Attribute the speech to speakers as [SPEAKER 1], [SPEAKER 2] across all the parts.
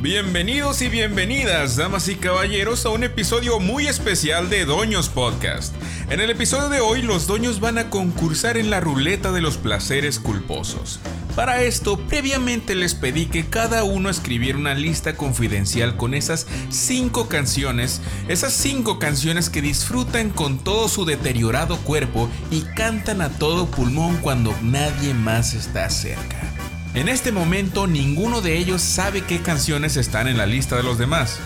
[SPEAKER 1] Bienvenidos y bienvenidas, damas y caballeros, a un episodio muy especial de Doños Podcast. En el episodio de hoy, los doños van a concursar en la ruleta de los placeres culposos. Para esto, previamente les pedí que cada uno escribiera una lista confidencial con esas cinco canciones, esas cinco canciones que disfrutan con todo su deteriorado cuerpo y cantan a todo pulmón cuando nadie más está cerca. En este momento ninguno de ellos sabe qué canciones están en la lista de los demás.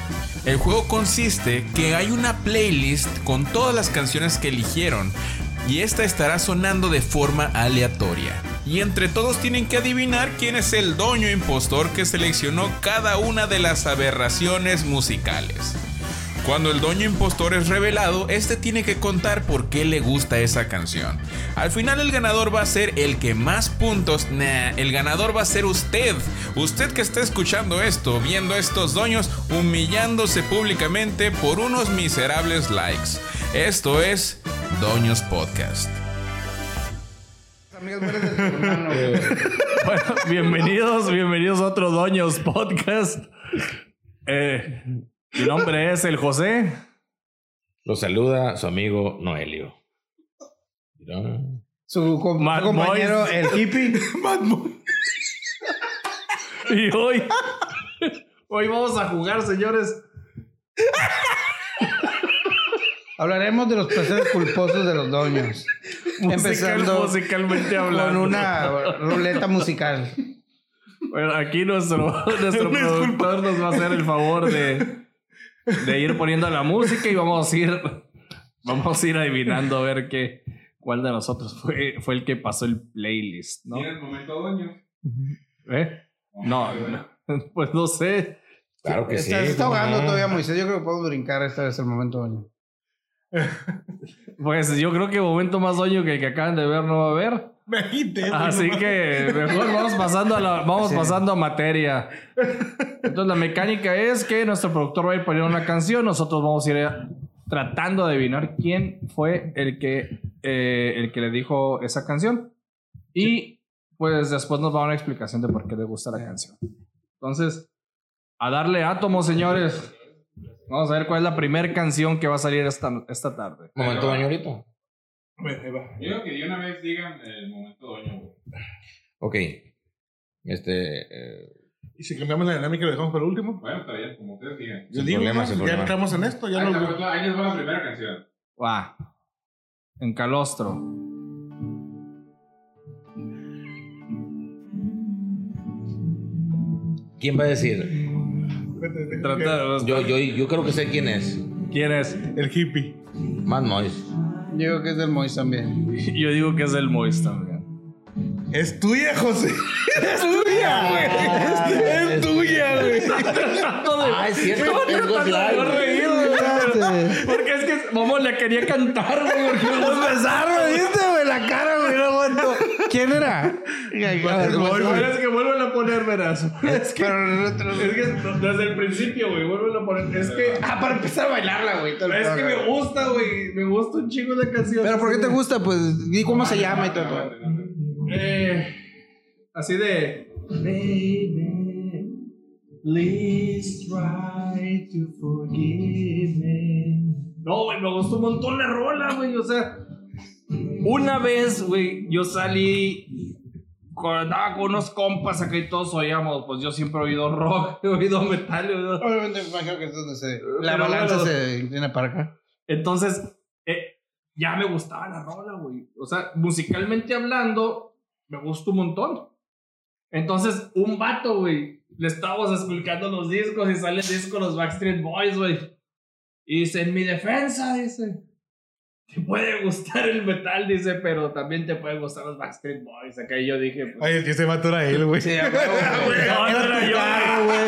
[SPEAKER 1] El juego consiste que hay una playlist con todas las canciones que eligieron y esta estará sonando de forma aleatoria. Y entre todos tienen que adivinar quién es el doño impostor que seleccionó cada una de las aberraciones musicales. Cuando el doño impostor es revelado, este tiene que contar por qué le gusta esa canción. Al final el ganador va a ser el que más puntos, nah, el ganador va a ser usted. Usted que está escuchando esto, viendo a estos doños humillándose públicamente por unos miserables likes. Esto es Doños Podcast.
[SPEAKER 2] Amigas, mueres de tu hermano, güey.
[SPEAKER 3] Bueno, bienvenidos, bienvenidos a otro Doños Podcast. Eh, mi nombre es el José.
[SPEAKER 4] Lo saluda su amigo Noelio. Mira.
[SPEAKER 2] Su com-
[SPEAKER 3] Mad
[SPEAKER 2] compañero, eh,
[SPEAKER 3] Boys.
[SPEAKER 2] el hippie.
[SPEAKER 3] Y hoy, hoy vamos a jugar, señores.
[SPEAKER 2] Hablaremos de los placeres culposos de los doños. Empezando
[SPEAKER 3] musicalmente
[SPEAKER 2] con
[SPEAKER 3] hablando.
[SPEAKER 2] una ruleta musical.
[SPEAKER 3] Bueno, aquí nuestro, nuestro productor nos va a hacer el favor de, de ir poniendo la música y vamos a ir, vamos a ir adivinando a ver qué, cuál de nosotros fue, fue el que pasó el playlist, ¿no?
[SPEAKER 1] el momento doño.
[SPEAKER 3] ¿Eh? No, no, pues no sé.
[SPEAKER 4] Claro que
[SPEAKER 2] Se
[SPEAKER 4] sí.
[SPEAKER 2] está, se está
[SPEAKER 4] ¿cómo
[SPEAKER 2] ahogando
[SPEAKER 4] no?
[SPEAKER 2] todavía Moisés. Yo creo que podemos brincar esta vez el momento, doño.
[SPEAKER 3] Pues yo creo que momento más doño que el que acaban de ver no va a haber. Así que mejor vamos pasando a la, vamos
[SPEAKER 2] Sí.
[SPEAKER 3] pasando a materia. Entonces la mecánica es que nuestro productor va a ir poniendo una canción, nosotros vamos a ir a- tratando de adivinar quién fue el que eh, el que le dijo esa canción y pues después nos va a dar una explicación de por qué le gusta la canción. Entonces a darle átomos, señores. Vamos a ver cuál es la primera canción que va a salir esta, esta tarde.
[SPEAKER 4] Momento doño ahorita.
[SPEAKER 1] Yo que de una vez digan el momento doño.
[SPEAKER 4] Ok. Este. eh,
[SPEAKER 5] Y si cambiamos la dinámica y lo dejamos para el último.
[SPEAKER 1] Bueno, está bien, como ustedes digan.
[SPEAKER 5] Yo
[SPEAKER 4] Sin
[SPEAKER 5] digo, pues,
[SPEAKER 4] problema,
[SPEAKER 5] ya,
[SPEAKER 4] sin
[SPEAKER 5] ya
[SPEAKER 4] problema.
[SPEAKER 5] entramos en esto, ya no.
[SPEAKER 1] ahí les va la primera canción.
[SPEAKER 3] Va. En calostro.
[SPEAKER 4] ¿Quién va a decir?
[SPEAKER 3] Trata de
[SPEAKER 4] Yo, yo, yo creo que sé quién es.
[SPEAKER 3] ¿Quién es?
[SPEAKER 5] El hippie.
[SPEAKER 4] Mad Noise.
[SPEAKER 2] Yo creo que es del Moisés también.
[SPEAKER 3] Yo digo que es el Mois también.
[SPEAKER 5] Es tuya, José. Es tuya, güey. Es, es tuya, güey.
[SPEAKER 4] Ah, es cierto. es Ghostlight.
[SPEAKER 3] Porque es que Momo le quería cantar, güey.
[SPEAKER 2] Empezaron, ¿viste, güey? La cara, güey, no aguanto. ¿Quién era?
[SPEAKER 3] es que vuelven a poner, verás. Es que,
[SPEAKER 2] Pero nosotros-
[SPEAKER 3] es que desde el principio, güey, vuelven a poner. Es que,
[SPEAKER 2] Ah, para empezar a bailarla, güey. todo el
[SPEAKER 3] es que
[SPEAKER 2] programa.
[SPEAKER 3] me gusta, güey. Me gusta un chingo la canción.
[SPEAKER 2] Pero ¿por qué te gusta? Pues, di cómo se llama y todo.
[SPEAKER 3] Eh, así de. Baby, please try to forgive me. No, güey, me gustó un montón la rola, güey. O sea, una vez, güey, yo salí. Con, andaba con unos compas acá y todos oíamos. Pues yo siempre he oído rock, he oído metal, he oído.
[SPEAKER 2] Obviamente me imagino que es donde se... La
[SPEAKER 3] Pero
[SPEAKER 2] balanza
[SPEAKER 3] bueno.
[SPEAKER 2] se inclina para acá.
[SPEAKER 3] Entonces, eh, ya me gustaba la rola, güey. O sea, musicalmente hablando, me gusta un montón. Entonces, un vato, güey, le estábamos explicando los discos y sale el disco los Backstreet Boys, güey. Y dice, en mi defensa, dice, te puede gustar el metal, dice, pero también te pueden gustar los Backstreet Boys. Acá y yo dije, pues,
[SPEAKER 5] Ay, el que se mató era él, güey.
[SPEAKER 3] no, no era yo,
[SPEAKER 2] carro, güey.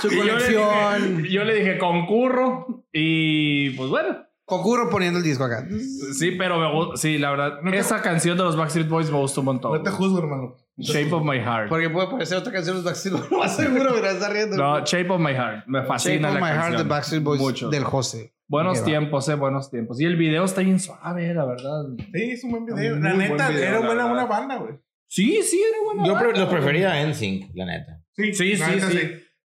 [SPEAKER 2] Su
[SPEAKER 3] Y yo, le
[SPEAKER 2] colección.
[SPEAKER 3] dije, yo le dije, concurro. Y pues bueno.
[SPEAKER 2] Cocuro poniendo el disco acá.
[SPEAKER 3] Sí, pero me gusta. Sí, la verdad. esa canción de los Backstreet Boys me gustó un montón.
[SPEAKER 5] No te
[SPEAKER 3] güey.
[SPEAKER 5] juzgo, hermano.
[SPEAKER 3] Shape of My Heart.
[SPEAKER 2] Porque puede parecer otra canción de los Backstreet Boys. Lo más seguro, pero está riendo.
[SPEAKER 3] No, Shape of My Heart. Me
[SPEAKER 2] Shape
[SPEAKER 3] fascina
[SPEAKER 2] of
[SPEAKER 3] la
[SPEAKER 2] My Heart
[SPEAKER 3] canción.
[SPEAKER 2] de Backstreet Boys
[SPEAKER 3] Mucho.
[SPEAKER 2] del José.
[SPEAKER 3] Buenos
[SPEAKER 2] Ok, va.
[SPEAKER 3] tiempos, eh, buenos tiempos. Y el video está bien suave, la verdad.
[SPEAKER 5] Sí, es un buen video. La
[SPEAKER 3] Muy
[SPEAKER 5] neta,
[SPEAKER 3] buen video,
[SPEAKER 5] era
[SPEAKER 3] la
[SPEAKER 5] buena
[SPEAKER 3] verdad.
[SPEAKER 5] una banda, güey.
[SPEAKER 3] Sí, sí, era buena.
[SPEAKER 4] Yo
[SPEAKER 3] banda.
[SPEAKER 4] pre- lo prefería a NSYNC, la neta.
[SPEAKER 3] Sí, sí,
[SPEAKER 5] la neta,
[SPEAKER 3] sí.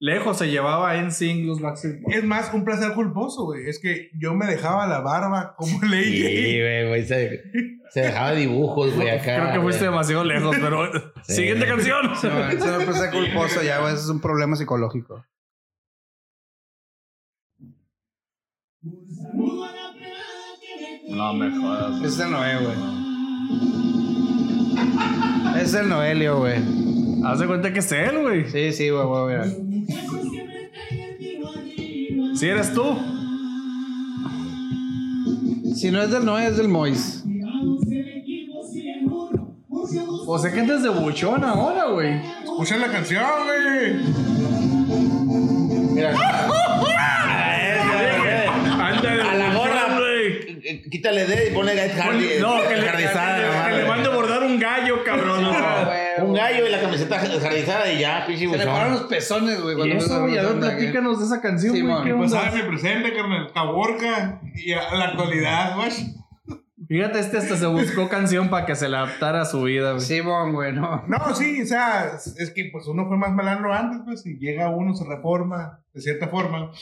[SPEAKER 3] Lejos se llevaba en singles Backstreet Boys.
[SPEAKER 5] Es más, un placer culposo, güey. Es que yo me dejaba la barba como
[SPEAKER 4] Sí,
[SPEAKER 5] ley.
[SPEAKER 4] güey, güey. Se, se dejaba dibujos, güey, acá.
[SPEAKER 3] Creo que
[SPEAKER 4] güey.
[SPEAKER 3] fuiste demasiado lejos, pero.
[SPEAKER 4] Sí.
[SPEAKER 3] Siguiente canción.
[SPEAKER 2] No, eso no puede ser culposo ya, güey. Eso es un problema psicológico.
[SPEAKER 3] No me jodas.
[SPEAKER 2] Ese no es, güey. Es el Noelio, güey.
[SPEAKER 3] Haz de cuenta que es él, güey.
[SPEAKER 2] Sí, sí, güey, güey, mira.
[SPEAKER 3] Si eres tú.
[SPEAKER 2] Si no es del Noé, es del Mois.
[SPEAKER 3] O sea que antes de buchón ahora, güey.
[SPEAKER 5] Escucha la canción, güey.
[SPEAKER 4] Eh,
[SPEAKER 3] Anda de
[SPEAKER 4] A la gorra.
[SPEAKER 3] güey.
[SPEAKER 4] Eh, Quítale de y ponle Get Hardy.
[SPEAKER 3] No, que le,
[SPEAKER 4] jardizada,
[SPEAKER 3] que le- que le
[SPEAKER 4] la madre.
[SPEAKER 3] mande bordar un gallo, cabrón. o sea.
[SPEAKER 4] Un gallo y la camiseta jardizada y ya, pinche
[SPEAKER 2] Ah, Se le pararon los
[SPEAKER 4] buchón.
[SPEAKER 2] pezones, güey.
[SPEAKER 3] Y
[SPEAKER 2] cuando
[SPEAKER 3] eso,
[SPEAKER 2] me-
[SPEAKER 3] güey, a ver,
[SPEAKER 2] me-
[SPEAKER 3] platícanos de esa canción,
[SPEAKER 2] Sí,
[SPEAKER 3] güey.
[SPEAKER 2] mon.
[SPEAKER 3] ¿qué
[SPEAKER 5] Pues
[SPEAKER 3] onda?
[SPEAKER 5] sabe mi presente, carnal. Caborca. Y a la actualidad, güey.
[SPEAKER 3] Fíjate, este hasta se buscó canción para que se la adaptara a su vida, güey.
[SPEAKER 2] Simón, güey, no.
[SPEAKER 5] No, sí, o sea, es es que pues uno fue más malandro antes, pues, y llega uno, se reforma, de cierta forma.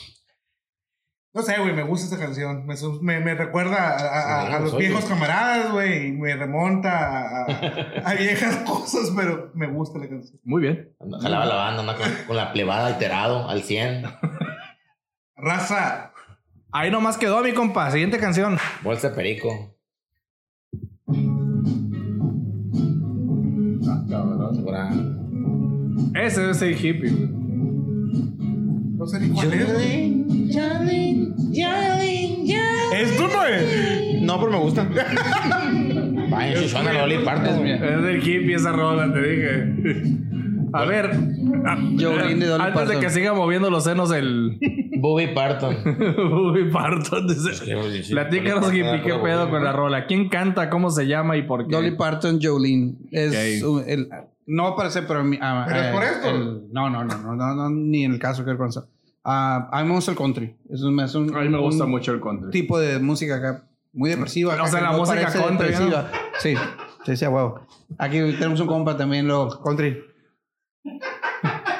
[SPEAKER 5] No sé, güey, me gusta esta canción. Me, su- me- me recuerda a, a-
[SPEAKER 4] Sí,
[SPEAKER 5] a los
[SPEAKER 4] oye.
[SPEAKER 5] viejos camaradas, güey, y me remonta a, a- a viejas cosas, pero me gusta la canción.
[SPEAKER 3] Muy bien.
[SPEAKER 4] Anda, Jalaba la banda, anda con, con la plebada alterado, al 100.
[SPEAKER 5] Raza,
[SPEAKER 3] Ahí nomás quedó mi compa. Siguiente canción.
[SPEAKER 4] Bolsa de perico. Ah, cabrón, segura.
[SPEAKER 3] Ese debe ser hippie, güey.
[SPEAKER 5] no sé ni cuál es. güey. ¿Esto no es?
[SPEAKER 4] No, pero me gusta. Vaya, si suena la Oli Parton.
[SPEAKER 2] mía.
[SPEAKER 3] Es del hippie esa rola, te dije. A ver. a-
[SPEAKER 2] Joe Green de Dolly
[SPEAKER 3] antes de
[SPEAKER 2] Parton.
[SPEAKER 3] que siga moviendo los senos el.
[SPEAKER 4] Bobby Parton.
[SPEAKER 3] Uy, Parton. dice. Platícanos, hippie, qué pedo con la rola. ¿Quién canta? ¿Cómo se llama y por qué?
[SPEAKER 2] Dolly Parton, Jolene. Es
[SPEAKER 3] Ok.
[SPEAKER 2] un- el- no parece, pero. mi- ah,
[SPEAKER 5] ¿Pero es
[SPEAKER 2] eh,
[SPEAKER 5] por esto?
[SPEAKER 2] el- no, no, no, no, no, no, ni en el caso que con eso. Ah, a mí me gusta el country. Es un, es un-
[SPEAKER 3] A mí me gusta
[SPEAKER 2] un
[SPEAKER 3] mucho el country.
[SPEAKER 2] tipo de música acá muy depresiva. acá
[SPEAKER 3] O sea,
[SPEAKER 2] que
[SPEAKER 3] la
[SPEAKER 2] no
[SPEAKER 3] música
[SPEAKER 2] parece
[SPEAKER 3] country, ¿no?
[SPEAKER 2] depresiva. Sí, sí, sí, a huevo. Aquí tenemos un compa también, lo country.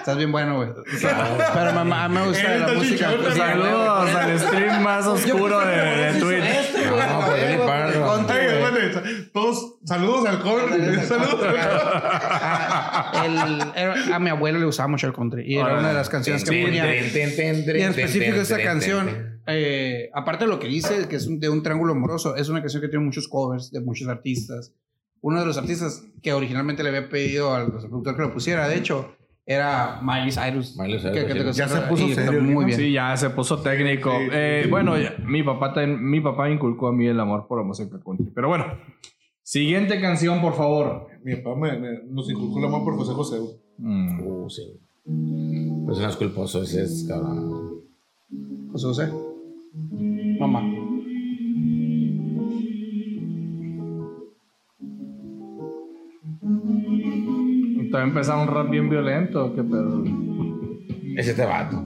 [SPEAKER 2] Estás bien bueno, güey. Pero me- a mí me gusta
[SPEAKER 5] Él
[SPEAKER 2] la
[SPEAKER 5] está
[SPEAKER 2] música.
[SPEAKER 5] chichón también.
[SPEAKER 3] Pues Saludos al stream más oscuro de, de Twitch.
[SPEAKER 4] No, pues Dolly Parton.
[SPEAKER 2] Country,
[SPEAKER 5] Ay,
[SPEAKER 2] güey.
[SPEAKER 5] espérate, todos, saludos al country, saludos al country.
[SPEAKER 2] Ah, el- era- a mi abuelo le gustaba mucho el country y era
[SPEAKER 3] Ahora,
[SPEAKER 2] una de las canciones que
[SPEAKER 4] Ten,
[SPEAKER 2] ponía.
[SPEAKER 4] ten, ten, ten, ten,
[SPEAKER 2] Y en
[SPEAKER 4] ten,
[SPEAKER 2] específico
[SPEAKER 4] ten,
[SPEAKER 2] esa
[SPEAKER 4] ten,
[SPEAKER 2] canción, eh, aparte de lo que dice, que es un- de un triángulo amoroso, es una canción que tiene muchos covers de muchos artistas. Uno de los artistas que originalmente le había pedido al productor que lo pusiera, de hecho, era Miley Cyrus.
[SPEAKER 4] Miley Cyrus,
[SPEAKER 2] que- que te-
[SPEAKER 4] sí.
[SPEAKER 5] Ya se puso
[SPEAKER 2] y-
[SPEAKER 5] serio,
[SPEAKER 2] Muy bien.
[SPEAKER 3] Sí, ya se puso técnico.
[SPEAKER 5] Sí, sí.
[SPEAKER 3] Eh, bueno, ya- mi papá también- mi papá inculcó a mí el amor por la música country. Pero bueno, siguiente canción, por favor.
[SPEAKER 5] Mi papá me- me- nos inculcó la mano por José José. güey.
[SPEAKER 4] ten.
[SPEAKER 3] Mm,
[SPEAKER 4] Uh, sí. Pues no es culposo, ese es cabrón.
[SPEAKER 2] José Pues, José. Mamá.
[SPEAKER 3] Entonces empezaba un rap bien violento. ¿Qué pedo?
[SPEAKER 4] Es este vato.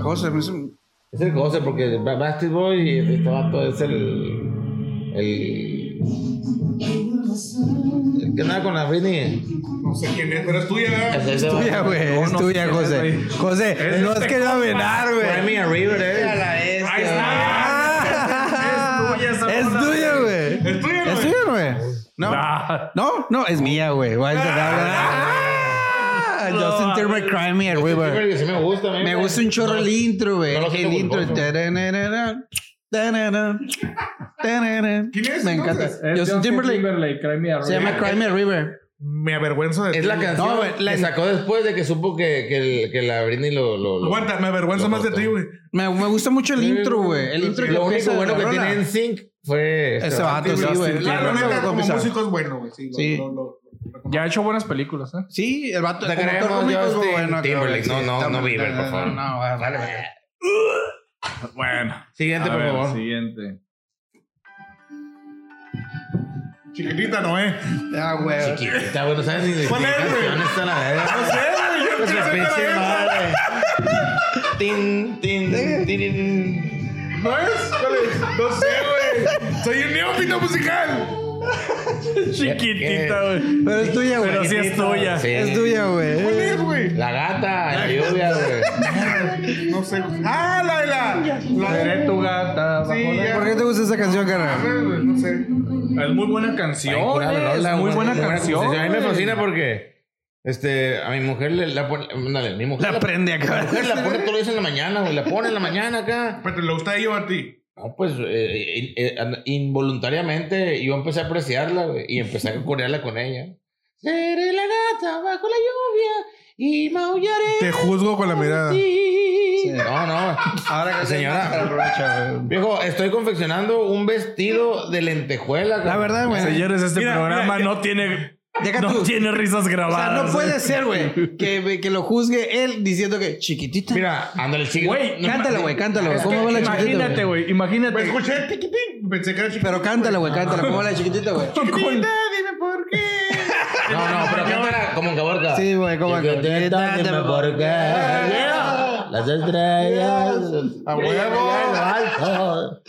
[SPEAKER 2] José, me hizo-
[SPEAKER 4] Es el goce porque Ba- Backstreet Boy y este vato es el. El. el que nada con la Britney.
[SPEAKER 5] No sé quién es, pero es tuya, ¿verdad?
[SPEAKER 4] Es ese
[SPEAKER 2] tuya,
[SPEAKER 4] vato.
[SPEAKER 2] güey. Es
[SPEAKER 3] no
[SPEAKER 2] tuya,
[SPEAKER 3] sé,
[SPEAKER 2] José.
[SPEAKER 3] güey.
[SPEAKER 2] José,
[SPEAKER 3] Es
[SPEAKER 2] no
[SPEAKER 3] este
[SPEAKER 2] has querido
[SPEAKER 3] compa.
[SPEAKER 2] venar, güey.
[SPEAKER 4] Crimea River, eh.
[SPEAKER 3] Ahí está. Es tuya esa
[SPEAKER 2] Es
[SPEAKER 3] rola,
[SPEAKER 2] tuya,
[SPEAKER 3] güey.
[SPEAKER 2] Ah. güey.
[SPEAKER 5] Es tuya,
[SPEAKER 2] Es
[SPEAKER 5] güey.
[SPEAKER 2] tuya, güey. No.
[SPEAKER 3] Ah,
[SPEAKER 2] No, no, es mía, güey. Voy a intentar- Ah, Justin Timberlake, Cry Me a River.
[SPEAKER 4] River, que sí me gusta, a mí,
[SPEAKER 2] Me
[SPEAKER 4] güey.
[SPEAKER 2] gusta un chorro el intro, güey.
[SPEAKER 4] No lo siento
[SPEAKER 2] El intro.
[SPEAKER 4] culposo.
[SPEAKER 2] Tararara, tararara, tararara.
[SPEAKER 5] ¿Quién es,
[SPEAKER 2] Me encanta.
[SPEAKER 5] entonces?
[SPEAKER 3] es
[SPEAKER 2] Justin Timberlake.
[SPEAKER 3] Cry Me a
[SPEAKER 2] Se llama
[SPEAKER 3] River.
[SPEAKER 2] Cry Me a River.
[SPEAKER 5] Me avergüenzo de
[SPEAKER 4] Es
[SPEAKER 5] ti.
[SPEAKER 4] la canción
[SPEAKER 2] No, güey, la-
[SPEAKER 4] que sacó después de que supo que, que, el- que la Britney lo. lo, lo-
[SPEAKER 5] Aguanta, me avergüenzo
[SPEAKER 4] lo
[SPEAKER 5] más de ti,
[SPEAKER 4] cortó.
[SPEAKER 5] güey.
[SPEAKER 2] Me, me gusta mucho el intro, güey. El intro que
[SPEAKER 4] Lo único
[SPEAKER 2] empieza
[SPEAKER 4] bueno que
[SPEAKER 2] la rola.
[SPEAKER 4] tiene en Sync fue. este
[SPEAKER 2] Ese Este vato, sí, güey.
[SPEAKER 5] La
[SPEAKER 2] Claro,
[SPEAKER 5] neta,
[SPEAKER 2] lo
[SPEAKER 5] como
[SPEAKER 2] confesar.
[SPEAKER 5] músico es bueno, güey. Sí. lo-
[SPEAKER 2] Sí.
[SPEAKER 5] lo- lo- lo reconozco.
[SPEAKER 3] Ya ha hecho buenas películas, ¿eh?
[SPEAKER 2] Sí, el vato.
[SPEAKER 4] Te
[SPEAKER 2] como
[SPEAKER 4] queremos,
[SPEAKER 2] todo rico es
[SPEAKER 4] Justin
[SPEAKER 2] bueno,
[SPEAKER 4] Timberlake.
[SPEAKER 2] cabrón,
[SPEAKER 4] No,
[SPEAKER 2] sí,
[SPEAKER 4] no,
[SPEAKER 2] está
[SPEAKER 4] no,
[SPEAKER 2] bueno.
[SPEAKER 4] Bieber, por favor.
[SPEAKER 2] No, no, vale, vale.
[SPEAKER 3] Bueno.
[SPEAKER 4] Siguiente,
[SPEAKER 3] A
[SPEAKER 4] por
[SPEAKER 3] ver,
[SPEAKER 4] favor.
[SPEAKER 3] Siguiente.
[SPEAKER 5] Chiquitita, ¿no, eh?
[SPEAKER 2] Ah, güey.
[SPEAKER 4] Chiquita, güey, no sabes ni de
[SPEAKER 5] ¿Cuál
[SPEAKER 4] qué
[SPEAKER 5] es, güey?
[SPEAKER 4] canción está la verga. No sé, güey.
[SPEAKER 5] yo pensé que
[SPEAKER 4] pinche
[SPEAKER 5] era esa.
[SPEAKER 4] madre. Tin, tin, tin.
[SPEAKER 5] ¿No es? ¿Cuál es? No sé, güey. Soy un neófito musical.
[SPEAKER 3] Chiquitita, güey.
[SPEAKER 2] Pero es tuya, güey.
[SPEAKER 3] Pero sí es tuya.
[SPEAKER 4] Sí.
[SPEAKER 2] Es tuya,
[SPEAKER 5] ¿Cuál
[SPEAKER 2] güey.
[SPEAKER 5] es, güey?
[SPEAKER 4] La gata.
[SPEAKER 2] La
[SPEAKER 4] el lluvia, güey.
[SPEAKER 5] No sé. ¡Ah, la de la! la
[SPEAKER 3] Seré tu gata.
[SPEAKER 5] Sí,
[SPEAKER 3] bajo la-
[SPEAKER 5] ya.
[SPEAKER 2] ¿Por qué te gusta esa canción,
[SPEAKER 5] Ah,
[SPEAKER 2] carnal?
[SPEAKER 5] güey, No sé.
[SPEAKER 3] Es muy buena canción.
[SPEAKER 4] Ay, curada,
[SPEAKER 3] eh,
[SPEAKER 4] Lola,
[SPEAKER 3] es muy
[SPEAKER 4] güey,
[SPEAKER 3] buena canción.
[SPEAKER 4] composición. A mí me
[SPEAKER 3] güey.
[SPEAKER 4] fascina porque este, a mi mujer le la pone. ándale, mi mujer la,
[SPEAKER 2] prende
[SPEAKER 4] mi
[SPEAKER 2] acá.
[SPEAKER 4] mujer la pone todos los días en la mañana, güey. La pone en la mañana acá.
[SPEAKER 5] Pero ¿le gusta a ella o a ti?
[SPEAKER 4] No, pues eh, in- eh, an- involuntariamente yo empecé a apreciarla güey, y empecé a corearla con ella. Seré la gata bajo la lluvia y maullaré.
[SPEAKER 5] Te juzgo con la
[SPEAKER 4] por
[SPEAKER 5] mirada.
[SPEAKER 4] ti.
[SPEAKER 2] Sí.
[SPEAKER 4] No, no.
[SPEAKER 2] Ahora que
[SPEAKER 4] Señora.
[SPEAKER 2] se aprovecha, güey.
[SPEAKER 4] Viejo, estoy confeccionando un vestido de lentejuela.
[SPEAKER 2] La
[SPEAKER 4] güey.
[SPEAKER 2] verdad, güey.
[SPEAKER 3] Señores, este
[SPEAKER 5] Mira,
[SPEAKER 3] programa
[SPEAKER 5] mira,
[SPEAKER 3] no tiene.
[SPEAKER 2] Deja
[SPEAKER 3] No
[SPEAKER 2] tú.
[SPEAKER 3] tiene risas
[SPEAKER 2] O sea,
[SPEAKER 3] grabadas.
[SPEAKER 2] no puede ser, güey, que, que lo juzgue él diciendo que chiquitita.
[SPEAKER 4] Mira, ándale, sigue.
[SPEAKER 3] Güey,
[SPEAKER 2] cántala, güey, cántala. güey. ¿Cómo va la chiquitita?
[SPEAKER 3] Imagínate, güey. Imagínate.
[SPEAKER 5] Pues escuché el piquitín. Pensé que era chiquitita.
[SPEAKER 2] Pero cántala, güey, cántala. ¿Cómo va la chiquitita, güey?
[SPEAKER 3] Con-
[SPEAKER 5] dime por qué.
[SPEAKER 4] No, no, pero cántala como en Caborca.
[SPEAKER 2] Sí, güey, como
[SPEAKER 4] Yo te
[SPEAKER 2] que-
[SPEAKER 4] dame por qué. Las estrellas.
[SPEAKER 5] A huevo.
[SPEAKER 4] brillan en lo alto.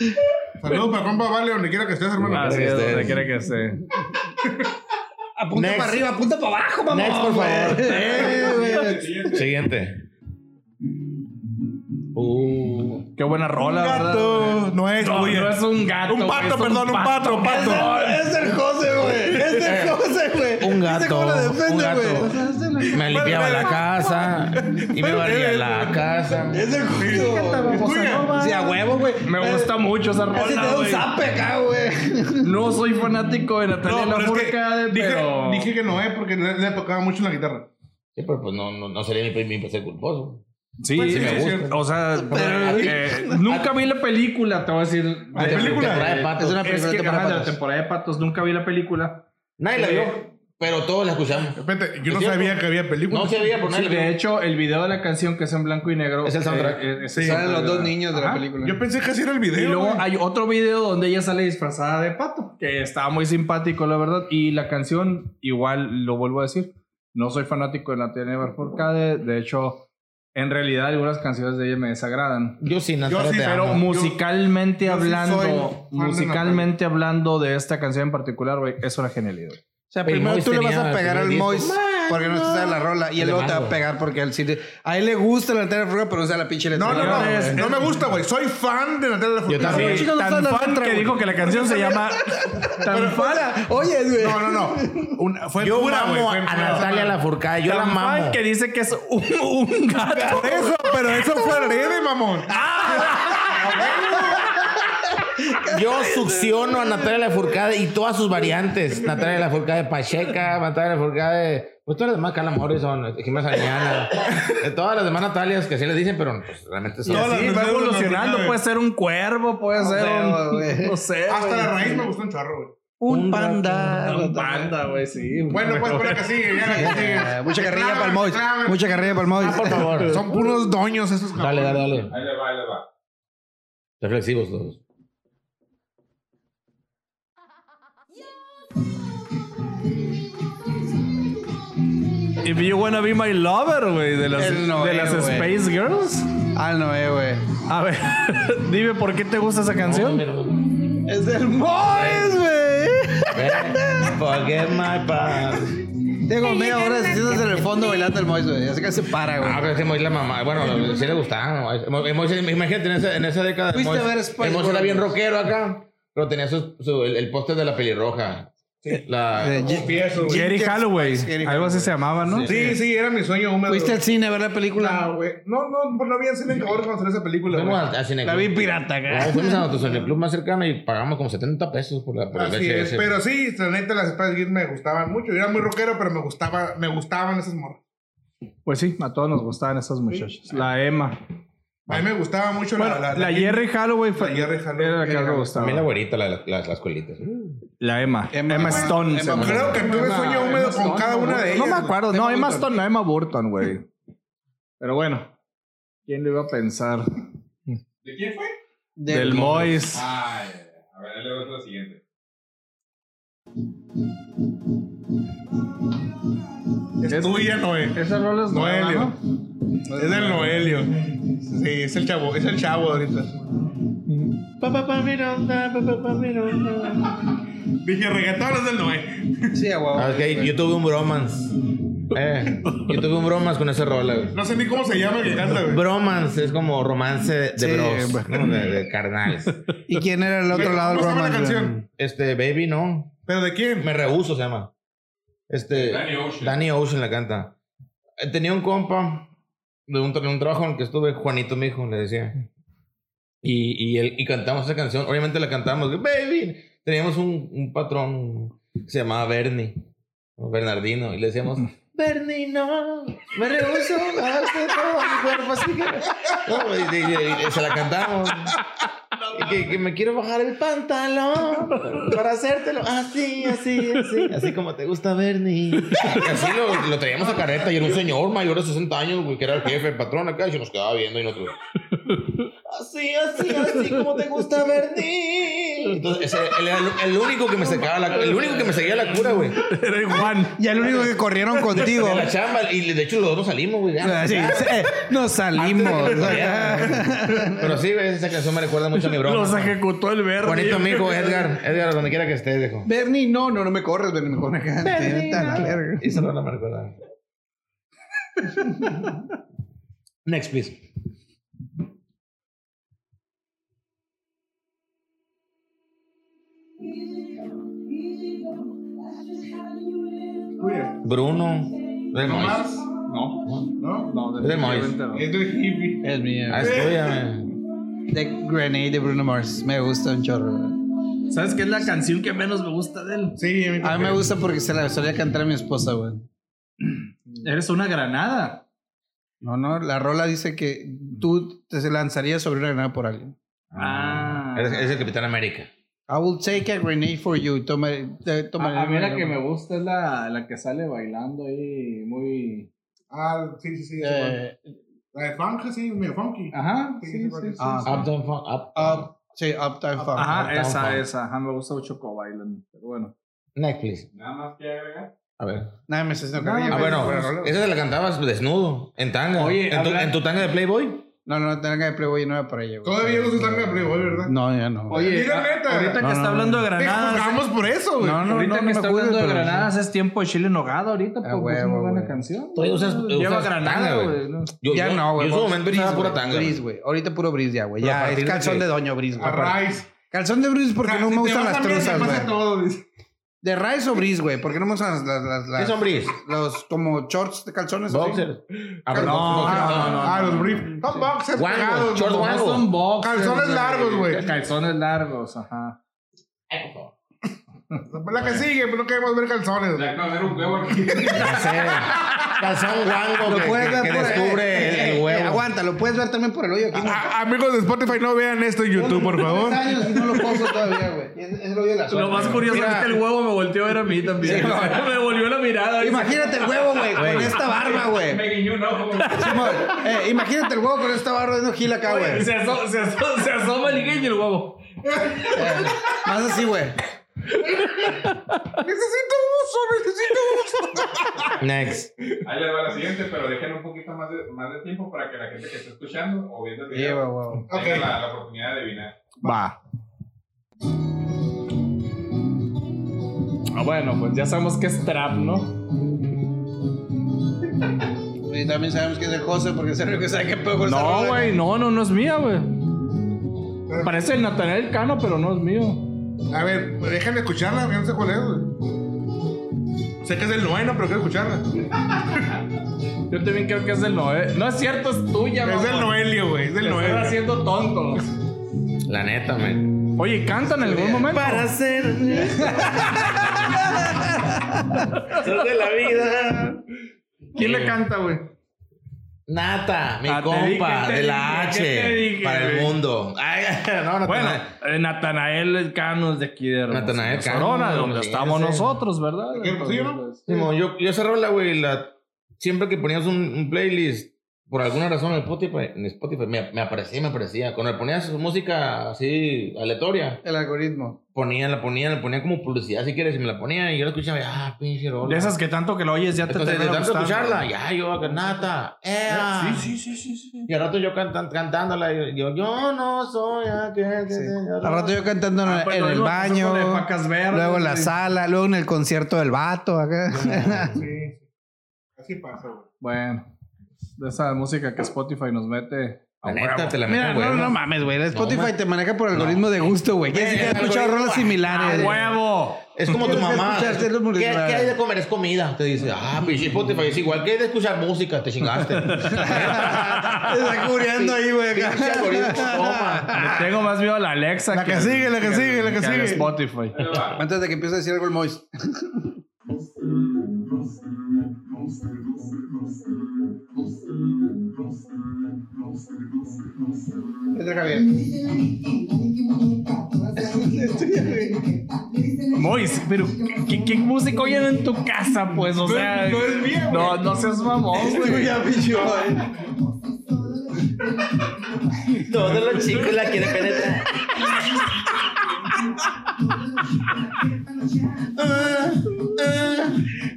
[SPEAKER 5] Saludos para compa Vale, donde quiera que estés, hermano.
[SPEAKER 3] Ah, sí, es donde quiera que esté.
[SPEAKER 2] Apunta
[SPEAKER 4] Next.
[SPEAKER 2] para arriba, apunta para abajo, mamá.
[SPEAKER 4] Next, por favor.
[SPEAKER 2] Eh, güey.
[SPEAKER 4] Siguiente. Uh,
[SPEAKER 3] Qué buena rola, ¿verdad?
[SPEAKER 5] gato. No es
[SPEAKER 3] No,
[SPEAKER 5] tuya.
[SPEAKER 3] no es un gato.
[SPEAKER 5] Un
[SPEAKER 3] güey,
[SPEAKER 5] pato,
[SPEAKER 3] es
[SPEAKER 5] perdón, un pato, un pato.
[SPEAKER 2] Es el José, güey. Es el José, güey.
[SPEAKER 4] un
[SPEAKER 2] ¿Viste
[SPEAKER 4] gato.
[SPEAKER 2] cómo la
[SPEAKER 4] un
[SPEAKER 2] defiende,
[SPEAKER 4] gato.
[SPEAKER 2] güey?
[SPEAKER 4] Me limpiaba la casa y me barría la casa.
[SPEAKER 2] Es el José.
[SPEAKER 5] Es tuya.
[SPEAKER 2] Sí, a huevo, güey.
[SPEAKER 3] Me
[SPEAKER 5] Eh,
[SPEAKER 3] gusta mucho esa
[SPEAKER 2] Casi te
[SPEAKER 3] rola,
[SPEAKER 2] da un
[SPEAKER 3] güey.
[SPEAKER 2] zape acá, güey.
[SPEAKER 3] No soy fanático de Natalia
[SPEAKER 5] No, pero es que
[SPEAKER 3] Lafourcade,
[SPEAKER 5] dije,
[SPEAKER 3] pero...
[SPEAKER 5] dije que no, eh, porque le, le tocaba mucho la guitarra.
[SPEAKER 4] Sí, pero pues no, no, no sería mi primer ser culposo.
[SPEAKER 3] Sí,
[SPEAKER 5] Pues sí,
[SPEAKER 3] me
[SPEAKER 5] sí,
[SPEAKER 3] gusta. O sea,
[SPEAKER 2] Pero-
[SPEAKER 3] eh, nunca vi la película, te voy a decir.
[SPEAKER 5] ¿Hay
[SPEAKER 4] De-
[SPEAKER 5] película?
[SPEAKER 4] temporada de patos.
[SPEAKER 2] Es una
[SPEAKER 3] Es
[SPEAKER 2] película
[SPEAKER 3] que
[SPEAKER 2] de temporada
[SPEAKER 3] ajá, de la
[SPEAKER 2] patos.
[SPEAKER 3] temporada de patos nunca vi la película.
[SPEAKER 4] Nadie la vio, pero todos la escuchamos. ¿Es
[SPEAKER 5] Espérate, yo no
[SPEAKER 4] cierto?
[SPEAKER 5] sabía que había película.
[SPEAKER 4] No se veía por
[SPEAKER 3] Sí,
[SPEAKER 4] nadie. la
[SPEAKER 3] de
[SPEAKER 4] vio.
[SPEAKER 3] hecho, el video de la canción que es en blanco y negro
[SPEAKER 4] Es el soundtrack.
[SPEAKER 3] eh, eh, es el
[SPEAKER 2] Salen los
[SPEAKER 3] soundtrack.
[SPEAKER 2] dos niños de la
[SPEAKER 3] Ajá.
[SPEAKER 2] película.
[SPEAKER 5] Ah, Yo pensé que así era el video.
[SPEAKER 3] Y luego
[SPEAKER 5] güey.
[SPEAKER 3] hay otro video donde ella sale disfrazada de pato, que estaba muy simpático, la verdad. Y la canción, igual lo vuelvo a decir, no soy fanático de Natalia Lafourcade. De hecho, en realidad algunas canciones de ella me desagradan.
[SPEAKER 4] Yo sí,
[SPEAKER 5] Yo
[SPEAKER 4] Natalia,
[SPEAKER 5] sí,
[SPEAKER 4] te
[SPEAKER 5] pero
[SPEAKER 4] amo.
[SPEAKER 3] musicalmente
[SPEAKER 5] yo sí
[SPEAKER 3] hablando,
[SPEAKER 5] soy fan de
[SPEAKER 3] musicalmente hablando de esta canción en particular, güey, es una genialidad.
[SPEAKER 2] O sea,
[SPEAKER 4] El
[SPEAKER 2] primero
[SPEAKER 4] Mois
[SPEAKER 2] tú le vas
[SPEAKER 4] tenía
[SPEAKER 2] a pegar
[SPEAKER 4] el
[SPEAKER 2] al
[SPEAKER 4] primer
[SPEAKER 2] Mois
[SPEAKER 4] disco.
[SPEAKER 2] porque no te sabe la rola y él
[SPEAKER 4] Le
[SPEAKER 2] luego te va a
[SPEAKER 4] mando.
[SPEAKER 2] pegar porque él sí te- a él le gusta la letra de Fruga, pero usa la pinche letra.
[SPEAKER 5] No, no, no.
[SPEAKER 3] Señores,
[SPEAKER 5] No me gusta, güey. Soy fan de Natalia Lafourcade.
[SPEAKER 4] Yo también.
[SPEAKER 2] chicos, no
[SPEAKER 3] tan
[SPEAKER 2] saben la
[SPEAKER 3] fan
[SPEAKER 2] letra,
[SPEAKER 3] que
[SPEAKER 2] güey.
[SPEAKER 3] dijo que la canción se llama tan fan,
[SPEAKER 2] Oye, güey.
[SPEAKER 5] No, no, no. Una- fue
[SPEAKER 4] Yo
[SPEAKER 5] pura, güey,
[SPEAKER 4] amo
[SPEAKER 5] fue
[SPEAKER 4] a
[SPEAKER 5] pura.
[SPEAKER 4] Natalia Lafourcade, yo la
[SPEAKER 3] tan fan
[SPEAKER 4] amo.
[SPEAKER 3] que dice que es un, un gato.
[SPEAKER 5] Por eso, pero eso fue rede, mamón.
[SPEAKER 4] Yo succiono a Natalia Lafourcade y todas sus variantes. Natalia Lafourcade Pacheca, Natalia Lafourcade... Pues todas las demás, Carla Morrison, Jimena Sariñana. De todas las demás Natalias que así les dicen, pero pues, realmente son...
[SPEAKER 5] Todas las
[SPEAKER 3] Sí,
[SPEAKER 5] canciones
[SPEAKER 3] va
[SPEAKER 5] de la
[SPEAKER 3] evolucionando.
[SPEAKER 5] Lafourcade.
[SPEAKER 3] Puede ser un cuervo, puede ser
[SPEAKER 2] sé,
[SPEAKER 3] un.
[SPEAKER 2] güey.
[SPEAKER 3] No sé.
[SPEAKER 5] Hasta
[SPEAKER 3] güey.
[SPEAKER 5] la raíz me gustó un charro, güey.
[SPEAKER 2] Un
[SPEAKER 4] Un
[SPEAKER 2] panda.
[SPEAKER 3] Un panda, güey, sí.
[SPEAKER 5] Bueno, pues, por la que sigue, ya la que
[SPEAKER 2] Eh,
[SPEAKER 5] sigue.
[SPEAKER 2] Mucha carrilla
[SPEAKER 5] Reclamen,
[SPEAKER 2] para el Mois.
[SPEAKER 5] reclamen.
[SPEAKER 2] Mucha carrilla para el Mois.
[SPEAKER 4] Ah, por favor.
[SPEAKER 5] Son puros doños esos
[SPEAKER 4] Dale, dale, dale.
[SPEAKER 1] Ahí le va, ahí le va.
[SPEAKER 4] Reflexivos todos.
[SPEAKER 3] If you wanna be my lover, güey, de las,
[SPEAKER 2] Él no
[SPEAKER 3] de
[SPEAKER 2] es,
[SPEAKER 3] las
[SPEAKER 2] güey.
[SPEAKER 3] Space Girls.
[SPEAKER 2] Ah, no, eh, güey.
[SPEAKER 3] A ver, dime por qué te gusta esa canción.
[SPEAKER 2] Es el Mois, güey.
[SPEAKER 4] Forget my past.
[SPEAKER 2] Tengo media hora de sientas en el fondo bailando el Mois, güey. Así que se para, güey.
[SPEAKER 4] Ah, pero es que Mois la mamá. Bueno, sí le gustaba. Mois- Mois- imagínate, en esa, en esa década.
[SPEAKER 2] Fuiste
[SPEAKER 4] Mois-
[SPEAKER 2] a ver Spice
[SPEAKER 4] el Mois era
[SPEAKER 2] Girls.
[SPEAKER 4] bien rockero acá. Pero tenía su, su- el, el póster de la pelirroja. La,
[SPEAKER 2] Eh, ye-
[SPEAKER 5] Confieso, güey.
[SPEAKER 3] Jerry Halloway.
[SPEAKER 2] Jerry
[SPEAKER 3] Algo así se llamaba, ¿no?
[SPEAKER 5] Sí, sí, era mi sueño húmedo.
[SPEAKER 2] ¿Fuiste al cine a ver la película?
[SPEAKER 5] No, Ah, güey. No, no, pues no había cine en Caborca cuando salió esa película.
[SPEAKER 4] fuimos al-
[SPEAKER 5] güey.
[SPEAKER 4] al
[SPEAKER 2] La
[SPEAKER 4] cineclub.
[SPEAKER 2] vi pirata,
[SPEAKER 4] No,
[SPEAKER 2] güey.
[SPEAKER 4] fuimos a nuestro cineclub más cercano y pagamos como 70 pesos por la por el
[SPEAKER 5] Así es,
[SPEAKER 4] VHS.
[SPEAKER 5] pero sí, la neta las Spice Girls me gustaban mucho. Yo era muy rockero, pero me gustaba, me gustaban esas morras.
[SPEAKER 3] Pues sí, a todos nos gustaban esas muchachas. La Emma.
[SPEAKER 5] A mí me gustaba mucho la-
[SPEAKER 3] Bueno,
[SPEAKER 5] la,
[SPEAKER 3] la, Jerry Halloway
[SPEAKER 5] la
[SPEAKER 3] fue.
[SPEAKER 5] Jerry Halloway.
[SPEAKER 3] Era la que más
[SPEAKER 5] Jerry
[SPEAKER 3] me
[SPEAKER 5] Halloway.
[SPEAKER 4] A
[SPEAKER 3] gustaba.
[SPEAKER 4] mí la güerita, la, la, las- las colitas.
[SPEAKER 3] La Emma. Emma,
[SPEAKER 2] Emma-
[SPEAKER 3] Stone.
[SPEAKER 2] Emma-
[SPEAKER 3] se llama.
[SPEAKER 5] Creo que tuve
[SPEAKER 2] Emma-
[SPEAKER 5] sueño
[SPEAKER 2] Emma
[SPEAKER 5] húmedo con
[SPEAKER 2] Stone,
[SPEAKER 5] cada
[SPEAKER 2] ¿no?
[SPEAKER 5] una de ellas.
[SPEAKER 3] No me
[SPEAKER 5] güey.
[SPEAKER 3] acuerdo. No,
[SPEAKER 2] Emma
[SPEAKER 3] Emma
[SPEAKER 2] Burton.
[SPEAKER 3] Stone, no, Emma Burton, güey. Pero bueno. ¿Quién lo iba a pensar?
[SPEAKER 1] ¿De quién fue?
[SPEAKER 3] Del Mois.
[SPEAKER 1] Ah, ya, ya. a ver, ahí le va la siguiente.
[SPEAKER 5] Es tuya, Noé.
[SPEAKER 3] Esa rola es nueva,
[SPEAKER 5] Noelio.
[SPEAKER 3] ¿no?
[SPEAKER 5] Es del Noelio. Sí, es el chavo, es el chavo ahorita. Papá pa, Miranda, papá pa, Miranda. Dije, reggaetón es del Noé.
[SPEAKER 2] Sí, a huevo.
[SPEAKER 4] Ah, es que yo tuve un bromance Eh, yo tuve un bromas con esa rola, güey.
[SPEAKER 5] No sé ni cómo se llama el que canta, güey.
[SPEAKER 4] Bromance es como romance de, de
[SPEAKER 2] Sí,
[SPEAKER 4] bros, ¿no? de, de carnales.
[SPEAKER 2] ¿Y quién era el otro
[SPEAKER 5] Pero,
[SPEAKER 2] lado del
[SPEAKER 5] ¿cómo se llama
[SPEAKER 2] romance?
[SPEAKER 5] la canción?
[SPEAKER 4] Este, Baby, no.
[SPEAKER 5] ¿Pero de quién?
[SPEAKER 4] Me rehuso, se llama. Este, Danny Ocean. la canta. Eh, Tenía un compa de un, tra- un trabajo en el que estuve, Juanito, mi hijo, le decía. Y, y, él, y cantamos esa canción. Obviamente la cantamos, Baby. Teníamos un, un patrón que se llamaba Bernie, o Bernardino, y le decíamos. Bernie, no, me rehuso a hacer todo mi cuerpo así que... No, y- y- y se la cantamos. Y que, que me quiero bajar el pantalón para hacértelo así, así, así. Así como te gusta, Bernie. Así lo, lo traíamos a careta y era un señor mayor de 60 años, güey, que era el jefe, el patrón acá, y se nos quedaba viendo y nosotros. Así, así, así como te gusta, Bernie. Entonces, ese- él era el, el único que me secaba la El único que me seguía la cura, güey.
[SPEAKER 3] Era Juan.
[SPEAKER 2] Y el único que corrieron contigo.
[SPEAKER 4] De la chamba. Y de hecho, los dos nos salimos, güey. ya.
[SPEAKER 2] Sí, sí, eh, nos salimos.
[SPEAKER 4] Pero sí, güey, esa canción me recuerda mucho a mi broma.
[SPEAKER 3] Los ejecutó el verde.
[SPEAKER 4] Bonito amigo, Edgar. Edgar, donde quiera que estés, dejo.
[SPEAKER 2] Bernie, no, no, no me corres, Bernie, me corres acá. Vete a la verga.
[SPEAKER 4] Esa rola me recuerda. Next, please. Bruno. Del
[SPEAKER 5] ¿No más?
[SPEAKER 4] Mois.
[SPEAKER 3] No,
[SPEAKER 5] ¿No?
[SPEAKER 3] no,
[SPEAKER 4] Es de Mois.
[SPEAKER 3] definitivamente no.
[SPEAKER 5] Es del hippie.
[SPEAKER 2] Es mío.
[SPEAKER 4] Ah, es tuya, man.
[SPEAKER 2] The Grenade de Bruno Mars. Me gusta un chorro.
[SPEAKER 3] ¿Sabes qué es la canción que menos me gusta de él?
[SPEAKER 5] Sí, a mí
[SPEAKER 2] A mí me
[SPEAKER 5] también.
[SPEAKER 2] gusta porque se la solía cantar a mi esposa, güey.
[SPEAKER 3] Eres una granada.
[SPEAKER 2] No, no, la rola dice que tú te lanzarías sobre una granada por alguien.
[SPEAKER 3] Ah.
[SPEAKER 4] Eres, eres el Capitán América.
[SPEAKER 2] I will take a grenade for you. Toma, te- toma.
[SPEAKER 3] A, a mí la que me gusta es la, la que sale bailando ahí muy...
[SPEAKER 5] Ah, sí, sí, sí. esa
[SPEAKER 2] Eh,
[SPEAKER 5] fue. La de funk, sí, medio funky.
[SPEAKER 3] Ajá,
[SPEAKER 5] Sí,
[SPEAKER 3] sí, sí.
[SPEAKER 5] sí,
[SPEAKER 3] sí.
[SPEAKER 2] ah,
[SPEAKER 4] Up, down, fun- up,
[SPEAKER 2] up, sí, Uptown Funk.
[SPEAKER 3] Ajá,
[SPEAKER 4] Uptown
[SPEAKER 3] esa,
[SPEAKER 4] Funk.
[SPEAKER 3] esa. Ajá, me gusta mucho Cobailan. Pero bueno.
[SPEAKER 4] Next, please.
[SPEAKER 1] Nada más que agregar.
[SPEAKER 4] A ver.
[SPEAKER 2] Nada, me estás
[SPEAKER 4] Ah, bueno. Esa te la cantabas desnudo, en tanga.
[SPEAKER 3] Oye,
[SPEAKER 4] ¿En tu,
[SPEAKER 3] habla-
[SPEAKER 4] en tu tanga de Playboy?
[SPEAKER 2] No, no, tanga de Playboy no era para ella. güey.
[SPEAKER 5] Todavía no se están de Playboy, ¿verdad?
[SPEAKER 2] No, ya no.
[SPEAKER 3] Oye,
[SPEAKER 5] Mira,
[SPEAKER 3] a-
[SPEAKER 5] neta.
[SPEAKER 3] ah, ahorita que
[SPEAKER 2] No,
[SPEAKER 3] está
[SPEAKER 2] no,
[SPEAKER 3] hablando de
[SPEAKER 5] Te
[SPEAKER 3] granadas...
[SPEAKER 5] juzgamos por eso, güey.
[SPEAKER 2] no, no,
[SPEAKER 3] ahorita
[SPEAKER 2] no, no
[SPEAKER 3] que
[SPEAKER 2] me
[SPEAKER 3] está
[SPEAKER 2] acuerdo,
[SPEAKER 3] hablando de
[SPEAKER 2] pero sí.
[SPEAKER 3] granadas es tiempo de chile en nogada ahorita, porque es
[SPEAKER 2] huevo,
[SPEAKER 3] una buena
[SPEAKER 2] güey.
[SPEAKER 3] canción.
[SPEAKER 4] Tú usas-
[SPEAKER 3] Lleva
[SPEAKER 4] usas tanga,
[SPEAKER 3] granada,
[SPEAKER 4] güey.
[SPEAKER 3] güey. ¿no?
[SPEAKER 4] Yo,
[SPEAKER 2] ya
[SPEAKER 4] yo-
[SPEAKER 2] no, güey.
[SPEAKER 4] Yo en su momento
[SPEAKER 2] Bris,
[SPEAKER 4] usaba pura
[SPEAKER 2] güey,
[SPEAKER 4] tanga.
[SPEAKER 2] Bris,
[SPEAKER 4] güey.
[SPEAKER 2] güey. Ahorita puro bris ya, güey.
[SPEAKER 4] Ah, Pero a
[SPEAKER 2] Ya,
[SPEAKER 4] partir
[SPEAKER 2] es
[SPEAKER 4] de
[SPEAKER 2] calzón
[SPEAKER 4] que-
[SPEAKER 2] de doño bris, güey.
[SPEAKER 5] A Rice.
[SPEAKER 2] Calzón de bris porque no me gustan las
[SPEAKER 5] trozas,
[SPEAKER 2] truzas,
[SPEAKER 5] pasa
[SPEAKER 2] güey.
[SPEAKER 5] todo, dice.
[SPEAKER 2] De Rice o bris, güey. ¿Por qué no me gustan las- las... las-
[SPEAKER 4] ¿Qué
[SPEAKER 2] las-
[SPEAKER 4] son bris?
[SPEAKER 2] Los como shorts de calzones. así?
[SPEAKER 4] Boxer.
[SPEAKER 5] Ah,
[SPEAKER 3] no, no, no,
[SPEAKER 5] Ah,
[SPEAKER 3] no,
[SPEAKER 5] los
[SPEAKER 3] no.
[SPEAKER 5] briefs. Son boxers
[SPEAKER 4] Guangos,
[SPEAKER 5] pegados,
[SPEAKER 4] short
[SPEAKER 5] no,
[SPEAKER 3] No
[SPEAKER 4] guangos.
[SPEAKER 3] son boxers,
[SPEAKER 5] Oh, Calzones largos, güey.
[SPEAKER 3] Calzones largos, ajá.
[SPEAKER 5] La que sigue, pero no queremos ver calzones. güey.
[SPEAKER 1] no hacer un huevo aquí.
[SPEAKER 4] Ya sé. Calzón guango
[SPEAKER 2] Lo
[SPEAKER 4] que,
[SPEAKER 2] puedes
[SPEAKER 4] que-
[SPEAKER 2] ver
[SPEAKER 4] que
[SPEAKER 2] por- eh,
[SPEAKER 4] descubre el-
[SPEAKER 2] eh,
[SPEAKER 4] el
[SPEAKER 2] eh,
[SPEAKER 4] huevo.
[SPEAKER 2] Aguanta, lo puedes ver también por el hoyo aquí. güey.
[SPEAKER 5] A- amigos de Spotify, no vean esto en YouTube, por favor.
[SPEAKER 2] Tres años y no lo pongo todavía, güey. Es, es el hoyo de la suerte.
[SPEAKER 3] Lo más curioso
[SPEAKER 4] Mira.
[SPEAKER 3] es que el huevo me volteó a ver a mí también. me volvió la mirada.
[SPEAKER 2] Imagínate el huevo, güey, con esta barba, güey.
[SPEAKER 1] Me guiñó un ojo.
[SPEAKER 2] Simón, eh, imagínate el huevo con esta barba de gil acá, güey.
[SPEAKER 3] Se, aso- se aso- se asoma el guiño y el huevo.
[SPEAKER 2] Eh, Más así, güey.
[SPEAKER 5] Necesito uso, necesito uso.
[SPEAKER 4] Next.
[SPEAKER 1] Ahí les va la siguiente, pero dejen un poquito más de, más de tiempo para que la gente que está escuchando o viendo el video
[SPEAKER 2] Lleva, güey.
[SPEAKER 1] tenga
[SPEAKER 5] Ok.
[SPEAKER 1] la, la oportunidad de adivinar.
[SPEAKER 3] Va. Ah, bueno, pues ya sabemos que es trap, ¿no?
[SPEAKER 2] Y también sabemos que es el José porque es el único que sabe qué pedo con esa
[SPEAKER 3] No,
[SPEAKER 2] rola.
[SPEAKER 3] güey, no, no, no es mía, güey. Parece el Natanael Cano, pero no es mío.
[SPEAKER 5] A ver, déjenme escucharla, que no sé cuál es, güey. Sé que es el noveno, pero quiero escucharla.
[SPEAKER 3] Yo también creo que es del Noel. No es cierto, es tuya,
[SPEAKER 5] Es del
[SPEAKER 3] mamón.
[SPEAKER 5] Noelio, güey. Es del
[SPEAKER 3] Te están
[SPEAKER 5] Noelio.
[SPEAKER 3] haciendo tontos.
[SPEAKER 4] La neta, man.
[SPEAKER 3] Oye, ¿cantan en algún momento?
[SPEAKER 4] ser. Son de la vida.
[SPEAKER 3] ¿Quién le canta, güey?
[SPEAKER 4] Nata, mi
[SPEAKER 3] Ah, te
[SPEAKER 4] compa,
[SPEAKER 3] dije, te
[SPEAKER 4] de la
[SPEAKER 3] dije, ¿qué te
[SPEAKER 4] H.
[SPEAKER 3] dije,
[SPEAKER 4] para el
[SPEAKER 3] güey?
[SPEAKER 4] mundo. Ay, no, no,
[SPEAKER 3] Bueno, eh, Natanael Cano es de aquí de Hermosillo,
[SPEAKER 4] Natanael Cano,
[SPEAKER 3] Sonora, donde
[SPEAKER 4] Hermosillo,
[SPEAKER 3] estamos
[SPEAKER 4] sí.
[SPEAKER 3] nosotros, ¿verdad?
[SPEAKER 5] ¿De Hermosillo, no?
[SPEAKER 3] Entonces,
[SPEAKER 4] Simón, yo, yo esa rola, güey, la, siempre que ponías un, un playlist, por alguna razón en Spotify, en Spotify me, me aparecía, me aparecía. Cuando le ponías música así aleatoria,
[SPEAKER 2] El algoritmo.
[SPEAKER 4] ponía, la ponía, la ponía como publicidad si quieres, y me la ponía y yo la escuchaba, y, ah, pinche rola.
[SPEAKER 3] De esas que tanto que lo oyes ya te
[SPEAKER 4] Entonces, de
[SPEAKER 3] termina
[SPEAKER 4] tanto
[SPEAKER 3] gustando.
[SPEAKER 4] escucharla, ya yo acá, nata, ea.
[SPEAKER 3] Sí, sí, sí, sí, sí.
[SPEAKER 4] Y al rato yo cantan- cantándola, y yo, yo no soy aquel que
[SPEAKER 2] Sí.
[SPEAKER 4] te-
[SPEAKER 2] Al rato yo cantando en,
[SPEAKER 3] Ah, pues,
[SPEAKER 2] en
[SPEAKER 3] lo
[SPEAKER 2] el
[SPEAKER 3] mismo pasó
[SPEAKER 2] baño,
[SPEAKER 3] con la de Pacas Verdes,
[SPEAKER 2] luego en la
[SPEAKER 3] güey.
[SPEAKER 2] sala, luego en el concierto del vato acá.
[SPEAKER 5] Sí. Así pasa, güey.
[SPEAKER 3] Bueno, de esa música que Spotify nos mete.
[SPEAKER 4] La neta, te la
[SPEAKER 2] Mira,
[SPEAKER 4] meten, güey.
[SPEAKER 2] no, no mames, güey. La Spotify
[SPEAKER 4] ma-
[SPEAKER 2] te maneja por algoritmo de gusto, güey. Quiere decir que
[SPEAKER 4] Eh,
[SPEAKER 2] has escuchado
[SPEAKER 4] algoritmo,
[SPEAKER 2] rolas
[SPEAKER 4] ah,
[SPEAKER 2] similares.
[SPEAKER 3] ¡Huevo!
[SPEAKER 4] Es como tu
[SPEAKER 2] Tienes que
[SPEAKER 4] mamá.
[SPEAKER 2] escuchar, tienes que
[SPEAKER 4] ¿Qué,
[SPEAKER 2] escuchar.
[SPEAKER 4] qué hay de comer? Es comida. Te dice, ah, pinche Spotify es igual. ¿Qué hay de escuchar música? Te chingaste.
[SPEAKER 2] Te está cubriendo ahí, güey. acá.
[SPEAKER 4] Pinche algoritmo, toma.
[SPEAKER 3] Le tengo más miedo a la Alexa.
[SPEAKER 5] La que sigue, la que sigue, la que
[SPEAKER 3] al
[SPEAKER 5] sigue.
[SPEAKER 3] Spotify.
[SPEAKER 2] Antes de que empiece a decir algo el Mois. Entra Javier.
[SPEAKER 3] Mois, pero ¿qué, qué música oyen en tu casa, pues? O sea.
[SPEAKER 5] no es mía, güey.
[SPEAKER 3] No, no seas mamón, güey.
[SPEAKER 2] Ya, pinche Mois.
[SPEAKER 4] Todos los chicos la quieren penetrar. Ah, ah, ah,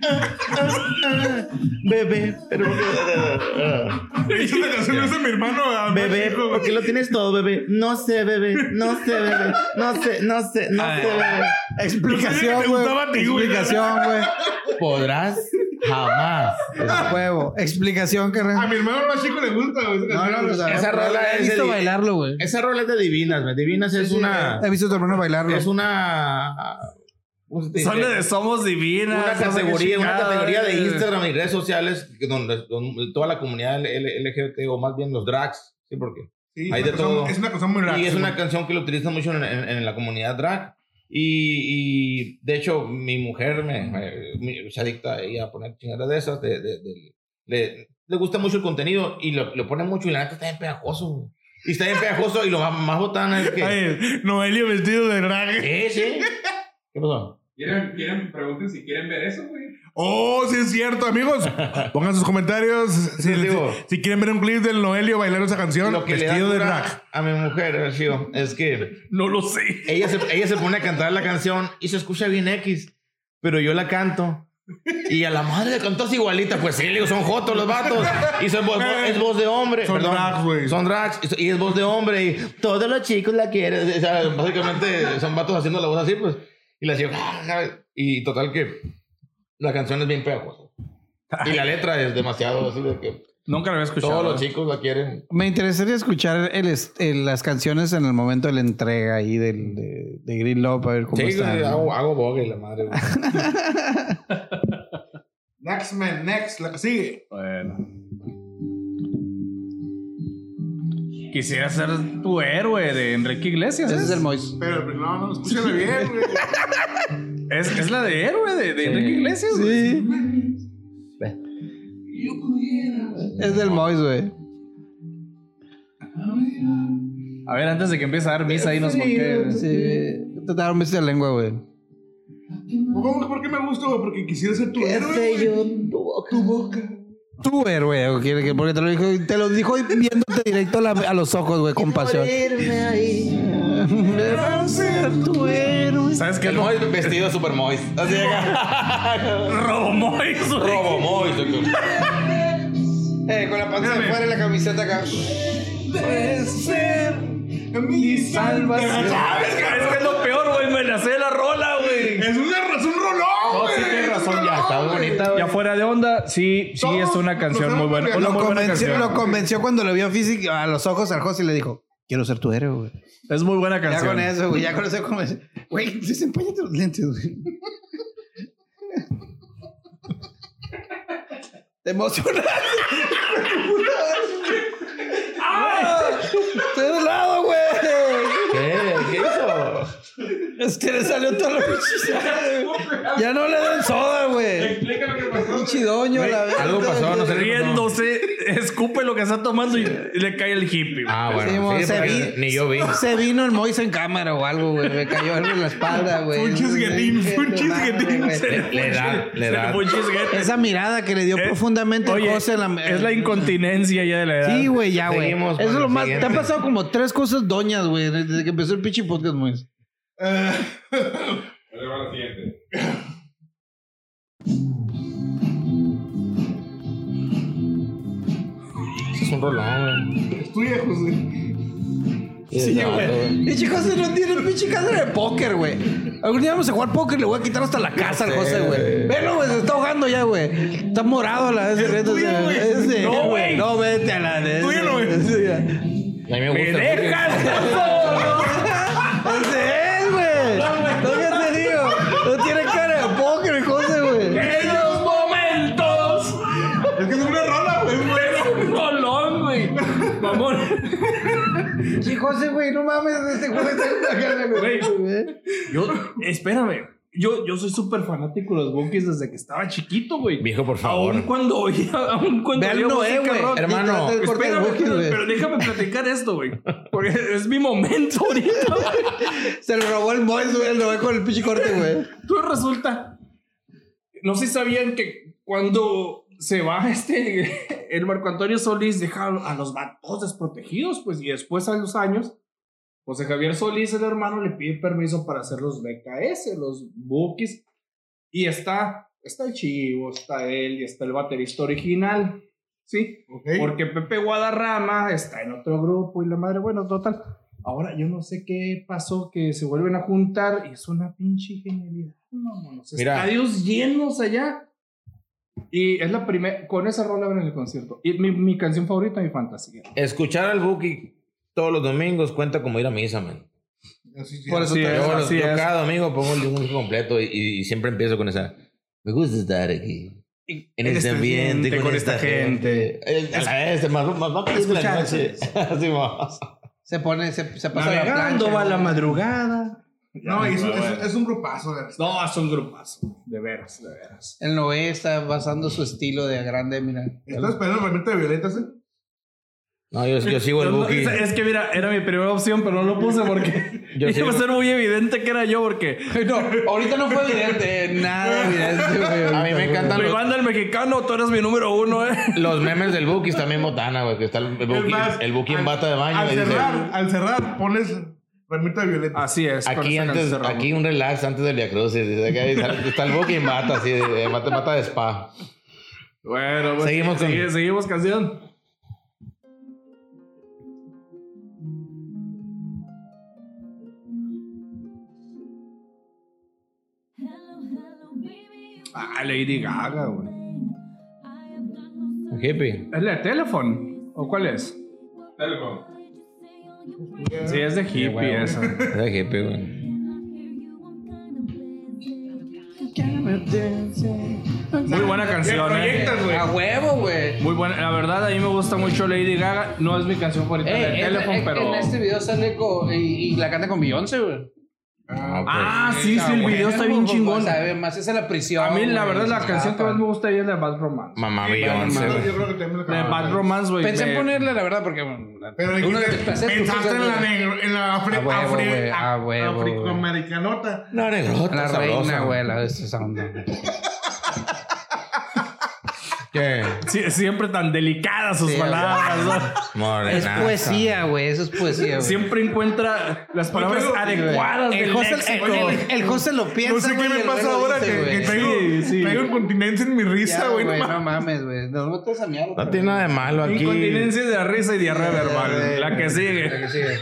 [SPEAKER 4] ah, ah. Bebé, pero.
[SPEAKER 5] Es una canción que usa mi hermano. a mi
[SPEAKER 4] Bebé,
[SPEAKER 5] hijo,
[SPEAKER 4] ¿por
[SPEAKER 5] güey.
[SPEAKER 4] qué lo tienes todo, bebé? No sé, bebé. No sé, bebé. No sé, no sé, no sé, bebé.
[SPEAKER 5] Yo sabía que
[SPEAKER 2] Explicación,
[SPEAKER 5] te
[SPEAKER 2] güey.
[SPEAKER 5] gustaba a ti, güey.
[SPEAKER 2] Explicación, güey.
[SPEAKER 4] Podrás jamás.
[SPEAKER 2] Huevo. Explicación,
[SPEAKER 5] A
[SPEAKER 2] carnal.
[SPEAKER 5] mi hermano más chico le gusta, güey. esa
[SPEAKER 2] No, no,
[SPEAKER 5] canción.
[SPEAKER 2] lo sabemos.
[SPEAKER 4] Esa rola
[SPEAKER 2] He
[SPEAKER 4] es
[SPEAKER 2] visto
[SPEAKER 4] el-
[SPEAKER 2] bailarlo, güey.
[SPEAKER 4] Esa rola es de Divinas, güey. Divinas es una.
[SPEAKER 2] He visto a tu hermano bailarlo.
[SPEAKER 4] Es una. ¿cómo se dice?
[SPEAKER 3] Sale Eh, de Somos Divinas. no
[SPEAKER 4] una
[SPEAKER 3] sé qué
[SPEAKER 4] categoría, una
[SPEAKER 3] chingada,
[SPEAKER 4] categoría de
[SPEAKER 3] güey.
[SPEAKER 4] Instagram y redes sociales que donde, donde toda la comunidad L- LGBT o más bien los drags, sí, porque Hay
[SPEAKER 5] Sí, es una
[SPEAKER 4] de
[SPEAKER 5] canción-
[SPEAKER 4] todo.
[SPEAKER 5] Es una canción muy rara.
[SPEAKER 4] y es una canción que lo utilizan mucho en, en- en la comunidad drag y, y, de hecho mi mujer me, me- me- se adicta a ella a poner chingadas de esas, de, de- de- le, le gusta mucho el contenido y lo, lo pone mucho y la neta está bien pegajoso, güey. y está bien pegajoso y lo más, más botana es que
[SPEAKER 5] Ay, Noelio vestido de drag.
[SPEAKER 4] sí, sí. ¿Qué pasó?
[SPEAKER 6] ¿Quieren, quieren, pregunten si quieren ver eso, güey.
[SPEAKER 5] Oh, sí es cierto, amigos. Pongan sus comentarios si,
[SPEAKER 4] digo.
[SPEAKER 5] si- si quieren ver un clip del Noelio bailar esa canción
[SPEAKER 4] Lo que le da
[SPEAKER 5] vestido de
[SPEAKER 4] cura
[SPEAKER 5] drag.
[SPEAKER 4] a mi mujer, Rocío, es que
[SPEAKER 3] No lo sé.
[SPEAKER 4] ella se, ella se pone a cantar la canción y se escucha bien X, pero yo la canto. Y a la madre le cantó así igualita. Pues sí, le digo, son jotos los vatos. Y son vo- vo- es voz de hombre.
[SPEAKER 5] Son drags, güey.
[SPEAKER 4] Son drags. y so- Y es voz de hombre. Y todos los chicos la quieren. O sea, básicamente son vatos haciendo la voz así, pues. Y la llevo. Y total que la canción es bien pegajosa. Y la letra es demasiado así de que
[SPEAKER 3] Nunca lo había escuchado.
[SPEAKER 4] todos los chicos la quieren.
[SPEAKER 2] Me interesaría escuchar el est- el- las canciones en el momento de la entrega ahí del, de, de Green Love, a ver cómo
[SPEAKER 4] Sí,
[SPEAKER 2] están.
[SPEAKER 4] güey,
[SPEAKER 2] ¿no?
[SPEAKER 4] hago, hago bogue, la madre. güey.
[SPEAKER 5] Next man, next. La que sigue.
[SPEAKER 3] Bueno. Quisiera ser tu héroe de Enrique Iglesias.
[SPEAKER 2] Ese
[SPEAKER 3] ¿eh?
[SPEAKER 2] es el Mois.
[SPEAKER 5] Pero pues, no, no, escúchala bien, güey.
[SPEAKER 3] Es, es la de héroe de, de Enrique Iglesias.
[SPEAKER 2] Sí. Es del Mois, güey.
[SPEAKER 3] A ver, antes de que empiece a dar misa ahí nos porque
[SPEAKER 2] Sí. Te daron beso de lengua, güey.
[SPEAKER 5] ¿Cómo que ¿Por qué me gusta, güey? Porque quisiera ser tu
[SPEAKER 2] Este,
[SPEAKER 5] héroe. güey. Tu boca.
[SPEAKER 2] Tú, héroe, o quiere que- porque te lo dijo, te lo dijo viéndote directo a, la- a los ojos, güey, con pasión. Me va a ser tu héroe.
[SPEAKER 3] ¿Sabes qué?
[SPEAKER 4] El
[SPEAKER 3] Lo-
[SPEAKER 4] Mois vestido super Mois. Así llega.
[SPEAKER 3] Robomois, güey.
[SPEAKER 4] Robo Mois.
[SPEAKER 2] Eh, con la panza
[SPEAKER 5] Espérame.
[SPEAKER 2] afuera y la camiseta acá.
[SPEAKER 5] Mi salvación.
[SPEAKER 3] Es que es lo peor, güey. Me la sé la rola, güey.
[SPEAKER 5] Es una razón rolón,
[SPEAKER 4] No,
[SPEAKER 5] güey.
[SPEAKER 4] sí tienes razón, ya está muy bonita. güey.
[SPEAKER 3] Ya fuera de onda, sí, sí,
[SPEAKER 5] Todos
[SPEAKER 3] es una canción
[SPEAKER 5] nos
[SPEAKER 3] muy buena.
[SPEAKER 5] hemos
[SPEAKER 3] una
[SPEAKER 2] Lo
[SPEAKER 3] muy buena
[SPEAKER 2] convenció,
[SPEAKER 3] canción.
[SPEAKER 2] lo convenció cuando lo vio físico a los ojos al José y le dijo, quiero ser tu héroe, güey.
[SPEAKER 3] Es muy buena
[SPEAKER 2] Ya
[SPEAKER 3] canción.
[SPEAKER 2] con eso, güey, ya con eso convenció. Güey, desempeñate los lentes, güey. Te emocionaste. Estoy de lado, güey.
[SPEAKER 4] ¿Qué? ¿Qué hizo?
[SPEAKER 2] Es que le salió todo lo que Ya no le den soda, güey.
[SPEAKER 6] Explica lo que pasó.
[SPEAKER 2] Un chidoño, la verdad.
[SPEAKER 4] Algo pasó, no sé. qué pasó.
[SPEAKER 3] Riéndose, escupe lo que está tomando y le cae el hippie. güey.
[SPEAKER 4] Ah,
[SPEAKER 2] Sí, mo,
[SPEAKER 4] bueno. sí,
[SPEAKER 2] se
[SPEAKER 4] porque
[SPEAKER 2] vi-
[SPEAKER 4] Ni yo vi.
[SPEAKER 2] Se vino el Mois en cámara o algo, güey. Me cayó algo en la espalda, güey.
[SPEAKER 5] Fue un chisguetín, fue un chisguetín.
[SPEAKER 2] Madre, güey.
[SPEAKER 4] Le- Le da, le
[SPEAKER 3] Se le
[SPEAKER 4] da.
[SPEAKER 3] fue un chisguete.
[SPEAKER 2] Esa mirada que le dio
[SPEAKER 3] Eh,
[SPEAKER 2] profundamente el
[SPEAKER 3] oye,
[SPEAKER 2] José en la...
[SPEAKER 3] Es la incontinencia ya de la edad.
[SPEAKER 2] Sí, güey, ya, güey. Eso
[SPEAKER 4] Seguimos
[SPEAKER 2] es
[SPEAKER 4] con
[SPEAKER 2] lo
[SPEAKER 4] el
[SPEAKER 2] más... Te
[SPEAKER 4] siguiente.
[SPEAKER 2] han pasado como tres cosas doñas, güey, desde que empezó el pinche podcast, Mois.
[SPEAKER 5] Ah,
[SPEAKER 6] Ahí va la siguiente.
[SPEAKER 4] Es un rolón, güey.
[SPEAKER 5] Es tuya, José.
[SPEAKER 4] Sí, güey.
[SPEAKER 2] Pinche José no tiene pinche casa de póker, güey. Algún día vamos a jugar póker, le voy a quitar hasta la casa al José, güey. Velo, güey, se está ahogando ya, güey. Está morado la ese reto.
[SPEAKER 5] tuyo,
[SPEAKER 2] ese-
[SPEAKER 5] güey.
[SPEAKER 2] ese-
[SPEAKER 5] No, güey.
[SPEAKER 2] No, vete a la de.
[SPEAKER 5] tuyo, güey.
[SPEAKER 2] ese- ese-
[SPEAKER 4] A mí me gusta. el fútbol.
[SPEAKER 2] Ese es, güey. No, ya te digo. No tiene cara de póker, el José, güey.
[SPEAKER 7] ¡Esos momentos!
[SPEAKER 5] Es que es una rola, güey. es una-
[SPEAKER 7] ¡Rolón, güey! Mamón.
[SPEAKER 2] Sí, José, güey, no mames, este José está
[SPEAKER 3] Güey. Yo, espérame. Yo, yo soy súper fanático de los Bookies desde que estaba chiquito, güey.
[SPEAKER 4] Viejo, por favor.
[SPEAKER 7] Aún cuando oía, aún cuando
[SPEAKER 2] Ve al
[SPEAKER 7] oía
[SPEAKER 2] Noé,
[SPEAKER 7] música
[SPEAKER 2] güey.
[SPEAKER 7] rock.
[SPEAKER 4] Hermano,
[SPEAKER 2] Y trata el corte del
[SPEAKER 7] Espérame,
[SPEAKER 2] Bukis,
[SPEAKER 7] pero,
[SPEAKER 2] güey.
[SPEAKER 7] pero déjame platicar esto, güey. Porque es mi momento ahorita, güey.
[SPEAKER 2] Se lo robó el Mois, güey, el Noé con el pinche corte, güey.
[SPEAKER 7] Entonces resulta. No sé si sabían que cuando se va este. El Marco Antonio Solís deja a los vatos desprotegidos, pues. Y después a los años. José Javier Solís, el hermano, le pide permiso para hacer los BKS, los Bookies. Y está. Está el Chivo, está él y está el baterista original. Sí.
[SPEAKER 5] Ok.
[SPEAKER 7] Porque Pepe Guadarrama está en otro grupo y la madre, bueno, total. Ahora yo no sé qué pasó, que se vuelven a juntar y es una pinche genialidad. Vámonos,
[SPEAKER 4] Mira.
[SPEAKER 7] estadios llenos allá. Y es la primera, con esa rola en el concierto. Y mi, mi canción favorita, mi fantasía.
[SPEAKER 4] Escuchar al Buki todos los domingos cuenta como ir a misa, man.
[SPEAKER 5] Así que-
[SPEAKER 2] Por eso
[SPEAKER 7] Así
[SPEAKER 2] te-
[SPEAKER 7] es,
[SPEAKER 4] Yo,
[SPEAKER 7] así
[SPEAKER 4] yo
[SPEAKER 7] es.
[SPEAKER 4] cada domingo pongo el disco completo y, y siempre empiezo con esa. Me gusta estar aquí. En este ambiente, con, esta gente. Eh, A la vez, te más, más va a pedir la noche. Así más.
[SPEAKER 2] Se pone, se, se pasa la
[SPEAKER 7] Navegando
[SPEAKER 2] plancha.
[SPEAKER 7] va la madrugada.
[SPEAKER 5] No, y es, es- es un grupazo. la-
[SPEAKER 7] No, es un grupazo. De veras, de veras.
[SPEAKER 2] El Noé está basando su estilo de grande, mira.
[SPEAKER 5] Estás esperando realmente de violetas, ¿eh?
[SPEAKER 4] No, yo, yo sigo el
[SPEAKER 3] No, no,
[SPEAKER 4] Buki.
[SPEAKER 3] es, es que mira, era mi primera opción, pero no lo puse porque
[SPEAKER 4] Yo
[SPEAKER 3] iba a
[SPEAKER 4] sí.
[SPEAKER 3] ser muy evidente que era yo porque
[SPEAKER 2] No, ahorita no fue evidente, nada evidente, güey.
[SPEAKER 4] A mí me encantan
[SPEAKER 3] mi
[SPEAKER 4] los,
[SPEAKER 3] banda el mexicano, tú eres mi número uno, eh.
[SPEAKER 4] los memes del Buki. También botana, güey. Que está el Buki,
[SPEAKER 5] más,
[SPEAKER 4] el Buki en
[SPEAKER 5] al-
[SPEAKER 4] bata de baño.
[SPEAKER 5] Al
[SPEAKER 4] y dice,
[SPEAKER 5] cerrar, al cerrar, pones ramita de violetas.
[SPEAKER 3] Así es. con
[SPEAKER 4] Aquí,
[SPEAKER 3] esa
[SPEAKER 4] antes,
[SPEAKER 3] canción cerramos.
[SPEAKER 4] aquí un relax antes del Via Crucis. Dice, acá está- Está el Buki en bata, así. de- de Bata, bata de spa.
[SPEAKER 3] Bueno, pues,
[SPEAKER 4] Seguimos con-
[SPEAKER 3] sigue- seguimos canción. Ah, Lady Gaga, güey.
[SPEAKER 4] Hippie.
[SPEAKER 3] ¿Es la de Telephone? ¿O cuál es?
[SPEAKER 6] Teléfono.
[SPEAKER 3] Sí, es de hippie esa.
[SPEAKER 4] Era hippie, güey.
[SPEAKER 3] Muy buena canción, eh.
[SPEAKER 5] proyectas, güey.
[SPEAKER 2] A huevo, güey.
[SPEAKER 3] Muy buena. La verdad, a mí me gusta mucho Lady Gaga. No es mi canción favorita
[SPEAKER 2] Ey,
[SPEAKER 3] de
[SPEAKER 2] Eh, en-
[SPEAKER 3] Telephone,
[SPEAKER 2] en-
[SPEAKER 3] pero...
[SPEAKER 2] En este video sale con, y, y la canta con Beyoncé, güey.
[SPEAKER 4] pues,
[SPEAKER 3] Ah, sí, sí, el video está bien
[SPEAKER 2] Huevo,
[SPEAKER 3] chingón.
[SPEAKER 2] sabe más, es en la prisión.
[SPEAKER 3] A mí, la
[SPEAKER 2] güey,
[SPEAKER 3] verdad, la
[SPEAKER 2] se
[SPEAKER 3] canción que
[SPEAKER 2] escapa.
[SPEAKER 3] más me gusta ahí es la de Bad Romance.
[SPEAKER 4] Mamá Beyoncé,
[SPEAKER 5] Yo
[SPEAKER 4] güey.
[SPEAKER 5] creo que también lo
[SPEAKER 3] La de Bad Romance, güey.
[SPEAKER 2] Pensé
[SPEAKER 3] me-
[SPEAKER 2] en ponerle, la verdad, porque. bueno, la-
[SPEAKER 5] Pero
[SPEAKER 2] uno de
[SPEAKER 5] dijiste,
[SPEAKER 2] mis placeres
[SPEAKER 5] pensaste en
[SPEAKER 2] culturales,
[SPEAKER 5] la
[SPEAKER 2] güey.
[SPEAKER 5] negro, en la afri,
[SPEAKER 2] A huevo,
[SPEAKER 5] afri-
[SPEAKER 2] güey, a huevo, güey.
[SPEAKER 5] afroamericanota.
[SPEAKER 4] No, negrota,
[SPEAKER 2] La
[SPEAKER 4] sabrosa.
[SPEAKER 2] reina, güey, la de esa onda.
[SPEAKER 4] ¿Qué?
[SPEAKER 3] Sie- siempre tan delicadas sus
[SPEAKER 2] Sí,
[SPEAKER 3] palabras. ¿no?
[SPEAKER 2] Es
[SPEAKER 4] Morenaza.
[SPEAKER 2] poesía, güey, eso es poesía, güey.
[SPEAKER 3] Siempre encuentra las palabras
[SPEAKER 5] Pero,
[SPEAKER 3] adecuadas
[SPEAKER 2] el
[SPEAKER 3] del
[SPEAKER 2] José,
[SPEAKER 3] léxico.
[SPEAKER 2] el- el- el José lo piensa.
[SPEAKER 5] No sé qué
[SPEAKER 2] güey,
[SPEAKER 5] me
[SPEAKER 2] el
[SPEAKER 5] pasa
[SPEAKER 2] güey lo
[SPEAKER 5] ahora
[SPEAKER 2] dice,
[SPEAKER 5] que,
[SPEAKER 2] güey.
[SPEAKER 5] que traigo,
[SPEAKER 3] Sí, sí.
[SPEAKER 5] traigo incontinencia en mi risa,
[SPEAKER 2] Ya,
[SPEAKER 5] güey.
[SPEAKER 2] güey,
[SPEAKER 5] no
[SPEAKER 2] no
[SPEAKER 5] mames.
[SPEAKER 2] mames, güey. No, no te vas a miar otra
[SPEAKER 4] No tiene nada de malo aquí.
[SPEAKER 3] Incontinencia de la risa y diarrea verbal. La que
[SPEAKER 2] vez.
[SPEAKER 3] sigue.
[SPEAKER 2] Que sigue.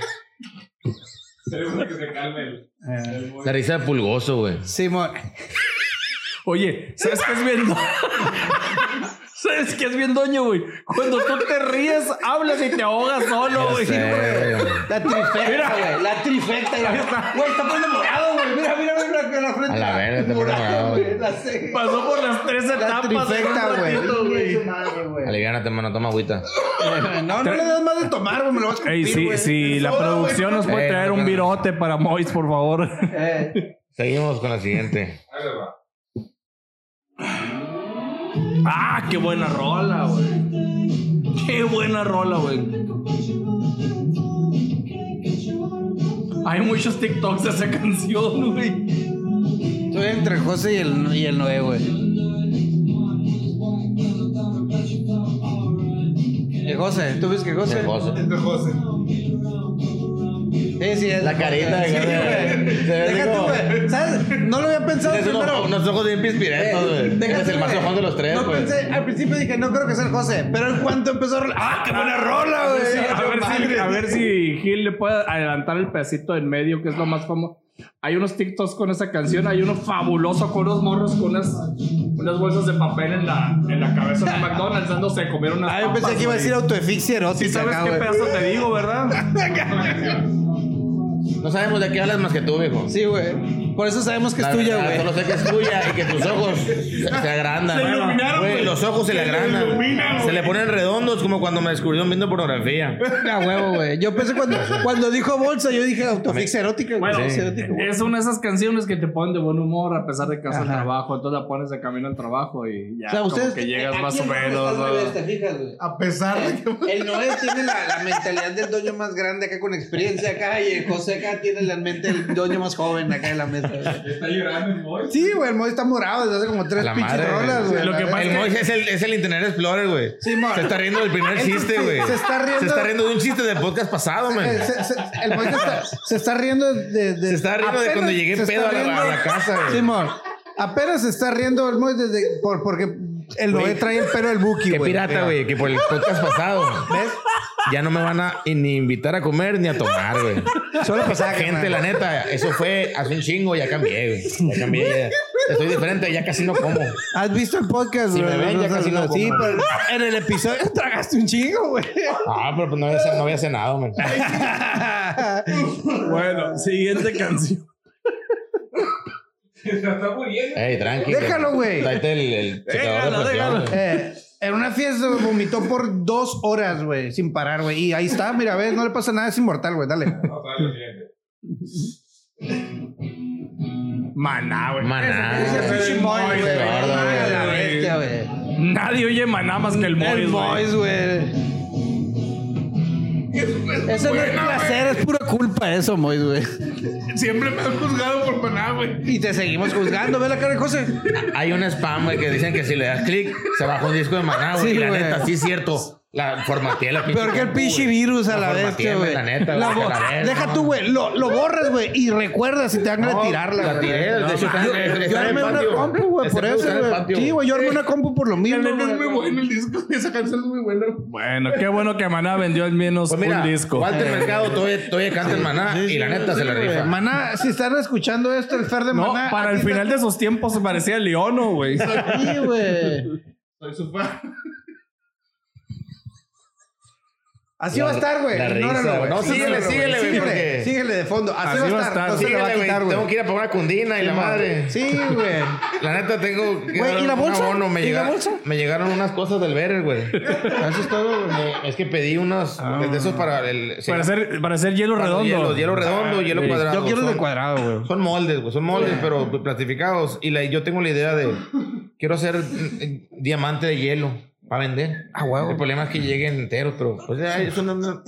[SPEAKER 6] Cerebro que se calme el. el
[SPEAKER 4] La
[SPEAKER 6] boy.
[SPEAKER 4] risa de pulgoso, güey.
[SPEAKER 2] Simón.
[SPEAKER 3] Oye, ¿sabes qué es bien? do- ¿Sabes qué es bien doño, güey? Cuando tú te ríes, hablas y te ahogas solo,
[SPEAKER 4] Ya
[SPEAKER 3] güey.
[SPEAKER 4] sé, güey.
[SPEAKER 2] La trifecta, güey. La trifecta. la- Güey, está poniendo morado, güey. Mira, mira, mira, mira la frente.
[SPEAKER 4] A la verga, está poniendo morado, güey.
[SPEAKER 2] La ceja.
[SPEAKER 3] Pasó por las tres
[SPEAKER 2] La
[SPEAKER 3] etapas.
[SPEAKER 2] trifecta,
[SPEAKER 3] güey.
[SPEAKER 2] güey. Su madre, güey.
[SPEAKER 4] Aliviánate, mano. Toma agüita.
[SPEAKER 2] No, no le das más de tomar, güey. Me lo vas a
[SPEAKER 3] Ey,
[SPEAKER 2] escupir,
[SPEAKER 3] sí,
[SPEAKER 2] güey.
[SPEAKER 3] sí, la
[SPEAKER 2] Soda, güey.
[SPEAKER 3] producción nos puede
[SPEAKER 4] Ey,
[SPEAKER 3] traer
[SPEAKER 4] no,
[SPEAKER 3] un
[SPEAKER 4] no.
[SPEAKER 3] virote para Mois, por favor.
[SPEAKER 2] Eh,
[SPEAKER 4] Seguimos con la siguiente.
[SPEAKER 6] Ahí les va.
[SPEAKER 3] Ah, qué buena rola, güey. Qué buena rola, güey. Hay muchos TikToks de esa canción, güey.
[SPEAKER 2] Estoy entre José y el, y el Noé, güey. El José, ¿tú ves que José?
[SPEAKER 4] Pulgoso.
[SPEAKER 5] Es de este José.
[SPEAKER 2] Sí, sí, es
[SPEAKER 4] La
[SPEAKER 2] el
[SPEAKER 4] carita,
[SPEAKER 2] José.
[SPEAKER 4] güey.
[SPEAKER 2] Sí,
[SPEAKER 4] Se ve
[SPEAKER 2] güey. Deja tú,
[SPEAKER 4] como-
[SPEAKER 2] güey. ¿Sabes? No lo había pensado
[SPEAKER 4] Tienes unos,
[SPEAKER 2] primero.
[SPEAKER 4] unos ojos bien pispiretos, güey. Eres
[SPEAKER 2] Eh, Déjate,
[SPEAKER 4] el más
[SPEAKER 2] güey.
[SPEAKER 4] ojón de los tres,
[SPEAKER 2] No
[SPEAKER 4] güey.
[SPEAKER 8] "Ah,
[SPEAKER 2] pensé, al principio dije, no creo que sea el José, pero en cuanto empezó a rolar, ¡ah, qué buena rola, güey!
[SPEAKER 3] A ver si si, a ver si Gil le puede adelantar el pedacito en medio, que es lo más famoso. Hay unos TikToks con esa canción, hay uno fabuloso con unos morros con unas, unas bolsas de papel en la, en la cabeza de McDonald's dándose a comer unas
[SPEAKER 8] Ah, yo pensé
[SPEAKER 3] papas,
[SPEAKER 8] que iba a
[SPEAKER 3] güey.
[SPEAKER 8] decir autoefixia
[SPEAKER 3] Sí
[SPEAKER 8] erótica.
[SPEAKER 3] sabes
[SPEAKER 8] acá,
[SPEAKER 3] qué
[SPEAKER 8] güey.
[SPEAKER 3] pedazo te digo, ¿verdad?
[SPEAKER 4] No sabemos de qué hablas más que tú, viejo.
[SPEAKER 8] Sí, güey. Por eso sabemos que
[SPEAKER 4] La
[SPEAKER 8] es tuya,
[SPEAKER 4] verdad,
[SPEAKER 8] güey.
[SPEAKER 4] Solo sé que es tuya y que tus ojos se, se agrandan.
[SPEAKER 7] Se iluminaron,
[SPEAKER 4] Güey,
[SPEAKER 7] güey.
[SPEAKER 4] Los ojos se, le
[SPEAKER 7] Se
[SPEAKER 4] agrandan.
[SPEAKER 7] iluminan,
[SPEAKER 4] se
[SPEAKER 7] güey.
[SPEAKER 4] le ponen redondos como cuando me descubrieron viendo pornografía.
[SPEAKER 8] A huevo, güey. Yo pensé cuando, cuando dijo bolsa, yo dije autofixia erótica. güey.
[SPEAKER 3] Bueno,
[SPEAKER 8] Autofixia erótica, güey.
[SPEAKER 3] Es una de esas canciones que te ponen de buen humor a pesar de que vas al
[SPEAKER 8] Ajá.
[SPEAKER 3] trabajo, entonces la pones de camino al trabajo y ya
[SPEAKER 8] O sea,
[SPEAKER 3] como
[SPEAKER 8] ustedes.
[SPEAKER 3] que llegas
[SPEAKER 2] Aquí
[SPEAKER 3] más o
[SPEAKER 2] el Noé
[SPEAKER 3] menos.
[SPEAKER 2] está al
[SPEAKER 3] ¿no?
[SPEAKER 2] revés, te fijas, güey.
[SPEAKER 5] A pesar de que.
[SPEAKER 2] El Noé tiene la, la mentalidad del doño más grande acá con experiencia acá y el José acá tiene la mente del doño más joven acá en la mesa. güey.
[SPEAKER 6] Está llorando el boy.
[SPEAKER 2] Sí, güey, el Moy está morado desde hace como
[SPEAKER 4] A
[SPEAKER 2] tres
[SPEAKER 4] la
[SPEAKER 2] pinches
[SPEAKER 4] madre.
[SPEAKER 2] rolas, güey.
[SPEAKER 3] Lo
[SPEAKER 2] la
[SPEAKER 3] que
[SPEAKER 2] verdad.
[SPEAKER 3] pasa
[SPEAKER 4] este-
[SPEAKER 3] es
[SPEAKER 4] El
[SPEAKER 3] que-
[SPEAKER 4] Mois es el, es el Internet Explorer, güey.
[SPEAKER 2] Sí, mo-
[SPEAKER 4] Se está riendo del primer chiste, güey.
[SPEAKER 2] se está riendo.
[SPEAKER 4] Se está riendo de un chiste del podcast pasado, man.
[SPEAKER 2] Eh, se- se- el Moy se está, se está riendo de, de-
[SPEAKER 4] Se está riendo de
[SPEAKER 2] apenas
[SPEAKER 4] cuando llegué
[SPEAKER 2] se está
[SPEAKER 4] pedo a la-
[SPEAKER 2] riendo-
[SPEAKER 4] a la casa, güey.
[SPEAKER 2] Sí, mo, apenas se está riendo el Moy desde, por, porque el Noé
[SPEAKER 4] Güey.
[SPEAKER 2] trae el pelo del Buki,
[SPEAKER 4] Qué
[SPEAKER 2] güey.
[SPEAKER 4] pirata, güey, que por el podcast pasado. ¿Ves? Ya no me van a ni invitar a comer ni a tomar, güey. Solo pasaba gente, la neta. Eso fue hace un chingo, ya cambié, güey. Ya cambié. ya. Estoy diferente, ya casi no como.
[SPEAKER 8] ¿Has visto el podcast,
[SPEAKER 4] Si
[SPEAKER 8] güey?
[SPEAKER 4] me ven, ya casi no
[SPEAKER 8] Sí,
[SPEAKER 4] como.
[SPEAKER 8] pero en el episodio tragaste un chingo, güey.
[SPEAKER 4] Ah, pero pues no había, ce- no había cenado, man.
[SPEAKER 3] Bueno, siguiente canción.
[SPEAKER 6] Se está muriendo.
[SPEAKER 4] Ey, tranqui.
[SPEAKER 2] Déjalo, güey.
[SPEAKER 4] Tráete el, el secador de presión, güey.
[SPEAKER 2] Eh, en una fiesta güey, vomitó por dos horas, güey, sin parar, güey. Y ahí está, mira, ves, no le pasa nada, es inmortal, güey, dale.
[SPEAKER 6] No, está bien.
[SPEAKER 3] Maná, güey.
[SPEAKER 4] Maná.
[SPEAKER 2] Ese
[SPEAKER 4] güey.
[SPEAKER 2] pinche Moy, güey.
[SPEAKER 4] güey.
[SPEAKER 2] Ah, la bestia, güey.
[SPEAKER 3] Nadie oye Maná más que el
[SPEAKER 8] El
[SPEAKER 3] Mois, güey.
[SPEAKER 8] Mois, güey. Eso no es placer, es pura culpa eso, Mois, güey.
[SPEAKER 5] Siempre me han juzgado por maná, güey.
[SPEAKER 2] Y te seguimos juzgando, ve la cara de José.
[SPEAKER 4] Hay un spam, güey, que dicen que si le das clic, se baja un disco de maná,
[SPEAKER 8] Sí,
[SPEAKER 4] güey. y la
[SPEAKER 8] güey.
[SPEAKER 4] neta, sí es cierto. La formateé la pinche
[SPEAKER 8] Peor que el
[SPEAKER 4] compu,
[SPEAKER 8] pinche
[SPEAKER 4] güey.
[SPEAKER 8] virus a la,
[SPEAKER 4] La
[SPEAKER 8] vez,
[SPEAKER 4] formateé,
[SPEAKER 8] güey.
[SPEAKER 4] la neta, güey,
[SPEAKER 8] bo-
[SPEAKER 4] a la vez,
[SPEAKER 8] Deja
[SPEAKER 4] no.
[SPEAKER 8] tú, güey. Lo, lo borras, güey. Y recuerda si te dan ganas de tirarla,
[SPEAKER 4] La
[SPEAKER 8] güey.
[SPEAKER 4] tiré, de hecho, está en-
[SPEAKER 8] Yo
[SPEAKER 4] está en el
[SPEAKER 8] armé una
[SPEAKER 4] patio.
[SPEAKER 8] compu, güey,
[SPEAKER 4] Está
[SPEAKER 8] por
[SPEAKER 4] en-
[SPEAKER 8] eso,
[SPEAKER 4] está en el
[SPEAKER 8] güey.
[SPEAKER 4] patio,
[SPEAKER 8] Sí, güey, yo armé una compu por lo mismo.
[SPEAKER 5] No, es
[SPEAKER 8] güey.
[SPEAKER 5] muy bueno el disco. Esa canción es muy buena.
[SPEAKER 3] Bueno, qué bueno que Maná vendió al menos
[SPEAKER 4] Pues mira,
[SPEAKER 3] un disco.
[SPEAKER 4] Walter Mercado todavía, todavía canta en Maná y la neta se la rifa.
[SPEAKER 2] Maná, si están escuchando esto, el Fer de
[SPEAKER 3] No,
[SPEAKER 2] Maná.
[SPEAKER 3] para el
[SPEAKER 2] aquí
[SPEAKER 3] final de sus tiempos se parecía a Leono, güey.
[SPEAKER 2] está- Sí, güey.
[SPEAKER 5] Soy su fan.
[SPEAKER 2] Así va a estar, güey.
[SPEAKER 4] la risa,
[SPEAKER 2] Ignóralo,
[SPEAKER 4] güey.
[SPEAKER 2] güey.
[SPEAKER 4] No, síguele,
[SPEAKER 2] Ignóralo,
[SPEAKER 4] síguele, güey, porque-
[SPEAKER 2] Síguele, síguele de fondo. Así, va a estar. No se le va
[SPEAKER 4] Síguele,
[SPEAKER 2] a
[SPEAKER 4] güey,
[SPEAKER 2] quitar, güey.
[SPEAKER 4] Tengo que ir a por una cundina y la madre.
[SPEAKER 2] Sí, güey.
[SPEAKER 4] La neta tengo que
[SPEAKER 8] Güey,
[SPEAKER 4] dar
[SPEAKER 8] ¿y la
[SPEAKER 4] un
[SPEAKER 8] bolsa?
[SPEAKER 4] abono. Me
[SPEAKER 8] ¿Y la
[SPEAKER 4] llegaron,
[SPEAKER 8] bolsa?
[SPEAKER 4] Me llegaron unas cosas del Better, güey. Eso es todo, güey. Es que pedí unos de esos para el...
[SPEAKER 3] Ah. Para hacer, para hacer hielo
[SPEAKER 4] para
[SPEAKER 3] redondo. Ah,
[SPEAKER 4] Hielo, hielo redondo, hielo
[SPEAKER 3] sí.
[SPEAKER 4] cuadrado.
[SPEAKER 8] Ah, Yo quiero el de
[SPEAKER 4] Son-
[SPEAKER 8] cuadrado, güey.
[SPEAKER 4] Son moldes, güey. Son moldes, pero plastificados. Y la- yo tengo la idea de... Quiero hacer mm, eh, diamante de hielo para vender. Ah, huevo. El problema es que lleguen enteros, pero... pues, ya, eso no- no-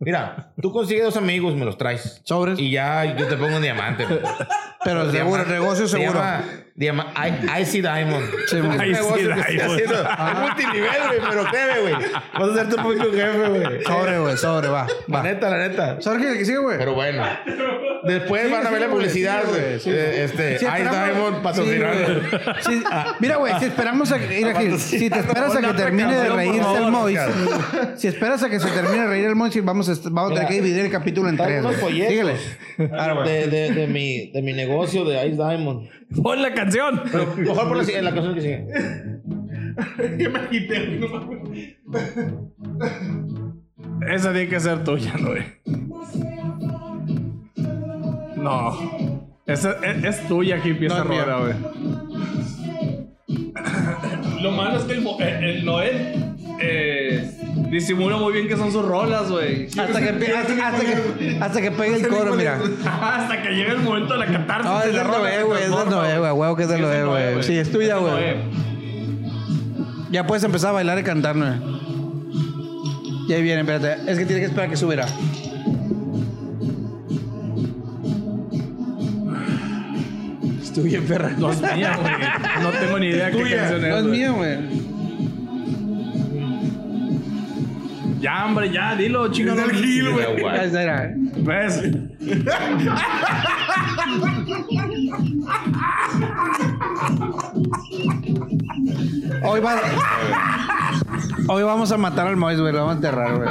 [SPEAKER 4] Mira, tú consigues dos amigos, me los traes.
[SPEAKER 8] Sobres.
[SPEAKER 4] Y ya yo te pongo un diamante. güey.
[SPEAKER 8] Pero seguro,
[SPEAKER 4] Diamante.
[SPEAKER 8] negocio
[SPEAKER 4] Se
[SPEAKER 8] seguro.
[SPEAKER 4] llama diama- I- Icy Diamond.
[SPEAKER 8] Sí, güey. Ah.
[SPEAKER 3] Icy
[SPEAKER 4] Es un negocio que estoy
[SPEAKER 3] Diamond.
[SPEAKER 4] haciendo. Es multinivel, güey, pero créeme, güey.
[SPEAKER 8] Pues,
[SPEAKER 4] Vas a ser tu propio jefe, güey.
[SPEAKER 8] Sobre, güey, sobre, va.
[SPEAKER 4] La neta, la neta.
[SPEAKER 2] Jorge, el que sigue, güey.
[SPEAKER 4] Pero bueno. Después
[SPEAKER 2] Sí,
[SPEAKER 4] van a ver
[SPEAKER 2] sí,
[SPEAKER 4] la
[SPEAKER 2] güey,
[SPEAKER 4] publicidad,
[SPEAKER 2] sí, güey,
[SPEAKER 4] güey.
[SPEAKER 2] sí.
[SPEAKER 4] Eh, este,
[SPEAKER 2] Si
[SPEAKER 4] Ice
[SPEAKER 2] esperamos-
[SPEAKER 4] Diamond patrocinando.
[SPEAKER 2] Sí, güey. Sí, ah, mira, güey, si esperamos a que, mira, Gil, si te esperas a que termine
[SPEAKER 4] canción,
[SPEAKER 2] de
[SPEAKER 4] por
[SPEAKER 2] reírse el
[SPEAKER 4] favor,
[SPEAKER 2] Mois,
[SPEAKER 4] Ricardo.
[SPEAKER 2] si esperas a que se termine de reír el Mois, vamos a, est- vamos a tener que dividir el capítulo en
[SPEAKER 4] traigo
[SPEAKER 2] tres.
[SPEAKER 4] unos
[SPEAKER 2] güey.
[SPEAKER 4] folletos.
[SPEAKER 2] Síguele.
[SPEAKER 4] De, de, de, mi, de mi negocio de Ice Diamond.
[SPEAKER 3] Pon la canción.
[SPEAKER 4] Pero mejor por la, si- la canción que sigue.
[SPEAKER 5] Yo me quité, güey, no mames.
[SPEAKER 3] Esa tiene que ser tuya, ¿no, güey? No. Esa es, es tuya, hippie, esa
[SPEAKER 2] No, es mía.
[SPEAKER 3] rola, güey. Lo malo es que el, mo- el- el Noel eh, disimula muy bien que son sus rolas, güey.
[SPEAKER 2] Hasta que, pe- hasta, hasta que, hasta que pegue el coro, mira.
[SPEAKER 3] Hasta que llega el momento de la catarsis.
[SPEAKER 2] No,
[SPEAKER 3] de
[SPEAKER 2] es
[SPEAKER 3] la
[SPEAKER 2] del
[SPEAKER 3] rola
[SPEAKER 2] Noé,
[SPEAKER 3] se
[SPEAKER 2] güey, es del
[SPEAKER 3] transforma,
[SPEAKER 2] Noé, güey, huevo que es del
[SPEAKER 3] Sí,
[SPEAKER 2] Noé,
[SPEAKER 3] del Noé,
[SPEAKER 2] güey. Sí, es tuya,
[SPEAKER 3] del
[SPEAKER 2] güey.
[SPEAKER 3] Noé.
[SPEAKER 2] Ya puedes empezar a bailar y cantar, güey. Y ahí viene, espérate. Es que tiene que esperar a que subiera.
[SPEAKER 3] Tuya, perra. No es mía, güey. No tengo ni idea qué canción es.
[SPEAKER 2] No es
[SPEAKER 3] güey.
[SPEAKER 2] mío, güey.
[SPEAKER 3] Ya, hombre, ya, dilo, chingón.
[SPEAKER 5] del Gil, güey.
[SPEAKER 2] Ahí está, mira.
[SPEAKER 3] ¿Ves?
[SPEAKER 2] Hoy, va- Hoy vamos a matar al Mois, güey. Lo vamos a enterrar, güey.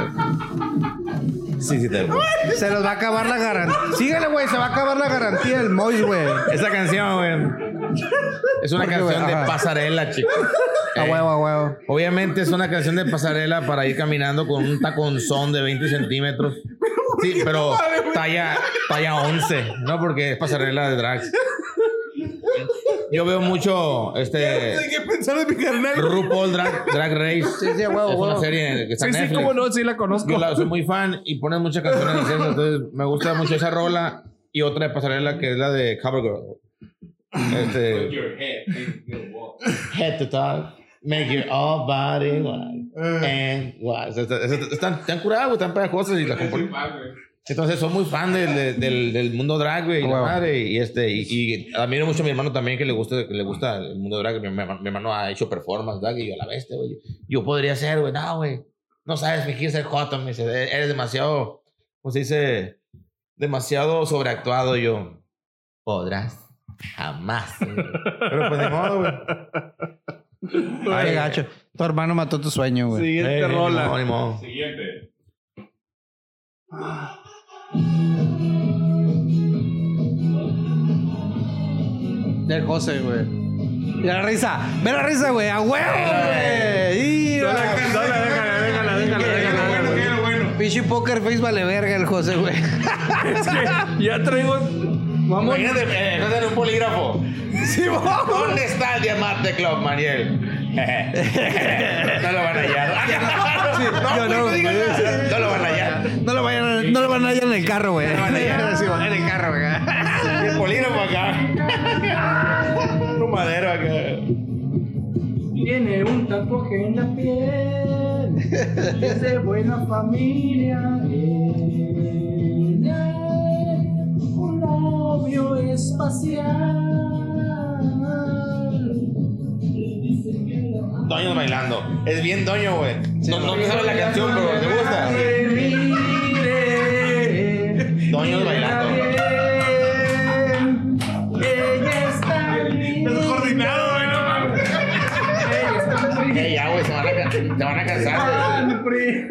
[SPEAKER 4] Sí, sí, te acuerdo.
[SPEAKER 2] Se los va a acabar la garantía. Síguele, güey. Se va a acabar la garantía del Mois, güey.
[SPEAKER 4] Esa canción, güey. Es una
[SPEAKER 2] ¿Por qué, güey?
[SPEAKER 4] canción de
[SPEAKER 2] Ajá.
[SPEAKER 4] pasarela, chicos. Eh,
[SPEAKER 2] A huevo, a huevo.
[SPEAKER 4] Obviamente es una canción de pasarela para ir caminando con un taconzón de 20 centímetros. Sí, pero talla, talla 11, ¿no? Porque es pasarela de drags. Yo veo mucho este
[SPEAKER 5] ¿Qué pensar de mi carnal?
[SPEAKER 4] RuPaul Drag, Drag Race.
[SPEAKER 2] Sí, sí, a huevo,
[SPEAKER 4] es una
[SPEAKER 2] huevo.
[SPEAKER 4] serie que está
[SPEAKER 9] Sí,
[SPEAKER 4] en
[SPEAKER 9] sí,
[SPEAKER 4] Netflix.
[SPEAKER 9] cómo no, sí la conozco.
[SPEAKER 4] Yo la- soy muy fan y ponen muchas canciones de esas, entonces me gusta mucho esa rola y otra de pasarela que es la de Covergirl. Este,
[SPEAKER 10] Your head into the wall.
[SPEAKER 4] head to talk, make your all body wide and wide. Eh, O sea, está- está- Están, están curadas, güey, están pegajosas y las componen. Entonces, soy muy fan del, del- del, del mundo drag, güey, y la
[SPEAKER 2] Wow.
[SPEAKER 4] madre. Y, este, y, y admiro mucho a mi hermano también que le gusta, que le gusta el mundo drag. Mi, mi- mi hermano ha hecho performance, drag, y yo a la bestia, güey. Yo podría ser, güey, no, güey. No sabes fingir ser joto, me dice. "E- Eres demasiado, ¿cómo se dice? Demasiado sobreactuado, Y yo. Podrás. Jamás. eh". güey. Pero pues ni modo, güey.
[SPEAKER 2] Qué
[SPEAKER 4] eh,
[SPEAKER 2] gacho. Tu hermano mató tu sueño, güey.
[SPEAKER 4] Siguiente rola.
[SPEAKER 10] Siguiente.
[SPEAKER 2] Del José, güey. Mira la risa. Ve la risa, güey. A huevo, güey. Y-
[SPEAKER 9] Déjala, déjala, déjala, déjala, déjala, déjala.
[SPEAKER 2] Pinche poker face vale verga el José, güey.
[SPEAKER 9] Es que ya traigo. Vamos.
[SPEAKER 4] Imagínate, eh, no tener un polígrafo. ¿Dónde está el diamante, Club Mariel? no lo van a hallar. no,
[SPEAKER 2] yo
[SPEAKER 4] güey, no
[SPEAKER 2] no,
[SPEAKER 4] digas
[SPEAKER 2] güey.
[SPEAKER 4] nada. No lo van a hallar.
[SPEAKER 2] No lo vayan a, no lo van a hallar en el carro, güey.
[SPEAKER 4] van a hallar.
[SPEAKER 2] Sí, van en el carro, güey.
[SPEAKER 4] El polígrafo acá. un madero acá.
[SPEAKER 3] Tiene un tatuaje en la piel. Es de buena familia. Un novio espacial.
[SPEAKER 4] Doño bailando. Es bien Doño, güey. No, no me sabe la canción, pero te gusta. Doño bailando.
[SPEAKER 3] Ella está
[SPEAKER 5] Descoordinado, güey, no mames.
[SPEAKER 4] Ey, ya, güey, se van a, ca- se van a cansar. güey.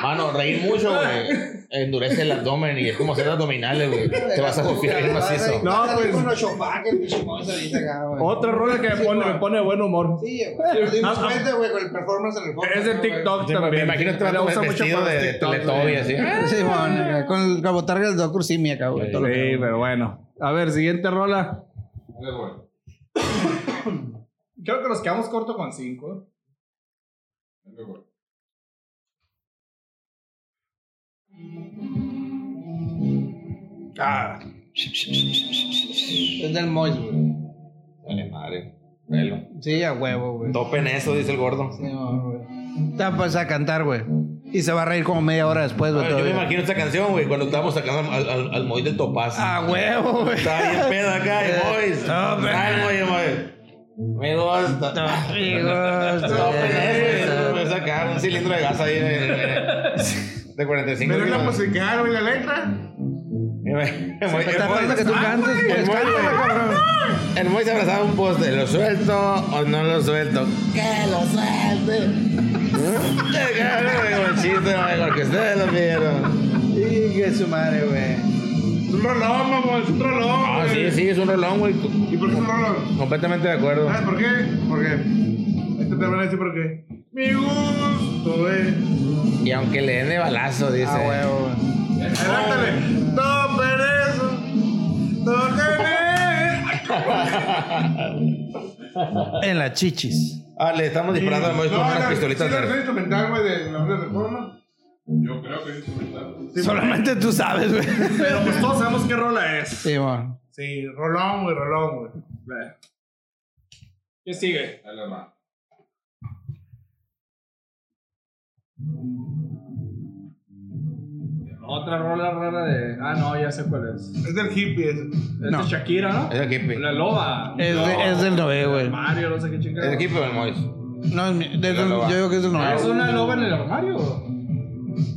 [SPEAKER 4] Mano, reír mucho, güey. Endurece el abdomen y es como hacer abdominales, güey. Te vas a confiar en macizo.
[SPEAKER 9] No, pues.
[SPEAKER 11] Con los chopacos, el pinche Mois ahorita acá, güey.
[SPEAKER 9] Otra rola que me pone, me pone de buen humor.
[SPEAKER 11] Sí, güey. Nos dimos cuenta, güey, con el performance en el fondo.
[SPEAKER 9] Ah, Es de
[SPEAKER 11] güey.
[SPEAKER 9] TikTok también.
[SPEAKER 4] Me imagino este
[SPEAKER 9] Me la
[SPEAKER 4] vato
[SPEAKER 9] usa mucho
[SPEAKER 4] vestido
[SPEAKER 9] para
[SPEAKER 4] de
[SPEAKER 9] TikTok,
[SPEAKER 4] Teletubby,
[SPEAKER 9] güey. Ah.
[SPEAKER 4] así.
[SPEAKER 2] Sí, bueno, con el cabotarga del Doctor Simi acá, güey. todo lo que-
[SPEAKER 9] Sí, pero bueno. A ver, siguiente rola.
[SPEAKER 3] Creo que nos quedamos corto con cinco.
[SPEAKER 2] Es del Mois, güey.
[SPEAKER 4] Vale, madre. Velo.
[SPEAKER 2] Sí, a huevo, güey.
[SPEAKER 4] Topen eso, dice el gordo.
[SPEAKER 2] Sí, no, güey. Te va a pasar a cantar, güey. Y se va a reír como media hora después, güey.
[SPEAKER 4] Bueno, yo me
[SPEAKER 2] todavía.
[SPEAKER 4] imagino esta canción, güey, cuando estábamos sacando al, al, al Moy del Topaz.
[SPEAKER 9] Ah,
[SPEAKER 2] A huevo, güey.
[SPEAKER 4] Estaba bien pedo acá, y
[SPEAKER 2] Eh,
[SPEAKER 4] Mois.
[SPEAKER 2] no, pero-
[SPEAKER 4] Ay, Moy, Moy. Me gusta.
[SPEAKER 2] Amigos,
[SPEAKER 4] Topen eso, güey. sacar un cilindro de gas ahí de, de- de 45
[SPEAKER 5] Pero es la
[SPEAKER 4] kilos.
[SPEAKER 5] musical, güey, la letra.
[SPEAKER 4] Y me- me-
[SPEAKER 2] Me está
[SPEAKER 4] me-
[SPEAKER 2] hablando que tú cantes,
[SPEAKER 4] Ah, güey,
[SPEAKER 2] pues,
[SPEAKER 4] muy
[SPEAKER 2] cántala,
[SPEAKER 4] bien.
[SPEAKER 2] cabrón.
[SPEAKER 4] El Moy se abrazaba un poste. ¿Lo suelto o no lo suelto? ¡Que lo suelte! Déjalo, güey, chiste, güey, porque ustedes lo vieron.
[SPEAKER 2] Y que su madre, güey.
[SPEAKER 5] Es un rolón, mamón, es un rolón.
[SPEAKER 4] Ah,
[SPEAKER 5] güey.
[SPEAKER 4] sí, sí, es un rolón, güey.
[SPEAKER 5] ¿Y por qué es un rolón?
[SPEAKER 4] Completamente de acuerdo.
[SPEAKER 5] ¿Sabes por qué? Porque. Este te van a decir por qué. Mi gusto, güey.
[SPEAKER 4] Y aunque le den de balazo, dice.
[SPEAKER 2] A huevo, güey.
[SPEAKER 5] Adelántale. Topen eso. Topen eso.
[SPEAKER 2] En las chichis.
[SPEAKER 4] Ah, le estamos disparando al Moy con
[SPEAKER 5] No,
[SPEAKER 4] unas
[SPEAKER 5] la-
[SPEAKER 4] pistolitas
[SPEAKER 5] sí, la versión
[SPEAKER 4] de...
[SPEAKER 5] instrumental, güey, de la de reforma.
[SPEAKER 10] Yo creo que es instrumental.
[SPEAKER 2] Solamente tú sabes, güey.
[SPEAKER 3] Pero pues todos sabemos qué rola es.
[SPEAKER 2] Sí, bueno.
[SPEAKER 5] Sí, rolón, güey, rolón, güey.
[SPEAKER 3] ¿Qué sigue?
[SPEAKER 10] Dale, hermano.
[SPEAKER 3] Otra rola rara de. Ah, no, ya sé cuál es.
[SPEAKER 5] Es del hippie ese.
[SPEAKER 3] Es de Shakira, ¿no?
[SPEAKER 4] Es el kipe.
[SPEAKER 3] La loba. Este
[SPEAKER 2] Es,
[SPEAKER 3] No.
[SPEAKER 2] de- es del 9, güey.
[SPEAKER 3] Mario, no sé qué
[SPEAKER 4] Es el
[SPEAKER 3] chingada.
[SPEAKER 4] kipe del Moy.
[SPEAKER 2] No, es mi- del-
[SPEAKER 4] La loba.
[SPEAKER 2] yo digo que es del
[SPEAKER 3] Ah, ¿Es
[SPEAKER 2] 9.
[SPEAKER 3] una loba en el armario?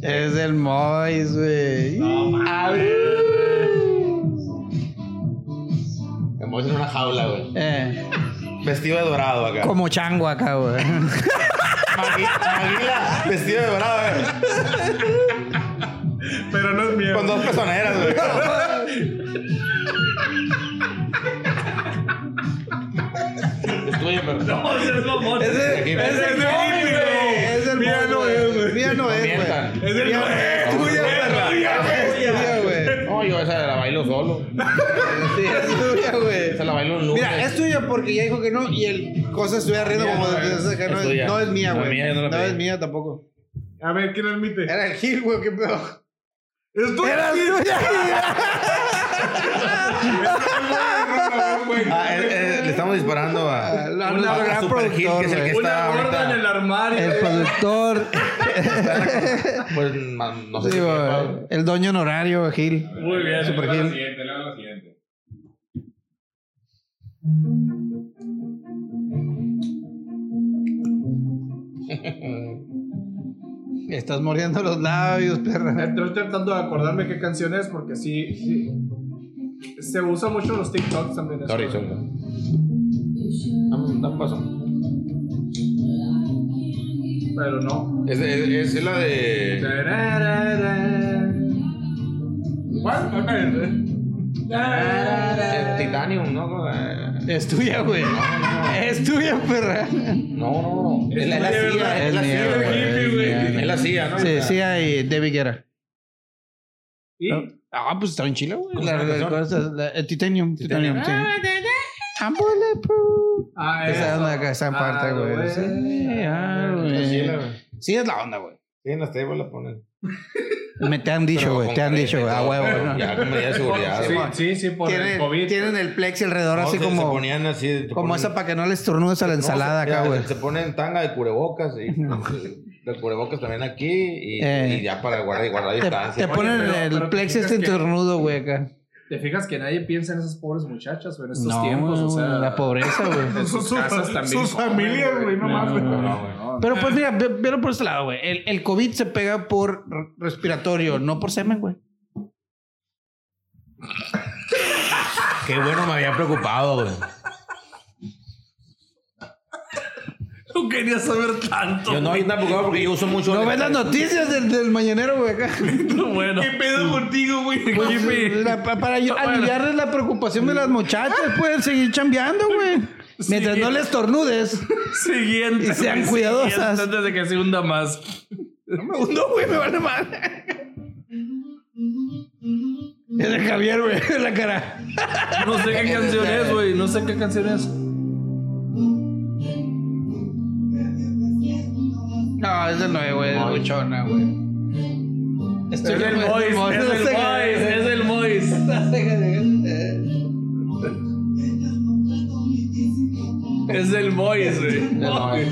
[SPEAKER 2] Es del Mois, güey.
[SPEAKER 4] El Moy en una jaula, güey.
[SPEAKER 2] Eh,
[SPEAKER 4] Vestido de dorado acá.
[SPEAKER 2] como chango acá, güey.
[SPEAKER 4] Chamaguila, vestido de dorado,
[SPEAKER 2] eh.
[SPEAKER 4] güey.
[SPEAKER 5] Pero no es mío.
[SPEAKER 4] Con dos pezoneras, güey.
[SPEAKER 3] No, ese es mamón.
[SPEAKER 2] Ese es el móvil, güey. Es el
[SPEAKER 5] Mía no es, güey.
[SPEAKER 2] móvil. Mía no es, güey.
[SPEAKER 5] Es el no es tuya, perra.
[SPEAKER 2] Es tuya, güey.
[SPEAKER 4] No, yo esa la bailo solo.
[SPEAKER 2] Sí, es tuya, güey.
[SPEAKER 4] Esa la bailo en lunes.
[SPEAKER 2] Mira, es tuya porque ya dijo que no y el cosa estuviera riendo como de de- que no
[SPEAKER 4] Es
[SPEAKER 2] es,
[SPEAKER 4] tuya.
[SPEAKER 2] no es mía,
[SPEAKER 4] No es
[SPEAKER 2] güey.
[SPEAKER 4] mía, yo no la
[SPEAKER 2] No
[SPEAKER 4] pedí.
[SPEAKER 2] es mía tampoco.
[SPEAKER 5] A ver, ¿quién lo admite?
[SPEAKER 2] Era el Gil, güey, qué pedo.
[SPEAKER 5] ¡Es tuya!
[SPEAKER 2] Era tuya.
[SPEAKER 4] Ah, eh, eh, le estamos disparando a,
[SPEAKER 2] Ah, la-
[SPEAKER 4] a-
[SPEAKER 2] la
[SPEAKER 4] a
[SPEAKER 2] gran
[SPEAKER 4] Super Gil,
[SPEAKER 2] productor,
[SPEAKER 4] que es el que
[SPEAKER 2] güey.
[SPEAKER 4] está
[SPEAKER 3] Una gorda en
[SPEAKER 4] ahorita.
[SPEAKER 3] el armario.
[SPEAKER 2] El productor.
[SPEAKER 4] Pues ma- no sé
[SPEAKER 2] Sí,
[SPEAKER 4] si
[SPEAKER 2] güey.
[SPEAKER 4] sepa.
[SPEAKER 2] el dueño honorario, Gil.
[SPEAKER 3] Muy bien.
[SPEAKER 2] Super
[SPEAKER 12] Luego la
[SPEAKER 2] Gil.
[SPEAKER 12] siguiente, luego la siguiente.
[SPEAKER 2] Estás mordiendo los labios, perra.
[SPEAKER 3] Estoy tratando de acordarme qué canción es porque sí, sí. Se usa mucho en los TikToks también. eso.
[SPEAKER 4] Sorry, sorry.
[SPEAKER 3] Pero no.
[SPEAKER 4] Es, es- es la de.
[SPEAKER 5] ¿Cuál? ¿Cuál me-
[SPEAKER 4] es Titanium, ¿no? Eh,
[SPEAKER 2] Es tuya, güey. Es tuya, perra.
[SPEAKER 4] No, no. Es la es la CIA. Es la
[SPEAKER 5] mía,
[SPEAKER 2] Es mía,
[SPEAKER 4] CIA,
[SPEAKER 2] güey,
[SPEAKER 4] güey.
[SPEAKER 5] es mía.
[SPEAKER 4] Es la CIA, ¿no?
[SPEAKER 2] Sí, sí, hay David Guerra.
[SPEAKER 3] ¿Y?
[SPEAKER 2] Ah, pues está en Chile, güey. La,
[SPEAKER 4] ¿Cómo se
[SPEAKER 2] la,
[SPEAKER 4] llama la
[SPEAKER 2] cosa- la- el titanium. Titanium, Ah, sí. I'm bulletproof.
[SPEAKER 3] Ah,
[SPEAKER 2] Esa onda que está en parte,
[SPEAKER 3] Ah,
[SPEAKER 2] güey.
[SPEAKER 3] güey.
[SPEAKER 2] Sí, ah,
[SPEAKER 4] La
[SPEAKER 2] güey.
[SPEAKER 4] CIA, güey.
[SPEAKER 2] Sí, es la onda, güey.
[SPEAKER 4] Sí, en las tables la ponen.
[SPEAKER 2] Me te han dicho,
[SPEAKER 4] Pero
[SPEAKER 2] güey.
[SPEAKER 4] con
[SPEAKER 2] Te han
[SPEAKER 4] crema y
[SPEAKER 2] dicho, güey. A
[SPEAKER 4] todo,
[SPEAKER 2] huevo,
[SPEAKER 4] pero
[SPEAKER 2] ¿no?
[SPEAKER 4] Ya, con medida de seguridad.
[SPEAKER 3] Sí,
[SPEAKER 4] güey.
[SPEAKER 3] sí, sí, por el
[SPEAKER 2] Tienen,
[SPEAKER 3] COVID. pues.
[SPEAKER 2] tienen el plexi alrededor,
[SPEAKER 4] No,
[SPEAKER 2] así
[SPEAKER 4] se- Se
[SPEAKER 2] como,
[SPEAKER 4] ponían así. se
[SPEAKER 2] como
[SPEAKER 4] ponen-
[SPEAKER 2] esa para que no le estornudes a la
[SPEAKER 4] No,
[SPEAKER 2] ensalada
[SPEAKER 4] se-
[SPEAKER 2] acá,
[SPEAKER 4] mira,
[SPEAKER 2] güey.
[SPEAKER 4] Se ponen tanga de cubrebocas y de cubrebocas también aquí y,
[SPEAKER 2] Eh.
[SPEAKER 4] y ya para guardar, guardar
[SPEAKER 2] Te,
[SPEAKER 4] distancia.
[SPEAKER 2] te ponen
[SPEAKER 3] pero-
[SPEAKER 2] el
[SPEAKER 3] pero
[SPEAKER 2] plexi
[SPEAKER 3] fijas
[SPEAKER 2] este
[SPEAKER 3] que-
[SPEAKER 2] estornudo, güey, acá.
[SPEAKER 3] ¿Te fijas que nadie piensa en esas pobres muchachas güey, en estos
[SPEAKER 2] No,
[SPEAKER 3] tiempos? O sea,
[SPEAKER 2] la pobreza, güey.
[SPEAKER 3] sus
[SPEAKER 5] Sus-
[SPEAKER 3] casas también
[SPEAKER 5] sus
[SPEAKER 3] comen,
[SPEAKER 5] familias, güey, no mames.
[SPEAKER 3] No, no, güey, no.
[SPEAKER 2] Pero pues mira, ve- velo por este lado, güey. El, el COVID se pega por re- respiratorio, no por semen, güey.
[SPEAKER 4] Qué bueno me había preocupado, güey.
[SPEAKER 3] No quería saber tanto.
[SPEAKER 4] Yo no había preocupado porque yo uso mucho.
[SPEAKER 2] No ves las noticias del, del mañanero, güey, acá.
[SPEAKER 3] Bueno. ¿Qué pedo contigo, güey?
[SPEAKER 2] Pues, La- pa- para yo- aliviarles la preocupación de las muchachas, pueden seguir chambeando, güey. Mientras no les tornudes.
[SPEAKER 3] Siguiente.
[SPEAKER 2] Y sean
[SPEAKER 3] güey,
[SPEAKER 2] cuidadosas.
[SPEAKER 3] siguiente, Antes de que se hunda más.
[SPEAKER 2] No me hundo, güey, me vale mal. Es de Javier, güey, en la cara.
[SPEAKER 3] No sé qué canción es, güey. No sé qué canción es.
[SPEAKER 2] No, es del 9, güey, es buchona, güey. Estoy
[SPEAKER 3] Es el Mois. Es el Mois. Es el Mois. Es el Mois, güey.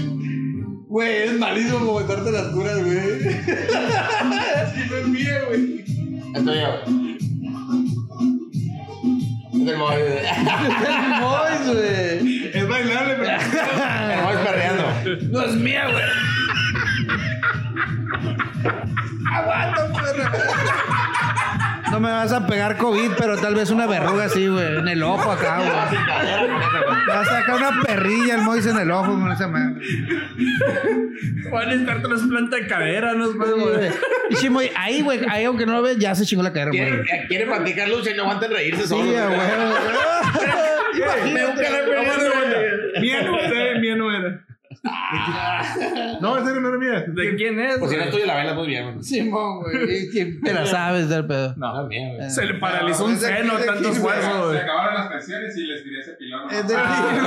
[SPEAKER 2] Güey, es malísimo comentarte las curas, güey.
[SPEAKER 4] Estoy yo. Es el boy. El
[SPEAKER 2] Mois, güey.
[SPEAKER 5] Es bailable, pero.
[SPEAKER 4] boy perreando.
[SPEAKER 2] No es mía, güey. Aguanta, perra. No me vas a pegar COVID, pero tal vez una verruga así, güey. En el ojo acá, güey. Me va a sacar una perrilla el Mois en el ojo, güey. esa madre.
[SPEAKER 3] Van a estar trasplante de cadera, no es más, güey.
[SPEAKER 2] Y sí, Mois, ahí, güey, ahí aunque no lo ves, ya se chingó la cadera, güey.
[SPEAKER 4] Quiere, quiere practicar lucha y no aguantan reírse
[SPEAKER 2] Sí,
[SPEAKER 4] solo.
[SPEAKER 2] a huevo. Imagínate.
[SPEAKER 5] Mía no era, mía no era. No, en serio, no era mía.
[SPEAKER 3] ¿De quién es?
[SPEAKER 4] Pues si no
[SPEAKER 3] güey?
[SPEAKER 4] es tuya, la vela muy bien. güey.
[SPEAKER 2] Simón, güey. Te la sabes del pedo.
[SPEAKER 4] No, mía, güey.
[SPEAKER 3] Se le paralizó un
[SPEAKER 2] es de aquí,
[SPEAKER 3] seno,
[SPEAKER 2] de
[SPEAKER 3] tanto
[SPEAKER 2] aquí,
[SPEAKER 3] esfuerzo,
[SPEAKER 12] Se
[SPEAKER 3] güey. Ah.
[SPEAKER 12] acabaron las canciones y les tiré ese pilón.
[SPEAKER 2] Es de
[SPEAKER 5] Ah,
[SPEAKER 2] ti,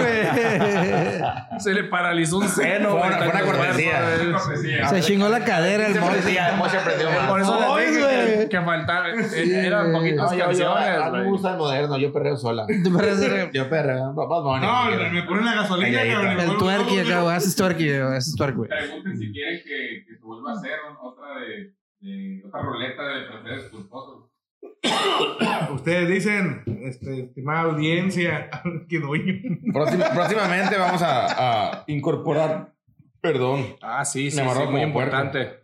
[SPEAKER 2] güey.
[SPEAKER 3] Se le paralizó un seno,
[SPEAKER 4] Fue
[SPEAKER 3] güey.
[SPEAKER 4] una- fue
[SPEAKER 3] tanto
[SPEAKER 4] una Ah, cortesía.
[SPEAKER 3] esfuerzo, güey.
[SPEAKER 2] Se chingó la cadera el
[SPEAKER 4] Se
[SPEAKER 2] Mois.
[SPEAKER 4] aprendió, el boy se aprendió más.
[SPEAKER 3] Por eso
[SPEAKER 2] Ay,
[SPEAKER 3] les dije que-
[SPEAKER 2] güey.
[SPEAKER 3] que faltaban. Eran
[SPEAKER 2] güey.
[SPEAKER 3] poquitas
[SPEAKER 4] No, yo- yo- a
[SPEAKER 3] canciones,
[SPEAKER 4] mí me
[SPEAKER 3] güey.
[SPEAKER 4] gusta el moderno, yo perreo sola. Yo perreo. Vamos,
[SPEAKER 5] No,
[SPEAKER 4] vamos.
[SPEAKER 5] me ponen la gasolina,
[SPEAKER 4] Calladita.
[SPEAKER 5] cabrón.
[SPEAKER 2] El twerky acá, güey. Haces twerky, güey. Haces twerk, güey.
[SPEAKER 12] Pregunten si quieren que, que se vuelva a hacer otra de, de otra ruleta de placeres culposos.
[SPEAKER 5] Ustedes dicen, este, estimada audiencia, que dueño.
[SPEAKER 4] Próxima- próximamente vamos a, a incorporar, perdón,
[SPEAKER 3] Ah, sí, sí,
[SPEAKER 4] Me amarró
[SPEAKER 3] sí, muy
[SPEAKER 4] como puerco.
[SPEAKER 3] importante.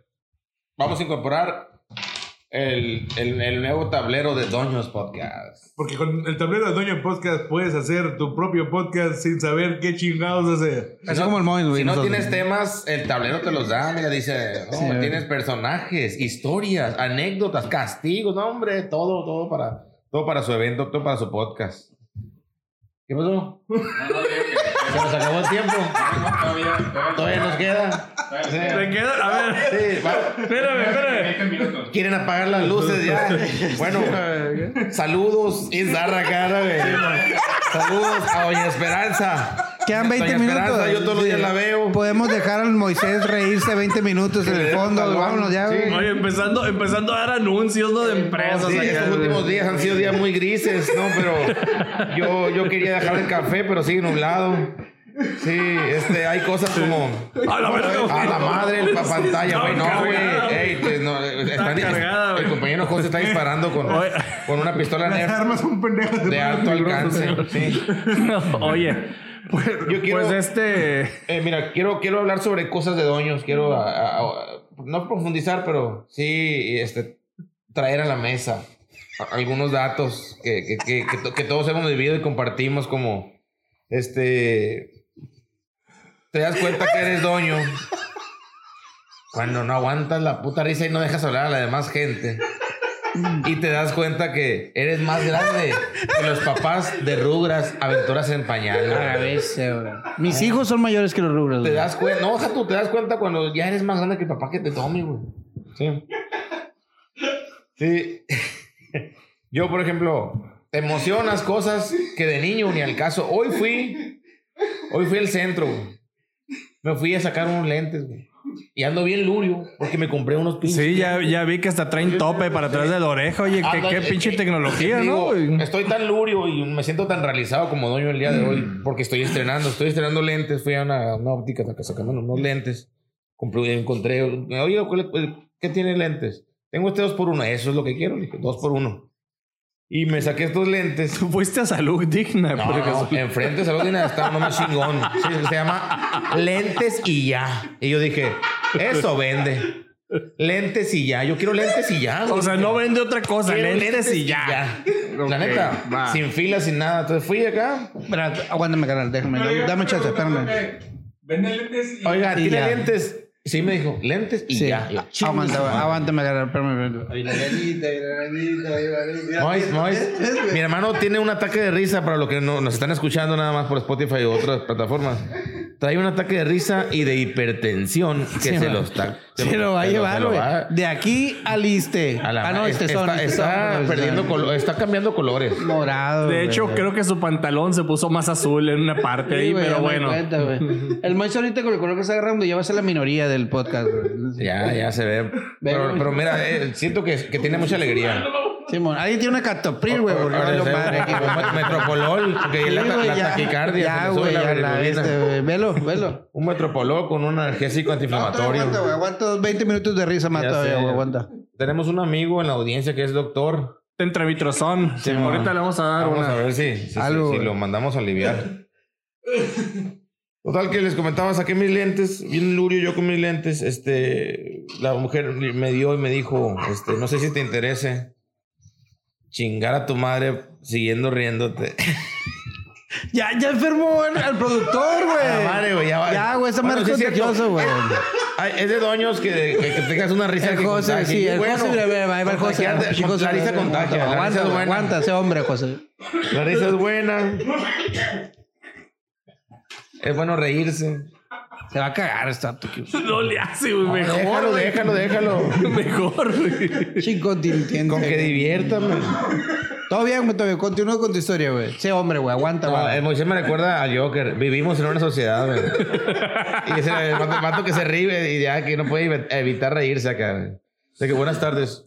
[SPEAKER 4] vamos a incorporar el, el, el nuevo tablero de Doños Podcast.
[SPEAKER 5] Porque con el tablero de Doño Podcast puedes hacer tu propio podcast sin saber qué chingados hacer.
[SPEAKER 13] Así como el móvil, güey.
[SPEAKER 4] Si no
[SPEAKER 13] nosotros.
[SPEAKER 4] tienes temas, el tablero te los da. Mira, dice, no,
[SPEAKER 13] Sí, güey.
[SPEAKER 4] tienes personajes, historias, anécdotas, castigos, no, hombre, todo, todo para, todo para su evento, todo para su podcast. ¿Qué pasó?
[SPEAKER 14] No, no, digo que-
[SPEAKER 4] Se nos acabó el tiempo.
[SPEAKER 14] Todavía, todavía-
[SPEAKER 4] Todavía nos queda.
[SPEAKER 14] todavía-
[SPEAKER 4] Sí.
[SPEAKER 15] Te queda, a ver,
[SPEAKER 4] Sí, va-
[SPEAKER 15] espérame, espérame.
[SPEAKER 14] 20 minutos.
[SPEAKER 4] Quieren apagar las luces ya. Bueno, saludos, es Darra cara, güey. Saludos a Doña Esperanza.
[SPEAKER 2] Quedan 20
[SPEAKER 4] Doña
[SPEAKER 2] minutos.
[SPEAKER 4] Esperanza, yo todos los días la veo.
[SPEAKER 2] Podemos dejar al Moisés reírse 20 minutos en
[SPEAKER 4] Que le
[SPEAKER 2] el
[SPEAKER 4] den
[SPEAKER 2] fondo.
[SPEAKER 4] un
[SPEAKER 2] güey. Vámonos ya,
[SPEAKER 4] Sí.
[SPEAKER 2] güey.
[SPEAKER 15] Oye, empezando, empezando a dar anuncios
[SPEAKER 7] Eh,
[SPEAKER 15] ¿no? de empresas.
[SPEAKER 4] Sí,
[SPEAKER 15] acá,
[SPEAKER 4] estos
[SPEAKER 15] güey.
[SPEAKER 4] últimos días han sido días muy grises, ¿no? Pero yo, yo quería dejar el café, pero sigue nublado. Sí, este, hay cosas como...
[SPEAKER 15] A la verga, güey.
[SPEAKER 4] A la madre, el pa- pantalla, güey. No, güey.
[SPEAKER 15] cargada, güey.
[SPEAKER 4] Ey, te- no, eh, están-
[SPEAKER 15] cargada, güey.
[SPEAKER 4] el compañero José está disparando con,
[SPEAKER 15] Oye.
[SPEAKER 4] con una pistola
[SPEAKER 5] Las
[SPEAKER 4] Nerf
[SPEAKER 5] armas son pendejas.
[SPEAKER 4] de alto alcance. Sí.
[SPEAKER 7] Oye, pues,
[SPEAKER 4] Yo quiero-
[SPEAKER 7] pues este.
[SPEAKER 4] Eh, mira, quiero, quiero hablar sobre cosas de doños. Quiero a- a- a- no profundizar, pero sí este, traer a la mesa a- algunos datos que, que, que- que to- que todos hemos vivido y compartimos como este. Te das cuenta que eres doño cuando no aguantas la puta risa y no dejas hablar a la demás gente. Y te das cuenta que eres más grande que los papás de Rugras Aventuras en Pañal.
[SPEAKER 7] Ah,
[SPEAKER 2] Mis hijos son mayores que los rubros.
[SPEAKER 4] Te
[SPEAKER 2] güey.
[SPEAKER 4] das cuenta, no, o sea, tú te das cuenta cuando ya eres más grande que el papá que te tome, güey. Sí. Sí. Yo, por ejemplo, te emocionas cosas que de niño ni al caso. Hoy fui, hoy fui al centro, güey. Me fui a sacar unos lentes, güey. Y ando bien lurio porque me compré unos pinches.
[SPEAKER 7] Sí, ya, ya vi que hasta traen tope para atrás de la oreja. Oye, qué,
[SPEAKER 4] Ando-
[SPEAKER 7] qué
[SPEAKER 4] eh,
[SPEAKER 7] pinche
[SPEAKER 4] eh,
[SPEAKER 7] tecnología,
[SPEAKER 4] digo,
[SPEAKER 7] ¿no? güey?
[SPEAKER 4] Estoy tan lurio y me siento tan realizado como doño el día de hoy
[SPEAKER 7] Mm.
[SPEAKER 4] porque estoy estrenando, estoy estrenando lentes. Fui a una, una óptica que sacamos unos
[SPEAKER 7] Mm.
[SPEAKER 4] lentes. Compré, encontré, oye, ¿cuál- cuál- ¿qué tiene lentes? Tengo este dos por uno, eso es lo que quiero, le dije, dos por uno. Y me saqué estos lentes.
[SPEAKER 7] Tú fuiste a salud digna.
[SPEAKER 4] No,
[SPEAKER 7] porque-
[SPEAKER 4] no, enfrente se lo tiene hasta un nombre chingón. Sí, se llama Lentes y ya. Y yo dije, eso vende. Lentes y ya. Yo quiero lentes y ya. güey.
[SPEAKER 7] O sea, no vende otra cosa,
[SPEAKER 4] Quiero
[SPEAKER 7] lentes y ya.
[SPEAKER 4] La neta, sin filas, sin nada. Entonces fui acá.
[SPEAKER 2] Espera, aguántame, canal, déjame. Dame, dame chance, espérame.
[SPEAKER 14] Vende lentes y.
[SPEAKER 4] Oiga,
[SPEAKER 2] Y
[SPEAKER 4] tiene
[SPEAKER 2] ya.
[SPEAKER 4] lentes. Sí, Ah, me dijo, lentes y
[SPEAKER 2] Sí, Ah,
[SPEAKER 4] ya. Yo,
[SPEAKER 2] aguanta, aguántame, canal, espérame. espérame.
[SPEAKER 4] Mois, Mois. Mi hermano tiene un ataque de risa para los que no, nos están escuchando nada más por Spotify u otras plataformas. Trae un ataque de risa y de hipertensión que se lo está.
[SPEAKER 2] Se lo va a
[SPEAKER 4] se lo-
[SPEAKER 2] llevar,
[SPEAKER 4] se lo
[SPEAKER 2] güey.
[SPEAKER 4] va a-
[SPEAKER 2] De aquí al Iste.
[SPEAKER 4] a la
[SPEAKER 2] ah, no,
[SPEAKER 4] ma-
[SPEAKER 2] este
[SPEAKER 4] está,
[SPEAKER 2] son. este
[SPEAKER 4] está
[SPEAKER 2] son,
[SPEAKER 4] perdiendo
[SPEAKER 2] este son.
[SPEAKER 4] colo- está cambiando colores.
[SPEAKER 2] Morado.
[SPEAKER 7] De hecho,
[SPEAKER 2] güey.
[SPEAKER 7] creo que su pantalón se puso más azul en una parte ahí,
[SPEAKER 2] Sí, güey, ya
[SPEAKER 7] pero
[SPEAKER 2] me
[SPEAKER 7] bueno.
[SPEAKER 2] di cuenta, güey. el Moisés ahorita con el color que está agarrando ya va a ser la minoría del podcast, güey.
[SPEAKER 4] Ya, ya se ve. Pero, pero mira, eh, siento que, que tiene mucha alegría.
[SPEAKER 2] Simón, alguien tiene una catopril, güey, porque
[SPEAKER 4] Ahora
[SPEAKER 2] valió
[SPEAKER 4] se-
[SPEAKER 2] madre aquí, güey.
[SPEAKER 4] un metropolol, porque
[SPEAKER 2] Sí,
[SPEAKER 4] la,
[SPEAKER 2] güey,
[SPEAKER 4] la taquicardia. se
[SPEAKER 2] Ya,
[SPEAKER 4] le sube
[SPEAKER 2] güey,
[SPEAKER 4] la
[SPEAKER 2] ya la
[SPEAKER 4] bilirrubina.
[SPEAKER 2] este, güey. Velo, velo.
[SPEAKER 4] Un metropolol con un analgésico antiinflamatorio.
[SPEAKER 2] Aguanta, güey, aguanta 20 minutos de risa más
[SPEAKER 4] Ya
[SPEAKER 2] todavía,
[SPEAKER 4] sé.
[SPEAKER 2] güey, aguanta.
[SPEAKER 4] Tenemos un amigo en la audiencia que es doctor.
[SPEAKER 7] Tentravitrozón. Ahorita le vamos a dar
[SPEAKER 4] Vamos
[SPEAKER 7] una.
[SPEAKER 4] a ver si, si- si-
[SPEAKER 2] Ah, Algo,
[SPEAKER 4] si
[SPEAKER 2] güey.
[SPEAKER 4] lo mandamos a aliviar. Total que les comentaba, saqué mis lentes, bien lurio yo con mis lentes, este, la mujer me dio y me dijo, este, no sé si te interese chingar a tu madre siguiendo riéndote.
[SPEAKER 2] Ya, ya enfermó al- al productor, güey.
[SPEAKER 4] A la madre, güey, ya va.
[SPEAKER 2] Ya, güey, esa
[SPEAKER 4] Bueno,
[SPEAKER 2] madre
[SPEAKER 4] sí
[SPEAKER 2] es
[SPEAKER 4] es cierto.
[SPEAKER 2] contagiosa, güey.
[SPEAKER 4] Ay, es de doños que, que, que tengas una risa
[SPEAKER 2] El
[SPEAKER 4] que
[SPEAKER 2] José,
[SPEAKER 4] contagie.
[SPEAKER 2] sí, el
[SPEAKER 4] Bueno,
[SPEAKER 2] José, mira, mira, ahí va el José.
[SPEAKER 4] contagiar de-
[SPEAKER 2] pinche
[SPEAKER 4] con-
[SPEAKER 2] José,
[SPEAKER 4] la risa
[SPEAKER 2] güey,
[SPEAKER 4] contagia, la risa
[SPEAKER 2] Aguanta,
[SPEAKER 4] es
[SPEAKER 2] güey,
[SPEAKER 4] buena.
[SPEAKER 2] aguanta ese hombre, José.
[SPEAKER 4] La risa es buena. Es bueno reírse.
[SPEAKER 2] Se va a cagar esta
[SPEAKER 7] No le hace, güey. Mejor,
[SPEAKER 4] Déjalo,
[SPEAKER 7] güey.
[SPEAKER 4] déjalo, déjalo.
[SPEAKER 7] Mejor, güey.
[SPEAKER 2] Chico,
[SPEAKER 4] Con que
[SPEAKER 2] diviértame.
[SPEAKER 4] diviértame.
[SPEAKER 2] Todo bien, güey, todo bien. Continúa con tu historia, güey. Sé hombre, güey, aguanta,
[SPEAKER 4] No,
[SPEAKER 2] güey.
[SPEAKER 4] el Ah, eh, Moisés me recuerda al Joker. Vivimos en una sociedad, güey. Y es el vato, vato que se ríe y ya que no puede evi- evitar reírse acá. güey. De que buenas tardes.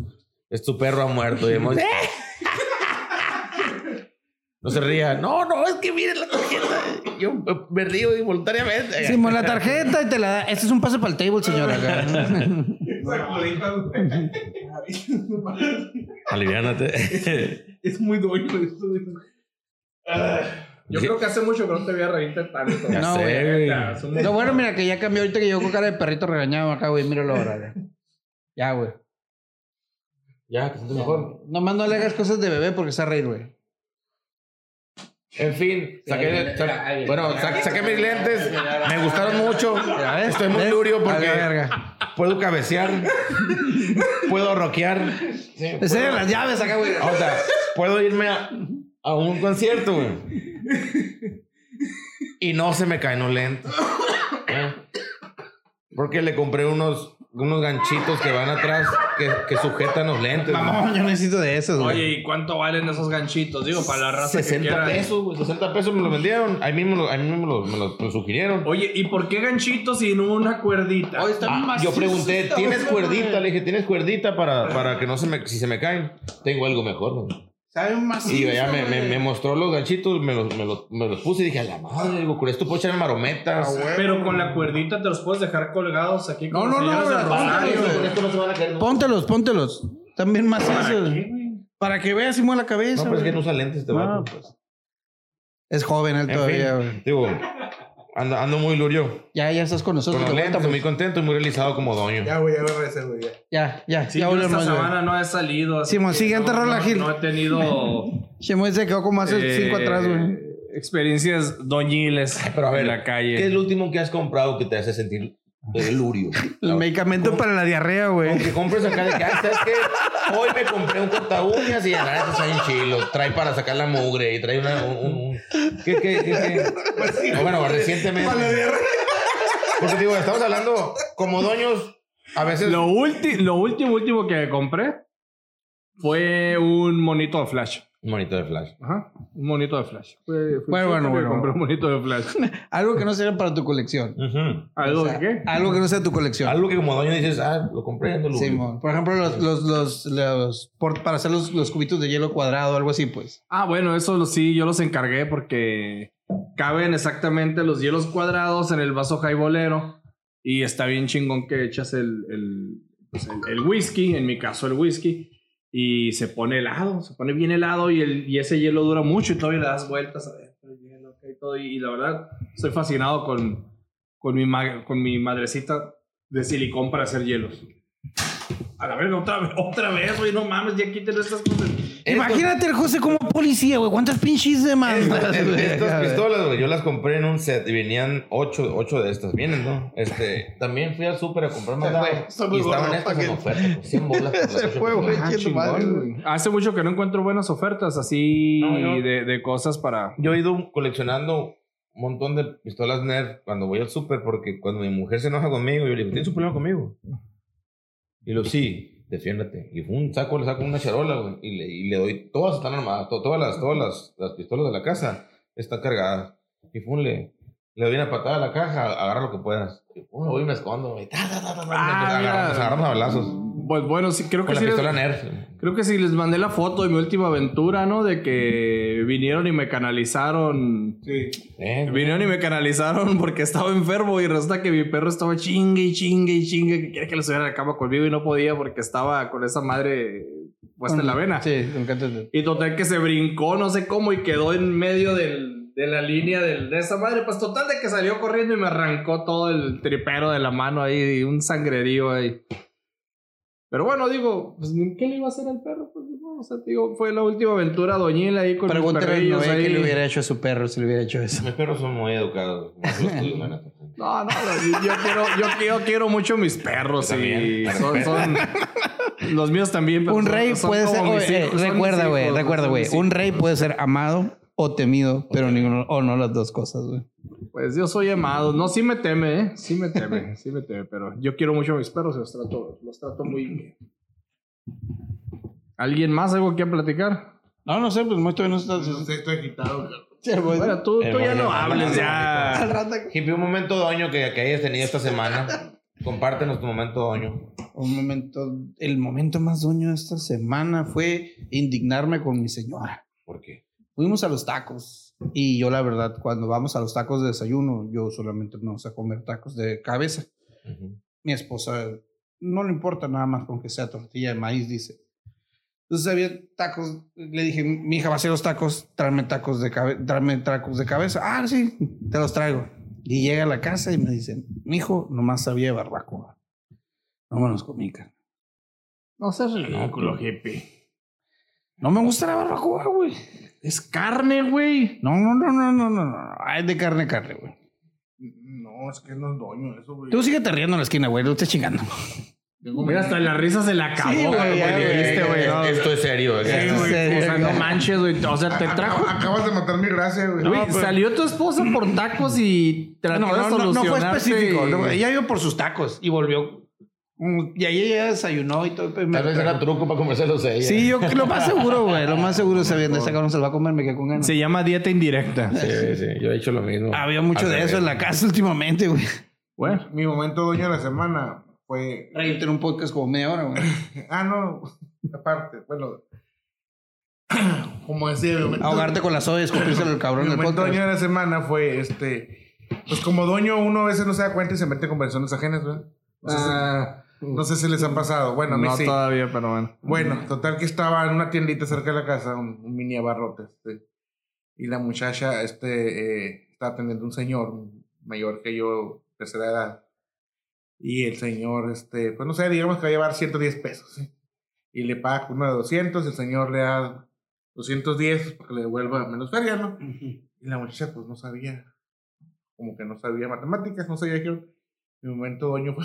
[SPEAKER 4] Es tu perro ha muerto. Y el Moisés, No se ría. No, no, es que miren la tarjeta. Yo eh, me río involuntariamente.
[SPEAKER 2] Simón, la tarjeta y te la da. Este es un pase para el table, señora. acá.
[SPEAKER 5] Sacudita, güey.
[SPEAKER 4] Aliviánate.
[SPEAKER 5] Es muy doño esto. güey. Ah,
[SPEAKER 15] Yo creo que hace mucho que no te voy a reírte tanto.
[SPEAKER 4] Ya
[SPEAKER 2] No,
[SPEAKER 4] sé,
[SPEAKER 2] güey.
[SPEAKER 4] güey.
[SPEAKER 15] Ya, son-
[SPEAKER 2] No, bueno, mira que ya cambió ahorita que llegó con cara de perrito regañado acá, güey. Míralo ahora, güey. Ya, güey.
[SPEAKER 4] Ya, que sientes mejor.
[SPEAKER 2] Nomás no le hagas cosas de bebé porque se va a reír, güey.
[SPEAKER 4] En fin, saqué,
[SPEAKER 2] ahí viene,
[SPEAKER 4] sa-
[SPEAKER 2] mira, ahí viene.
[SPEAKER 4] bueno, sa- saqué mis lentes, me gustaron mucho.
[SPEAKER 2] Ya ves,
[SPEAKER 4] Estoy muy
[SPEAKER 2] ves,
[SPEAKER 4] lurio
[SPEAKER 2] a la
[SPEAKER 4] porque
[SPEAKER 2] verga.
[SPEAKER 4] puedo cabecear, puedo rockear,
[SPEAKER 2] En serio, las llaves acá, güey.
[SPEAKER 4] o sea, puedo irme a, a un concierto, güey. Y no se me caen los lentes. ¿eh? Porque le compré unos, unos ganchitos que van atrás que, que sujetan los lentes. güey.
[SPEAKER 2] Mamón, yo necesito de esos, güey.
[SPEAKER 7] Oye, ¿y cuánto valen esos ganchitos? Digo, para la raza que
[SPEAKER 4] 60
[SPEAKER 7] quiera.
[SPEAKER 4] pesos, güey. 60 pesos me los vendieron. Ahí mismo, lo- ahí mismo lo- me los sugirieron.
[SPEAKER 7] Oye, ¿y por qué ganchitos y no una cuerdita?
[SPEAKER 2] Oye, está
[SPEAKER 4] Ah,
[SPEAKER 2] bien
[SPEAKER 4] yo
[SPEAKER 2] macizo,
[SPEAKER 4] pregunté,
[SPEAKER 2] está
[SPEAKER 4] ¿tienes
[SPEAKER 2] bueno,
[SPEAKER 4] cuerdita?
[SPEAKER 2] güey.
[SPEAKER 4] Le dije, ¿tienes cuerdita para, para que no se me, si se me caen? Tengo algo mejor. güey.
[SPEAKER 2] Sabe más.
[SPEAKER 4] Y ella me, me, me mostró los ganchitos, me los, me, los, me los puse y dije, a la madre, digo, con esto puedo echar
[SPEAKER 2] Ah,
[SPEAKER 4] marometas.
[SPEAKER 7] Pero con la cuerdita te los puedes dejar colgados aquí.
[SPEAKER 2] No,
[SPEAKER 7] con
[SPEAKER 2] no,
[SPEAKER 7] los
[SPEAKER 2] no,
[SPEAKER 7] señores del
[SPEAKER 2] no, no,
[SPEAKER 7] Rosario,
[SPEAKER 2] no,
[SPEAKER 7] güey.
[SPEAKER 4] Ah, esto no se van a caer. nunca.
[SPEAKER 2] Póntelos, póntelos. También más esos.
[SPEAKER 7] ¿Qué, güey?
[SPEAKER 2] Para que veas y mueve la
[SPEAKER 4] No,
[SPEAKER 2] cabeza.
[SPEAKER 4] pero es que
[SPEAKER 2] güey.
[SPEAKER 4] no usa lentes este
[SPEAKER 2] No,
[SPEAKER 4] vato.
[SPEAKER 2] pues. Es joven él
[SPEAKER 4] En fin,
[SPEAKER 2] todavía, güey.
[SPEAKER 4] digo, ando, ando muy lurio.
[SPEAKER 2] Ya, ya estás con
[SPEAKER 4] Con
[SPEAKER 2] nosotros.
[SPEAKER 4] los
[SPEAKER 2] te pues.
[SPEAKER 4] lentes,
[SPEAKER 2] aguanta,
[SPEAKER 4] muy contento y muy realizado como doño.
[SPEAKER 5] Ya, güey, ya lo regresé, güey. ya.
[SPEAKER 2] pues. Ya, ya,
[SPEAKER 7] Sí,
[SPEAKER 2] ya
[SPEAKER 7] yo esta
[SPEAKER 2] volvemos, güey.
[SPEAKER 7] semana no he salido. así
[SPEAKER 2] Simón,
[SPEAKER 7] que
[SPEAKER 2] siguiente
[SPEAKER 7] no,
[SPEAKER 2] rola,
[SPEAKER 7] no-
[SPEAKER 2] Gil.
[SPEAKER 7] No he tenido.
[SPEAKER 2] Chemo se quedó como hace
[SPEAKER 3] eh,
[SPEAKER 2] cinco atrás, güey.
[SPEAKER 3] Experiencias doñiles
[SPEAKER 4] Pero a ver,
[SPEAKER 3] en la calle.
[SPEAKER 4] ¿Qué es lo último que has comprado que te hace sentir eh, lurio?
[SPEAKER 2] El medicamento para la diarrea, güey.
[SPEAKER 4] Aunque compres acá de que, "Ay, ¿sabes qué? Hoy me compré un corta uñas y la neta está bien chilo. Trae para sacar la mugre y trae una, un, un- un- ¿Qué, qué, qué, qué? O bueno, recientemente. Porque digo, estamos hablando como doños, a veces.
[SPEAKER 3] Lo, ulti- lo último, último que compré fue un monito de flash.
[SPEAKER 4] Monito de flash.
[SPEAKER 3] Ajá, un monito de flash. Fue- fue
[SPEAKER 2] Bueno,
[SPEAKER 3] yo
[SPEAKER 2] bueno,
[SPEAKER 3] que
[SPEAKER 2] bueno.
[SPEAKER 3] Compré un monito de flash.
[SPEAKER 2] Algo que no sea para tu colección.
[SPEAKER 4] Ujú.
[SPEAKER 3] ¿Algo
[SPEAKER 2] O
[SPEAKER 3] de
[SPEAKER 2] sea,
[SPEAKER 3] qué?
[SPEAKER 2] Algo que no sea tu colección.
[SPEAKER 4] Algo que como doño dices, ah, lo compré, no lo
[SPEAKER 2] Simón. Por ejemplo, los, los, los, los- por- para hacer los, los cubitos de hielo cuadrado, algo así, pues.
[SPEAKER 3] Ah, bueno, eso lo- sí, yo los encargué porque caben exactamente los hielos cuadrados en el vaso jaibolero y está bien chingón que echas el, el, pues, el- el whisky, en mi caso el whisky, y se pone helado, se pone bien helado y, el, y ese hielo dura mucho y todavía le das vueltas adentro del hielo, ok, todo, y, y la verdad estoy fascinado con, con, mi, ma- con mi madrecita de silicón para hacer hielos. A la verga, otra vez, otra vez, güey, no mames, ya quiten estas cosas.
[SPEAKER 2] Imagínate el José como policía, güey. ¿Cuántas pinches demandas?
[SPEAKER 4] Eh,
[SPEAKER 2] güey?
[SPEAKER 4] Estas pistolas, güey, yo las compré en un set y venían ocho, ocho de estas. Vienen, ¿no? Este, también fui al súper a comprar más
[SPEAKER 2] fue, está muy
[SPEAKER 4] y estaban
[SPEAKER 2] gordo,
[SPEAKER 4] estas
[SPEAKER 2] ¿pa'
[SPEAKER 4] en
[SPEAKER 2] qué?
[SPEAKER 4] oferta. como 100 bolas por las
[SPEAKER 2] Se
[SPEAKER 4] ocho
[SPEAKER 2] fue,
[SPEAKER 4] pistolas.
[SPEAKER 2] güey.
[SPEAKER 3] Ah,
[SPEAKER 2] Chingue tu
[SPEAKER 3] chingón,
[SPEAKER 2] madre,
[SPEAKER 3] güey. Hace mucho que no encuentro buenas ofertas así
[SPEAKER 4] No, yo-
[SPEAKER 3] de, de cosas para.
[SPEAKER 4] Yo he ido coleccionando un montón de pistolas nerd cuando voy al súper porque cuando mi mujer se enoja conmigo, yo le digo, ¿tienes un problema conmigo? Y lo sí, defiéndate. Y un saco, le saco una charola, güey, y le, y le doy, todas están armadas, to- todas, las, todas las, las pistolas de la casa están cargadas. Y fun, le, le doy una patada a la caja, agarra lo que puedas. Y fun, voy y me escondo, güey. Ta, ta, ta,
[SPEAKER 3] Ah,
[SPEAKER 4] ta, ta, nos
[SPEAKER 3] mira.
[SPEAKER 4] agarramos, nos agarramos a balazos.
[SPEAKER 3] Pues bueno, sí, creo
[SPEAKER 4] Con
[SPEAKER 3] que
[SPEAKER 4] la
[SPEAKER 3] sí. les-
[SPEAKER 4] pistola nerd.
[SPEAKER 3] Creo que sí les mandé la foto de mi última aventura, ¿no? De que vinieron y me canalizaron.
[SPEAKER 4] Eh, güey.
[SPEAKER 3] Vinieron y me canalizaron porque estaba enfermo y resulta que mi perro estaba chingue y chingue y chingue que quería que lo subiera a la cama conmigo y no podía porque estaba con esa madre puesta en la vena.
[SPEAKER 2] Sí, me encanta. eso.
[SPEAKER 3] Y total que se brincó, no sé cómo, y quedó en medio del- de la línea del- de esa madre. Pues total de que salió corriendo y me arrancó todo el tripero de la mano ahí, y un sangrerío ahí. Pero bueno, digo, pues, ni- ¿qué le iba a hacer al perro? Pues, digo, o sea, digo, fue la última aventura doñil ahí con los
[SPEAKER 2] Pregúntale a
[SPEAKER 3] perrillos
[SPEAKER 2] Noé qué
[SPEAKER 3] ahí.
[SPEAKER 2] le hubiera hecho a su perro si le hubiera hecho eso.
[SPEAKER 4] Mis perros son muy educados. Los tuyos, la neta.
[SPEAKER 3] No, no, no, yo quiero, yo, quiero- quiero mucho mis perros
[SPEAKER 4] Yo
[SPEAKER 3] y
[SPEAKER 4] también.
[SPEAKER 3] son, son- los míos también. pero
[SPEAKER 2] Un
[SPEAKER 3] son-
[SPEAKER 2] rey
[SPEAKER 3] son
[SPEAKER 2] puede
[SPEAKER 3] como
[SPEAKER 2] ser.
[SPEAKER 3] mis
[SPEAKER 2] oye, eh,
[SPEAKER 3] hijos, son
[SPEAKER 2] recuerda,
[SPEAKER 3] mis
[SPEAKER 2] güey.
[SPEAKER 3] hijos,
[SPEAKER 2] Recuerda,
[SPEAKER 3] son
[SPEAKER 2] güey.
[SPEAKER 3] mis
[SPEAKER 2] Un
[SPEAKER 3] hijos.
[SPEAKER 2] rey puede ser amado o temido, pero ninguno o no las dos cosas, güey.
[SPEAKER 3] Pues yo soy amado. No, sí me teme, ¿eh? Sí me teme, sí me teme, pero yo quiero mucho a mis perros y los trato, los trato muy bien. ¿Alguien más algo que platicar?
[SPEAKER 2] No, no sé, pues muy todavía no está.
[SPEAKER 5] Entonces, estoy- Estoy agitado, cabrón.
[SPEAKER 2] Sí, güey.
[SPEAKER 3] Bueno, tú, tú ya no hables, ya.
[SPEAKER 2] Al rato que-
[SPEAKER 4] Hippie, un momento doño que, que hayas tenido esta semana. Compártenos tu momento doño.
[SPEAKER 2] Un momento, el momento más dueño de esta semana fue indignarme con mi señora.
[SPEAKER 4] ¿Por qué?
[SPEAKER 2] Fuimos a los tacos y yo la verdad cuando vamos a los tacos de desayuno yo solamente me gusta comer tacos de cabeza.
[SPEAKER 4] Ujú.
[SPEAKER 2] Mi esposa no le importa nada más con que sea tortilla de maíz, dice. Entonces había tacos, le dije, mi hija va a hacer los tacos, tráeme tacos de cabeza, tráeme tacos de cabeza. Ah, sí, te los traigo. Y llega a la casa y me dice, mi hijo nomás sabía de barbacoa. No me los comí, carnal".
[SPEAKER 8] No seas ridículo.
[SPEAKER 7] jefe.
[SPEAKER 8] No me gusta la barbacoa, güey.
[SPEAKER 7] Es carne, güey.
[SPEAKER 8] No, no, no, no, no, no, no. Ay, de carne, carne, güey.
[SPEAKER 5] No, es que no es doño eso, güey.
[SPEAKER 8] Tú sigue te riendo en la esquina, güey. No estés chingando.
[SPEAKER 7] Mira, hasta la risa se la acabó,
[SPEAKER 2] Sí,
[SPEAKER 7] güey.
[SPEAKER 2] güey, ya,
[SPEAKER 7] porque
[SPEAKER 2] güey,
[SPEAKER 8] Este
[SPEAKER 7] viste, güey, no.
[SPEAKER 4] Eh, Esto es serio. güey.
[SPEAKER 7] Sí, güey,
[SPEAKER 8] serio,
[SPEAKER 7] o sea, no
[SPEAKER 8] Este güey.
[SPEAKER 7] manches, güey. O sea, te
[SPEAKER 5] Acab-
[SPEAKER 7] trajo.
[SPEAKER 5] Acabas de matar mi gracia, güey. pues,
[SPEAKER 7] Güey, salió tu esposa por tacos y trató
[SPEAKER 2] pues, No,
[SPEAKER 7] de
[SPEAKER 2] no, no,
[SPEAKER 7] solucionarte.
[SPEAKER 2] no fue específico. no,
[SPEAKER 7] y-
[SPEAKER 2] ella iba por sus tacos y volvió. Mm, Y ahí ella desayunó y todo. pero me
[SPEAKER 4] Tal vez era
[SPEAKER 2] trajo.
[SPEAKER 4] truco para comérselos ella.
[SPEAKER 8] Sí, yo lo más seguro, güey. Lo más seguro sabiendo. Ese cabrón se lo va a comer, me quedé con ganas.
[SPEAKER 3] Se llama dieta indirecta.
[SPEAKER 4] Sí, sí, yo he hecho lo mismo.
[SPEAKER 8] Había mucho
[SPEAKER 4] Al
[SPEAKER 8] de eso
[SPEAKER 4] revés.
[SPEAKER 8] en la casa últimamente, güey.
[SPEAKER 3] Bueno,
[SPEAKER 5] Mi momento doño de la semana fue.
[SPEAKER 2] Reírte en un podcast como media hora, güey.
[SPEAKER 5] Ah, no. Aparte, bueno. Como decía, mi momento-
[SPEAKER 2] Ahogarte con las soda y escupírselo al
[SPEAKER 5] mi
[SPEAKER 2] cabrón del
[SPEAKER 5] momento doño
[SPEAKER 2] podcast.
[SPEAKER 5] de la semana fue este. Pues como doño, uno a veces no se da cuenta y se mete en conversaciones ajenas, ¿verdad? No sé, si- no sé si les han pasado. Bueno, a mí
[SPEAKER 3] no
[SPEAKER 5] sí.
[SPEAKER 3] todavía, pero bueno.
[SPEAKER 5] Bueno, total que estaba en una tiendita cerca de la casa, un, un mini abarrote, este, y la muchacha, este, eh, estaba atendiendo un señor mayor que yo, tercera edad, y el señor, este, pues no sé, digamos que va a llevar 110 pesos, ¿sí? y le paga uno de 200, el señor le da 210 para que le devuelva menos feria, ¿no? Y la muchacha, pues no sabía, como que no sabía matemáticas, no sabía qué. Mi momento doño fue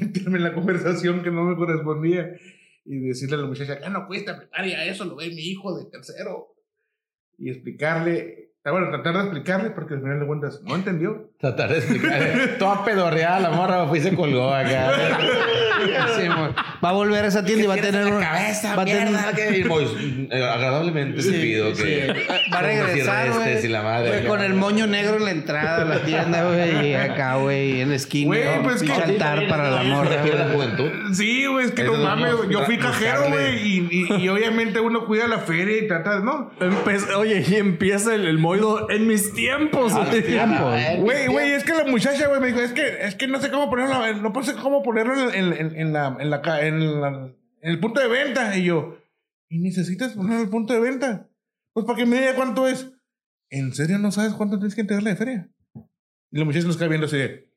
[SPEAKER 5] meterme en la conversación que no me correspondía y decirle a la muchacha, ya no cuesta primaria, eso lo ve mi hijo de tercero. Y explicarle, ah, bueno, tratar de explicarle porque al final de cuentas no entendió.
[SPEAKER 4] Tratar de explicar. Toda pedorreada la morra, fui y se colgó acá.
[SPEAKER 8] Sí, güey. Va a volver a esa tienda y va a tener una cabeza, va a tener
[SPEAKER 4] Mierda, que- y Mois- eh, agradablemente
[SPEAKER 8] Sí,
[SPEAKER 4] te pido
[SPEAKER 8] sí.
[SPEAKER 4] que.
[SPEAKER 8] Va a regresar,
[SPEAKER 4] Con los irrestes
[SPEAKER 8] güey.
[SPEAKER 4] y la madre,
[SPEAKER 8] Güey,
[SPEAKER 4] acá.
[SPEAKER 8] Con el moño negro en la entrada de la tienda, güey. Y acá, güey, en la esquina.
[SPEAKER 5] Güey,
[SPEAKER 8] ¿no?
[SPEAKER 5] pues,
[SPEAKER 8] Pinche
[SPEAKER 5] ¿qué?
[SPEAKER 8] altar para la morra,
[SPEAKER 4] Pierde la
[SPEAKER 8] güey.
[SPEAKER 4] juventud.
[SPEAKER 5] Sí, güey, es que
[SPEAKER 4] Eso
[SPEAKER 5] no
[SPEAKER 4] es
[SPEAKER 5] mames,
[SPEAKER 4] lo-
[SPEAKER 5] yo fui
[SPEAKER 4] buscarle.
[SPEAKER 5] cajero, güey, y, y- y obviamente uno cuida la feria y trata, de- no.
[SPEAKER 3] Empe- Oye, y empieza el, el moido en mis tiempos.
[SPEAKER 2] Ah,
[SPEAKER 3] güey. Este,
[SPEAKER 5] Güey, güey, es que la muchacha, güey, me dijo, es que, es que no sé cómo ponerlo, en la- no sé cómo ponerlo en, en- en la, en, la, ca- en la- en el punto de venta. Y yo, ¿y necesitas ponerlo en el punto de venta? Pues para que me diga cuánto es. ¿En serio no sabes cuánto tienes que entregarle de feria? Y la muchacha nos cae viendo así de...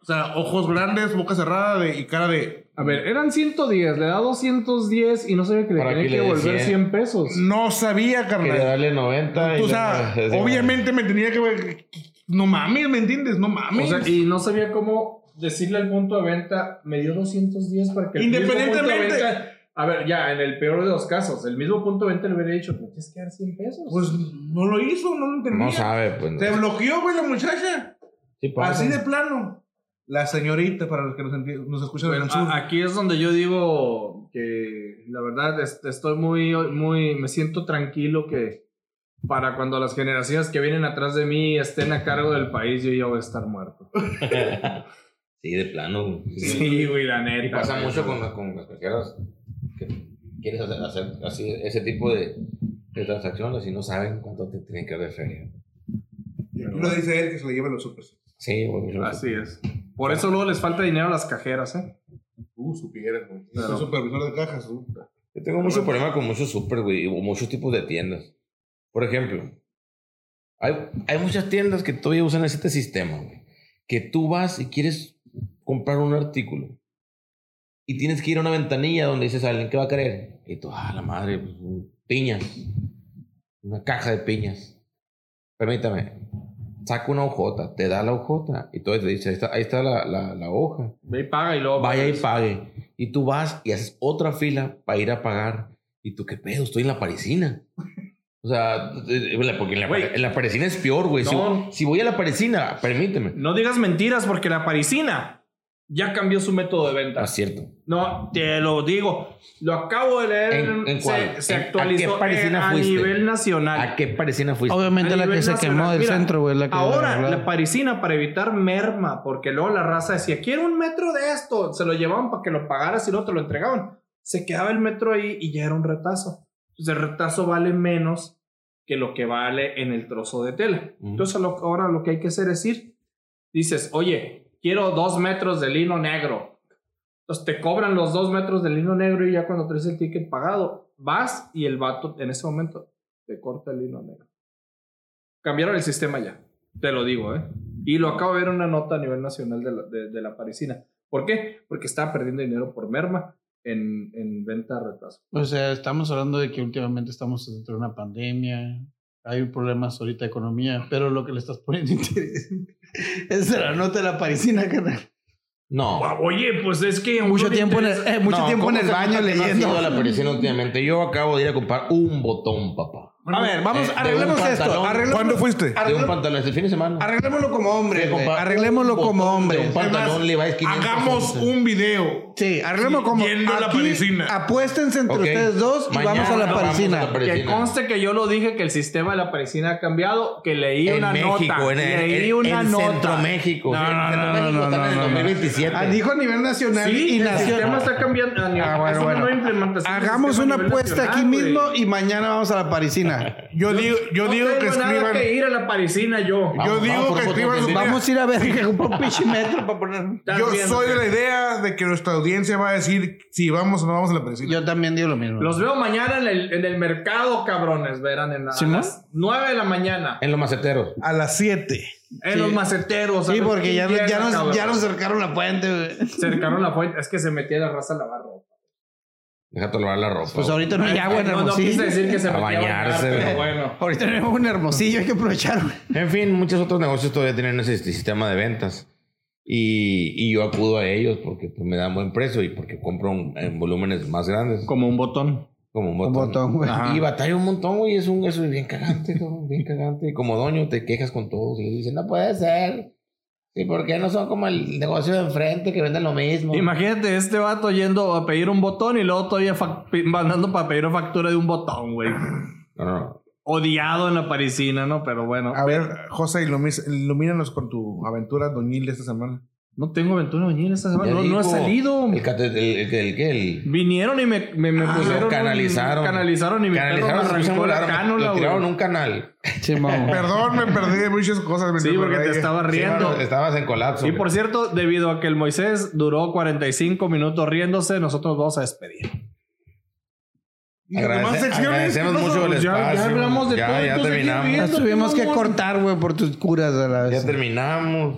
[SPEAKER 5] O sea, ojos grandes, boca cerrada de- y cara de...
[SPEAKER 3] A ver, eran 110, le da 210 y no sabía que le
[SPEAKER 4] Para
[SPEAKER 3] tenía
[SPEAKER 4] que
[SPEAKER 3] que,
[SPEAKER 4] le dé
[SPEAKER 3] devolver
[SPEAKER 4] 100.
[SPEAKER 3] 100 pesos.
[SPEAKER 5] No sabía,
[SPEAKER 4] Quería
[SPEAKER 5] carnal.
[SPEAKER 4] darle 90. y
[SPEAKER 8] Pues,
[SPEAKER 5] O
[SPEAKER 4] le-
[SPEAKER 5] sea,
[SPEAKER 4] sí,
[SPEAKER 5] obviamente me tenía que... No mames, ¿me entiendes? No
[SPEAKER 3] O
[SPEAKER 5] mames.
[SPEAKER 3] sea, y no sabía cómo decirle al punto de venta, me dio 210 para que... el mismo
[SPEAKER 5] Independientemente.
[SPEAKER 3] punto de venta- a ver, ya, en el peor de los casos, el mismo punto de venta le hubiera dicho, me tienes que dar 100 pesos.
[SPEAKER 5] Pues no lo hizo, no lo entendía.
[SPEAKER 4] No sabe, pues. no.
[SPEAKER 5] Se bloqueó, güey, la muchacha.
[SPEAKER 4] Sí, pasa.
[SPEAKER 5] Así de plano. La señorita, para los que nos, enti- nos escuchan del sur.
[SPEAKER 3] A- ah, Aquí es donde yo digo que la verdad es- estoy muy, muy, me siento tranquilo que para cuando las generaciones que vienen atrás de mí estén a cargo del país, yo ya voy a estar muerto.
[SPEAKER 4] Sí, de plano. güey.
[SPEAKER 3] Sí, güey, la neta.
[SPEAKER 4] Y pasa
[SPEAKER 3] güey.
[SPEAKER 4] mucho con, la- con las cajeras que quieres hacer, hacer así, ese tipo de, de transacciones y no saben cuánto te tienen que dar de feria.
[SPEAKER 5] Y lo dice él que se lo lleva a los supers.
[SPEAKER 4] Sí, güey, mucho más.
[SPEAKER 3] Así es. Por eso luego les falta dinero a las cajeras, ¿eh?
[SPEAKER 5] Uh, supieras, güey.
[SPEAKER 3] Claro.
[SPEAKER 5] Soy supervisor de cajas, tú.
[SPEAKER 4] Yo tengo mucho problema con muchos super, güey, o muchos tipos de tiendas. Por ejemplo, hay, hay muchas tiendas que todavía usan este sistema, güey. Que tú vas y quieres comprar un artículo y tienes que ir a una ventanilla donde dices a alguien que va a querer. Y tú, ah, la madre, pues, un- piñas. Una caja de piñas. Permítame. Saca una hojota, te da la hojota y todo te dice, ahí está, ahí está la, la- la hoja
[SPEAKER 3] Ve y paga y luego...
[SPEAKER 4] vaya y pague. Y tú vas y haces otra fila para ir a pagar. Y tú, ¿qué pedo? Estoy en la parisina. O sea, eh, eh, porque en la,
[SPEAKER 3] Güey.
[SPEAKER 4] en la parisina es peor, güey. Si-
[SPEAKER 3] No.
[SPEAKER 4] Si, voy a la parisina, permíteme.
[SPEAKER 3] No digas mentiras porque la parisina ya cambió su método de venta.
[SPEAKER 4] Ah, cierto.
[SPEAKER 3] No, te lo digo. Lo acabo de leer.
[SPEAKER 4] ¿En- en cuál?
[SPEAKER 3] Se, se
[SPEAKER 4] ¿En- a
[SPEAKER 3] actualizó
[SPEAKER 4] qué parisina
[SPEAKER 3] en- a
[SPEAKER 4] fuiste?
[SPEAKER 3] nivel
[SPEAKER 2] Ah,
[SPEAKER 3] nacional.
[SPEAKER 4] ¿A qué parisina fuiste?
[SPEAKER 8] Obviamente
[SPEAKER 3] A
[SPEAKER 8] la que
[SPEAKER 3] nivel
[SPEAKER 8] se quemó
[SPEAKER 3] nacional.
[SPEAKER 8] del
[SPEAKER 3] Mira,
[SPEAKER 8] centro, güey. la que-
[SPEAKER 3] Ahora,
[SPEAKER 8] la-
[SPEAKER 3] la parisina para evitar merma, porque luego la raza decía, quiero un metro de esto. Se lo llevaban para que lo pagaras y luego te lo entregaban. Se quedaba el metro ahí y ya era un retazo. Entonces el pues, retazo vale menos que lo que vale en el trozo de tela.
[SPEAKER 4] Ujú.
[SPEAKER 3] Entonces lo- ahora lo que hay que hacer es ir. Dices, oye, quiero dos metros de lino negro. Entonces te cobran los dos metros de lino negro y ya cuando traes el ticket pagado, vas y el vato en ese momento te corta el lino negro. Cambiaron el sistema ya, te lo digo, ¿eh? Y lo acabo de ver en una nota a nivel nacional de la, de, de la parisina.
[SPEAKER 7] ¿Por qué? Porque estaba perdiendo dinero por merma en, en venta a retraso.
[SPEAKER 2] O sea, estamos hablando de que últimamente estamos dentro de una pandemia, hay problemas ahorita de economía, pero lo que le estás poniendo interés es la nota de la parisina, carnal.
[SPEAKER 4] No.
[SPEAKER 7] Oye, pues es que...
[SPEAKER 2] Mucho tiempo en el, eh, mucho
[SPEAKER 4] No,
[SPEAKER 2] tiempo en
[SPEAKER 4] ¿cómo
[SPEAKER 2] el
[SPEAKER 4] se nota
[SPEAKER 2] baño
[SPEAKER 4] que no has
[SPEAKER 2] leyendo.
[SPEAKER 4] ido a la parisina últimamente. Yo acabo de ir a comprar un botón, papá.
[SPEAKER 2] A ver, vamos,
[SPEAKER 4] Eh, de un
[SPEAKER 2] arreglemos esto.
[SPEAKER 4] pantalón.
[SPEAKER 2] Arreglemos,
[SPEAKER 5] ¿Cuándo fuiste?
[SPEAKER 4] De un
[SPEAKER 2] arreglemos-
[SPEAKER 4] pantalón este fin de semana.
[SPEAKER 2] arreglémoslo como hombres,
[SPEAKER 4] Sí,
[SPEAKER 2] güey.
[SPEAKER 4] compa-
[SPEAKER 2] Arreglémoslo
[SPEAKER 4] un
[SPEAKER 2] como
[SPEAKER 4] botón de
[SPEAKER 2] hombres.
[SPEAKER 4] Un pantalón Levi's 500.
[SPEAKER 5] Hagamos un video.
[SPEAKER 2] Sí, arreglemos como
[SPEAKER 5] Yendo a la parisina.
[SPEAKER 2] Apuéstense entre
[SPEAKER 4] Ok.
[SPEAKER 2] ustedes dos y
[SPEAKER 4] Mañana
[SPEAKER 2] vamos a la
[SPEAKER 4] vamos
[SPEAKER 2] parisina.
[SPEAKER 4] a la
[SPEAKER 7] Que
[SPEAKER 4] parisina.
[SPEAKER 7] conste que yo lo dije que el sistema de la parisina ha cambiado, que leí
[SPEAKER 4] En
[SPEAKER 7] una
[SPEAKER 4] México,
[SPEAKER 7] nota.
[SPEAKER 4] en, el,
[SPEAKER 7] leí
[SPEAKER 4] en-
[SPEAKER 7] una
[SPEAKER 4] en
[SPEAKER 7] nota.
[SPEAKER 4] Centro México.
[SPEAKER 7] No,
[SPEAKER 4] Sí,
[SPEAKER 7] no,
[SPEAKER 4] en Centro
[SPEAKER 7] no,
[SPEAKER 4] México
[SPEAKER 7] no,
[SPEAKER 4] están en el
[SPEAKER 7] no, no, no.
[SPEAKER 4] 2027.
[SPEAKER 2] Ah, dijo a nivel nacional
[SPEAKER 7] Sí,
[SPEAKER 2] y
[SPEAKER 7] el
[SPEAKER 2] nacional.
[SPEAKER 7] sistema está cambiando. a nivel-
[SPEAKER 2] Ah, bueno,
[SPEAKER 7] es una
[SPEAKER 2] bueno.
[SPEAKER 7] nueva implementación del
[SPEAKER 2] Hagamos
[SPEAKER 7] sistema
[SPEAKER 2] una
[SPEAKER 7] a nivel
[SPEAKER 2] apuesta
[SPEAKER 7] nacional,
[SPEAKER 2] aquí
[SPEAKER 7] güey.
[SPEAKER 2] mismo y mañana vamos a la parisina.
[SPEAKER 5] Yo digo, yo
[SPEAKER 7] No
[SPEAKER 5] digo
[SPEAKER 7] tengo
[SPEAKER 5] que
[SPEAKER 7] nada
[SPEAKER 5] escriban.
[SPEAKER 7] que ir a la parisina yo.
[SPEAKER 4] Vamos,
[SPEAKER 5] yo
[SPEAKER 4] vamos por
[SPEAKER 5] digo
[SPEAKER 4] un
[SPEAKER 5] que
[SPEAKER 4] botón
[SPEAKER 5] escriban
[SPEAKER 4] de
[SPEAKER 5] sus-
[SPEAKER 4] Levi's.
[SPEAKER 2] Vamos a ir a ver que compró un pinche metro para poner.
[SPEAKER 7] Estás
[SPEAKER 5] Yo
[SPEAKER 7] viendo
[SPEAKER 5] soy de
[SPEAKER 7] que-
[SPEAKER 5] la idea de que nuestra audiencia va a decir si vamos o no vamos a la parisina.
[SPEAKER 2] Yo también digo lo mismo.
[SPEAKER 7] Los veo mañana en el, en el mercado, cabrones. Verán en la-
[SPEAKER 2] ¿Sí,
[SPEAKER 7] a
[SPEAKER 2] no?
[SPEAKER 7] las 9 de la mañana.
[SPEAKER 4] En los maceteros.
[SPEAKER 5] A las 7.
[SPEAKER 7] En
[SPEAKER 2] Sí.
[SPEAKER 7] los maceteros.
[SPEAKER 2] sí, porque ya,
[SPEAKER 7] no
[SPEAKER 2] ya, nos, ya nos cercaron la puente, güey.
[SPEAKER 7] cercaron la fuente. Es que se metía la raza a lavar ropa.
[SPEAKER 4] Déjate lavar la ropa.
[SPEAKER 2] Pues ahorita no hay agua en
[SPEAKER 7] no, no
[SPEAKER 2] Hermosillo.
[SPEAKER 7] quise decir que se
[SPEAKER 4] A
[SPEAKER 7] metía
[SPEAKER 4] bañarse,
[SPEAKER 7] pero
[SPEAKER 4] güey.
[SPEAKER 7] bueno.
[SPEAKER 2] Ahorita no hay agua en Hermosillo, hay que aprovechar. güey.
[SPEAKER 4] En fin, muchos otros negocios todavía tienen ese sis- sistema de ventas. Y, y yo acudo a ellos porque pues, me dan buen precio y porque compro un- en volúmenes más grandes.
[SPEAKER 3] Como un botón.
[SPEAKER 4] Como un
[SPEAKER 2] Un
[SPEAKER 4] botón.
[SPEAKER 2] botón, güey.
[SPEAKER 4] Y batalla un montón, güey. Es un eso es bien cagante, cabrón, bien cagante. Y como doño te quejas con todos y les dicen, no puede ser. ¿Y por qué no son como el negocio de enfrente que venden lo mismo?
[SPEAKER 3] Imagínate este vato yendo a pedir un botón y luego todavía fac- pi- mandando para pedir una factura de un botón, güey.
[SPEAKER 4] No, no, no.
[SPEAKER 3] Odiado en la parisina, ¿no? Pero bueno.
[SPEAKER 4] Ah.
[SPEAKER 5] A ver, José, ilumi- ilumínanos con tu aventura doñil de esta semana.
[SPEAKER 3] No tengo aventura venir esta semana.
[SPEAKER 4] Ya
[SPEAKER 3] No, no he
[SPEAKER 4] digo,
[SPEAKER 3] salido.
[SPEAKER 4] El cate- el, el, el, el, el-
[SPEAKER 3] Vinieron y me, me, me
[SPEAKER 4] Ah,
[SPEAKER 3] pusieron.
[SPEAKER 4] lo
[SPEAKER 3] un-
[SPEAKER 4] canalizaron.
[SPEAKER 3] canalizaron y mi
[SPEAKER 4] canalizaron,
[SPEAKER 3] perro me
[SPEAKER 4] se
[SPEAKER 3] arrancó la
[SPEAKER 4] pusieron a volar, me-
[SPEAKER 3] cánula,
[SPEAKER 4] lo tiraron en
[SPEAKER 3] güey.
[SPEAKER 4] un canal.
[SPEAKER 5] Perdón, me perdí de muchas cosas. me
[SPEAKER 3] Sí, porque te
[SPEAKER 5] perdí.
[SPEAKER 3] estaba riendo.
[SPEAKER 4] Sí, estabas en colapso.
[SPEAKER 3] Y
[SPEAKER 4] güey.
[SPEAKER 3] por cierto, debido a que el Moisés duró 45 minutos riéndose, nosotros vamos a despedir.
[SPEAKER 5] Y
[SPEAKER 4] Agradece-
[SPEAKER 5] demás secciones,
[SPEAKER 4] agradecemos
[SPEAKER 5] ¿qué pasó?
[SPEAKER 4] mucho el espacio.
[SPEAKER 7] hablamos de
[SPEAKER 4] ya,
[SPEAKER 7] todo,
[SPEAKER 4] Ya
[SPEAKER 7] entonces, ¿qué
[SPEAKER 4] terminamos.
[SPEAKER 7] bien?
[SPEAKER 2] Ya tuvimos que cortar, güey, por tus curas a la
[SPEAKER 4] Ya
[SPEAKER 2] vez.
[SPEAKER 4] terminamos.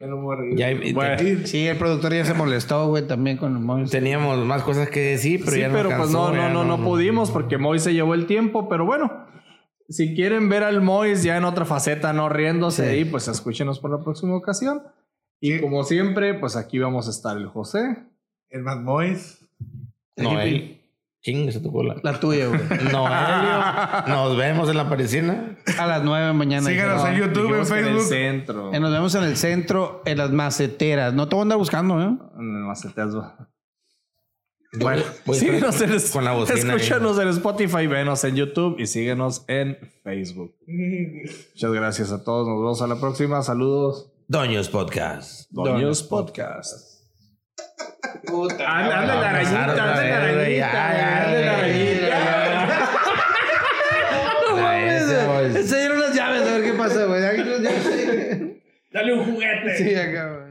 [SPEAKER 5] Ya no me voy a reír.
[SPEAKER 4] Ya hay-
[SPEAKER 2] Sí, el productor ya se molestó, güey, también con el móvil.
[SPEAKER 4] teníamos más cosas que decir, pero
[SPEAKER 3] sí,
[SPEAKER 4] ya no
[SPEAKER 3] pero pues
[SPEAKER 4] alcanzó,
[SPEAKER 3] no, no,
[SPEAKER 4] ya
[SPEAKER 3] no, no, pudimos porque Mois se llevó el tiempo, pero bueno. Si quieren ver al Mois ya en otra faceta, no riéndose ahí, pues escúchenos por la próxima ocasión. Y como siempre, pues aquí vamos a estar el José.
[SPEAKER 5] El Mad Boys.
[SPEAKER 4] No, él. Chingue, se tocó la.
[SPEAKER 2] La tuya, güey.
[SPEAKER 4] Noelio. Nos vemos en la parisina.
[SPEAKER 2] A las 9 de mañana.
[SPEAKER 5] Síganos en
[SPEAKER 2] No.
[SPEAKER 5] YouTube, en
[SPEAKER 3] Dijimos que En el
[SPEAKER 5] Facebook.
[SPEAKER 3] centro.
[SPEAKER 2] Eh, nos vemos en el centro, en las maceteras. No te voy a andar buscando, ¿eh?
[SPEAKER 3] En el Mazatlán.
[SPEAKER 4] Bueno, pues
[SPEAKER 3] Síguenos en,
[SPEAKER 4] con la bocina.
[SPEAKER 3] escúchanos en Spotify, venos en YouTube y síguenos en Facebook. Muchas gracias a todos. Nos vemos a la próxima. Saludos.
[SPEAKER 4] Doños Podcast.
[SPEAKER 3] Doños Podcast. Anda, anda la arañita,
[SPEAKER 4] Vamos a
[SPEAKER 3] anda la
[SPEAKER 4] arrancar otra vez,
[SPEAKER 3] arañita,
[SPEAKER 4] ya,
[SPEAKER 3] anda la arañita.
[SPEAKER 4] No
[SPEAKER 2] Se dieron las llaves, a ver qué pasa, güey. Dale un juguete. Sí, acá, güey.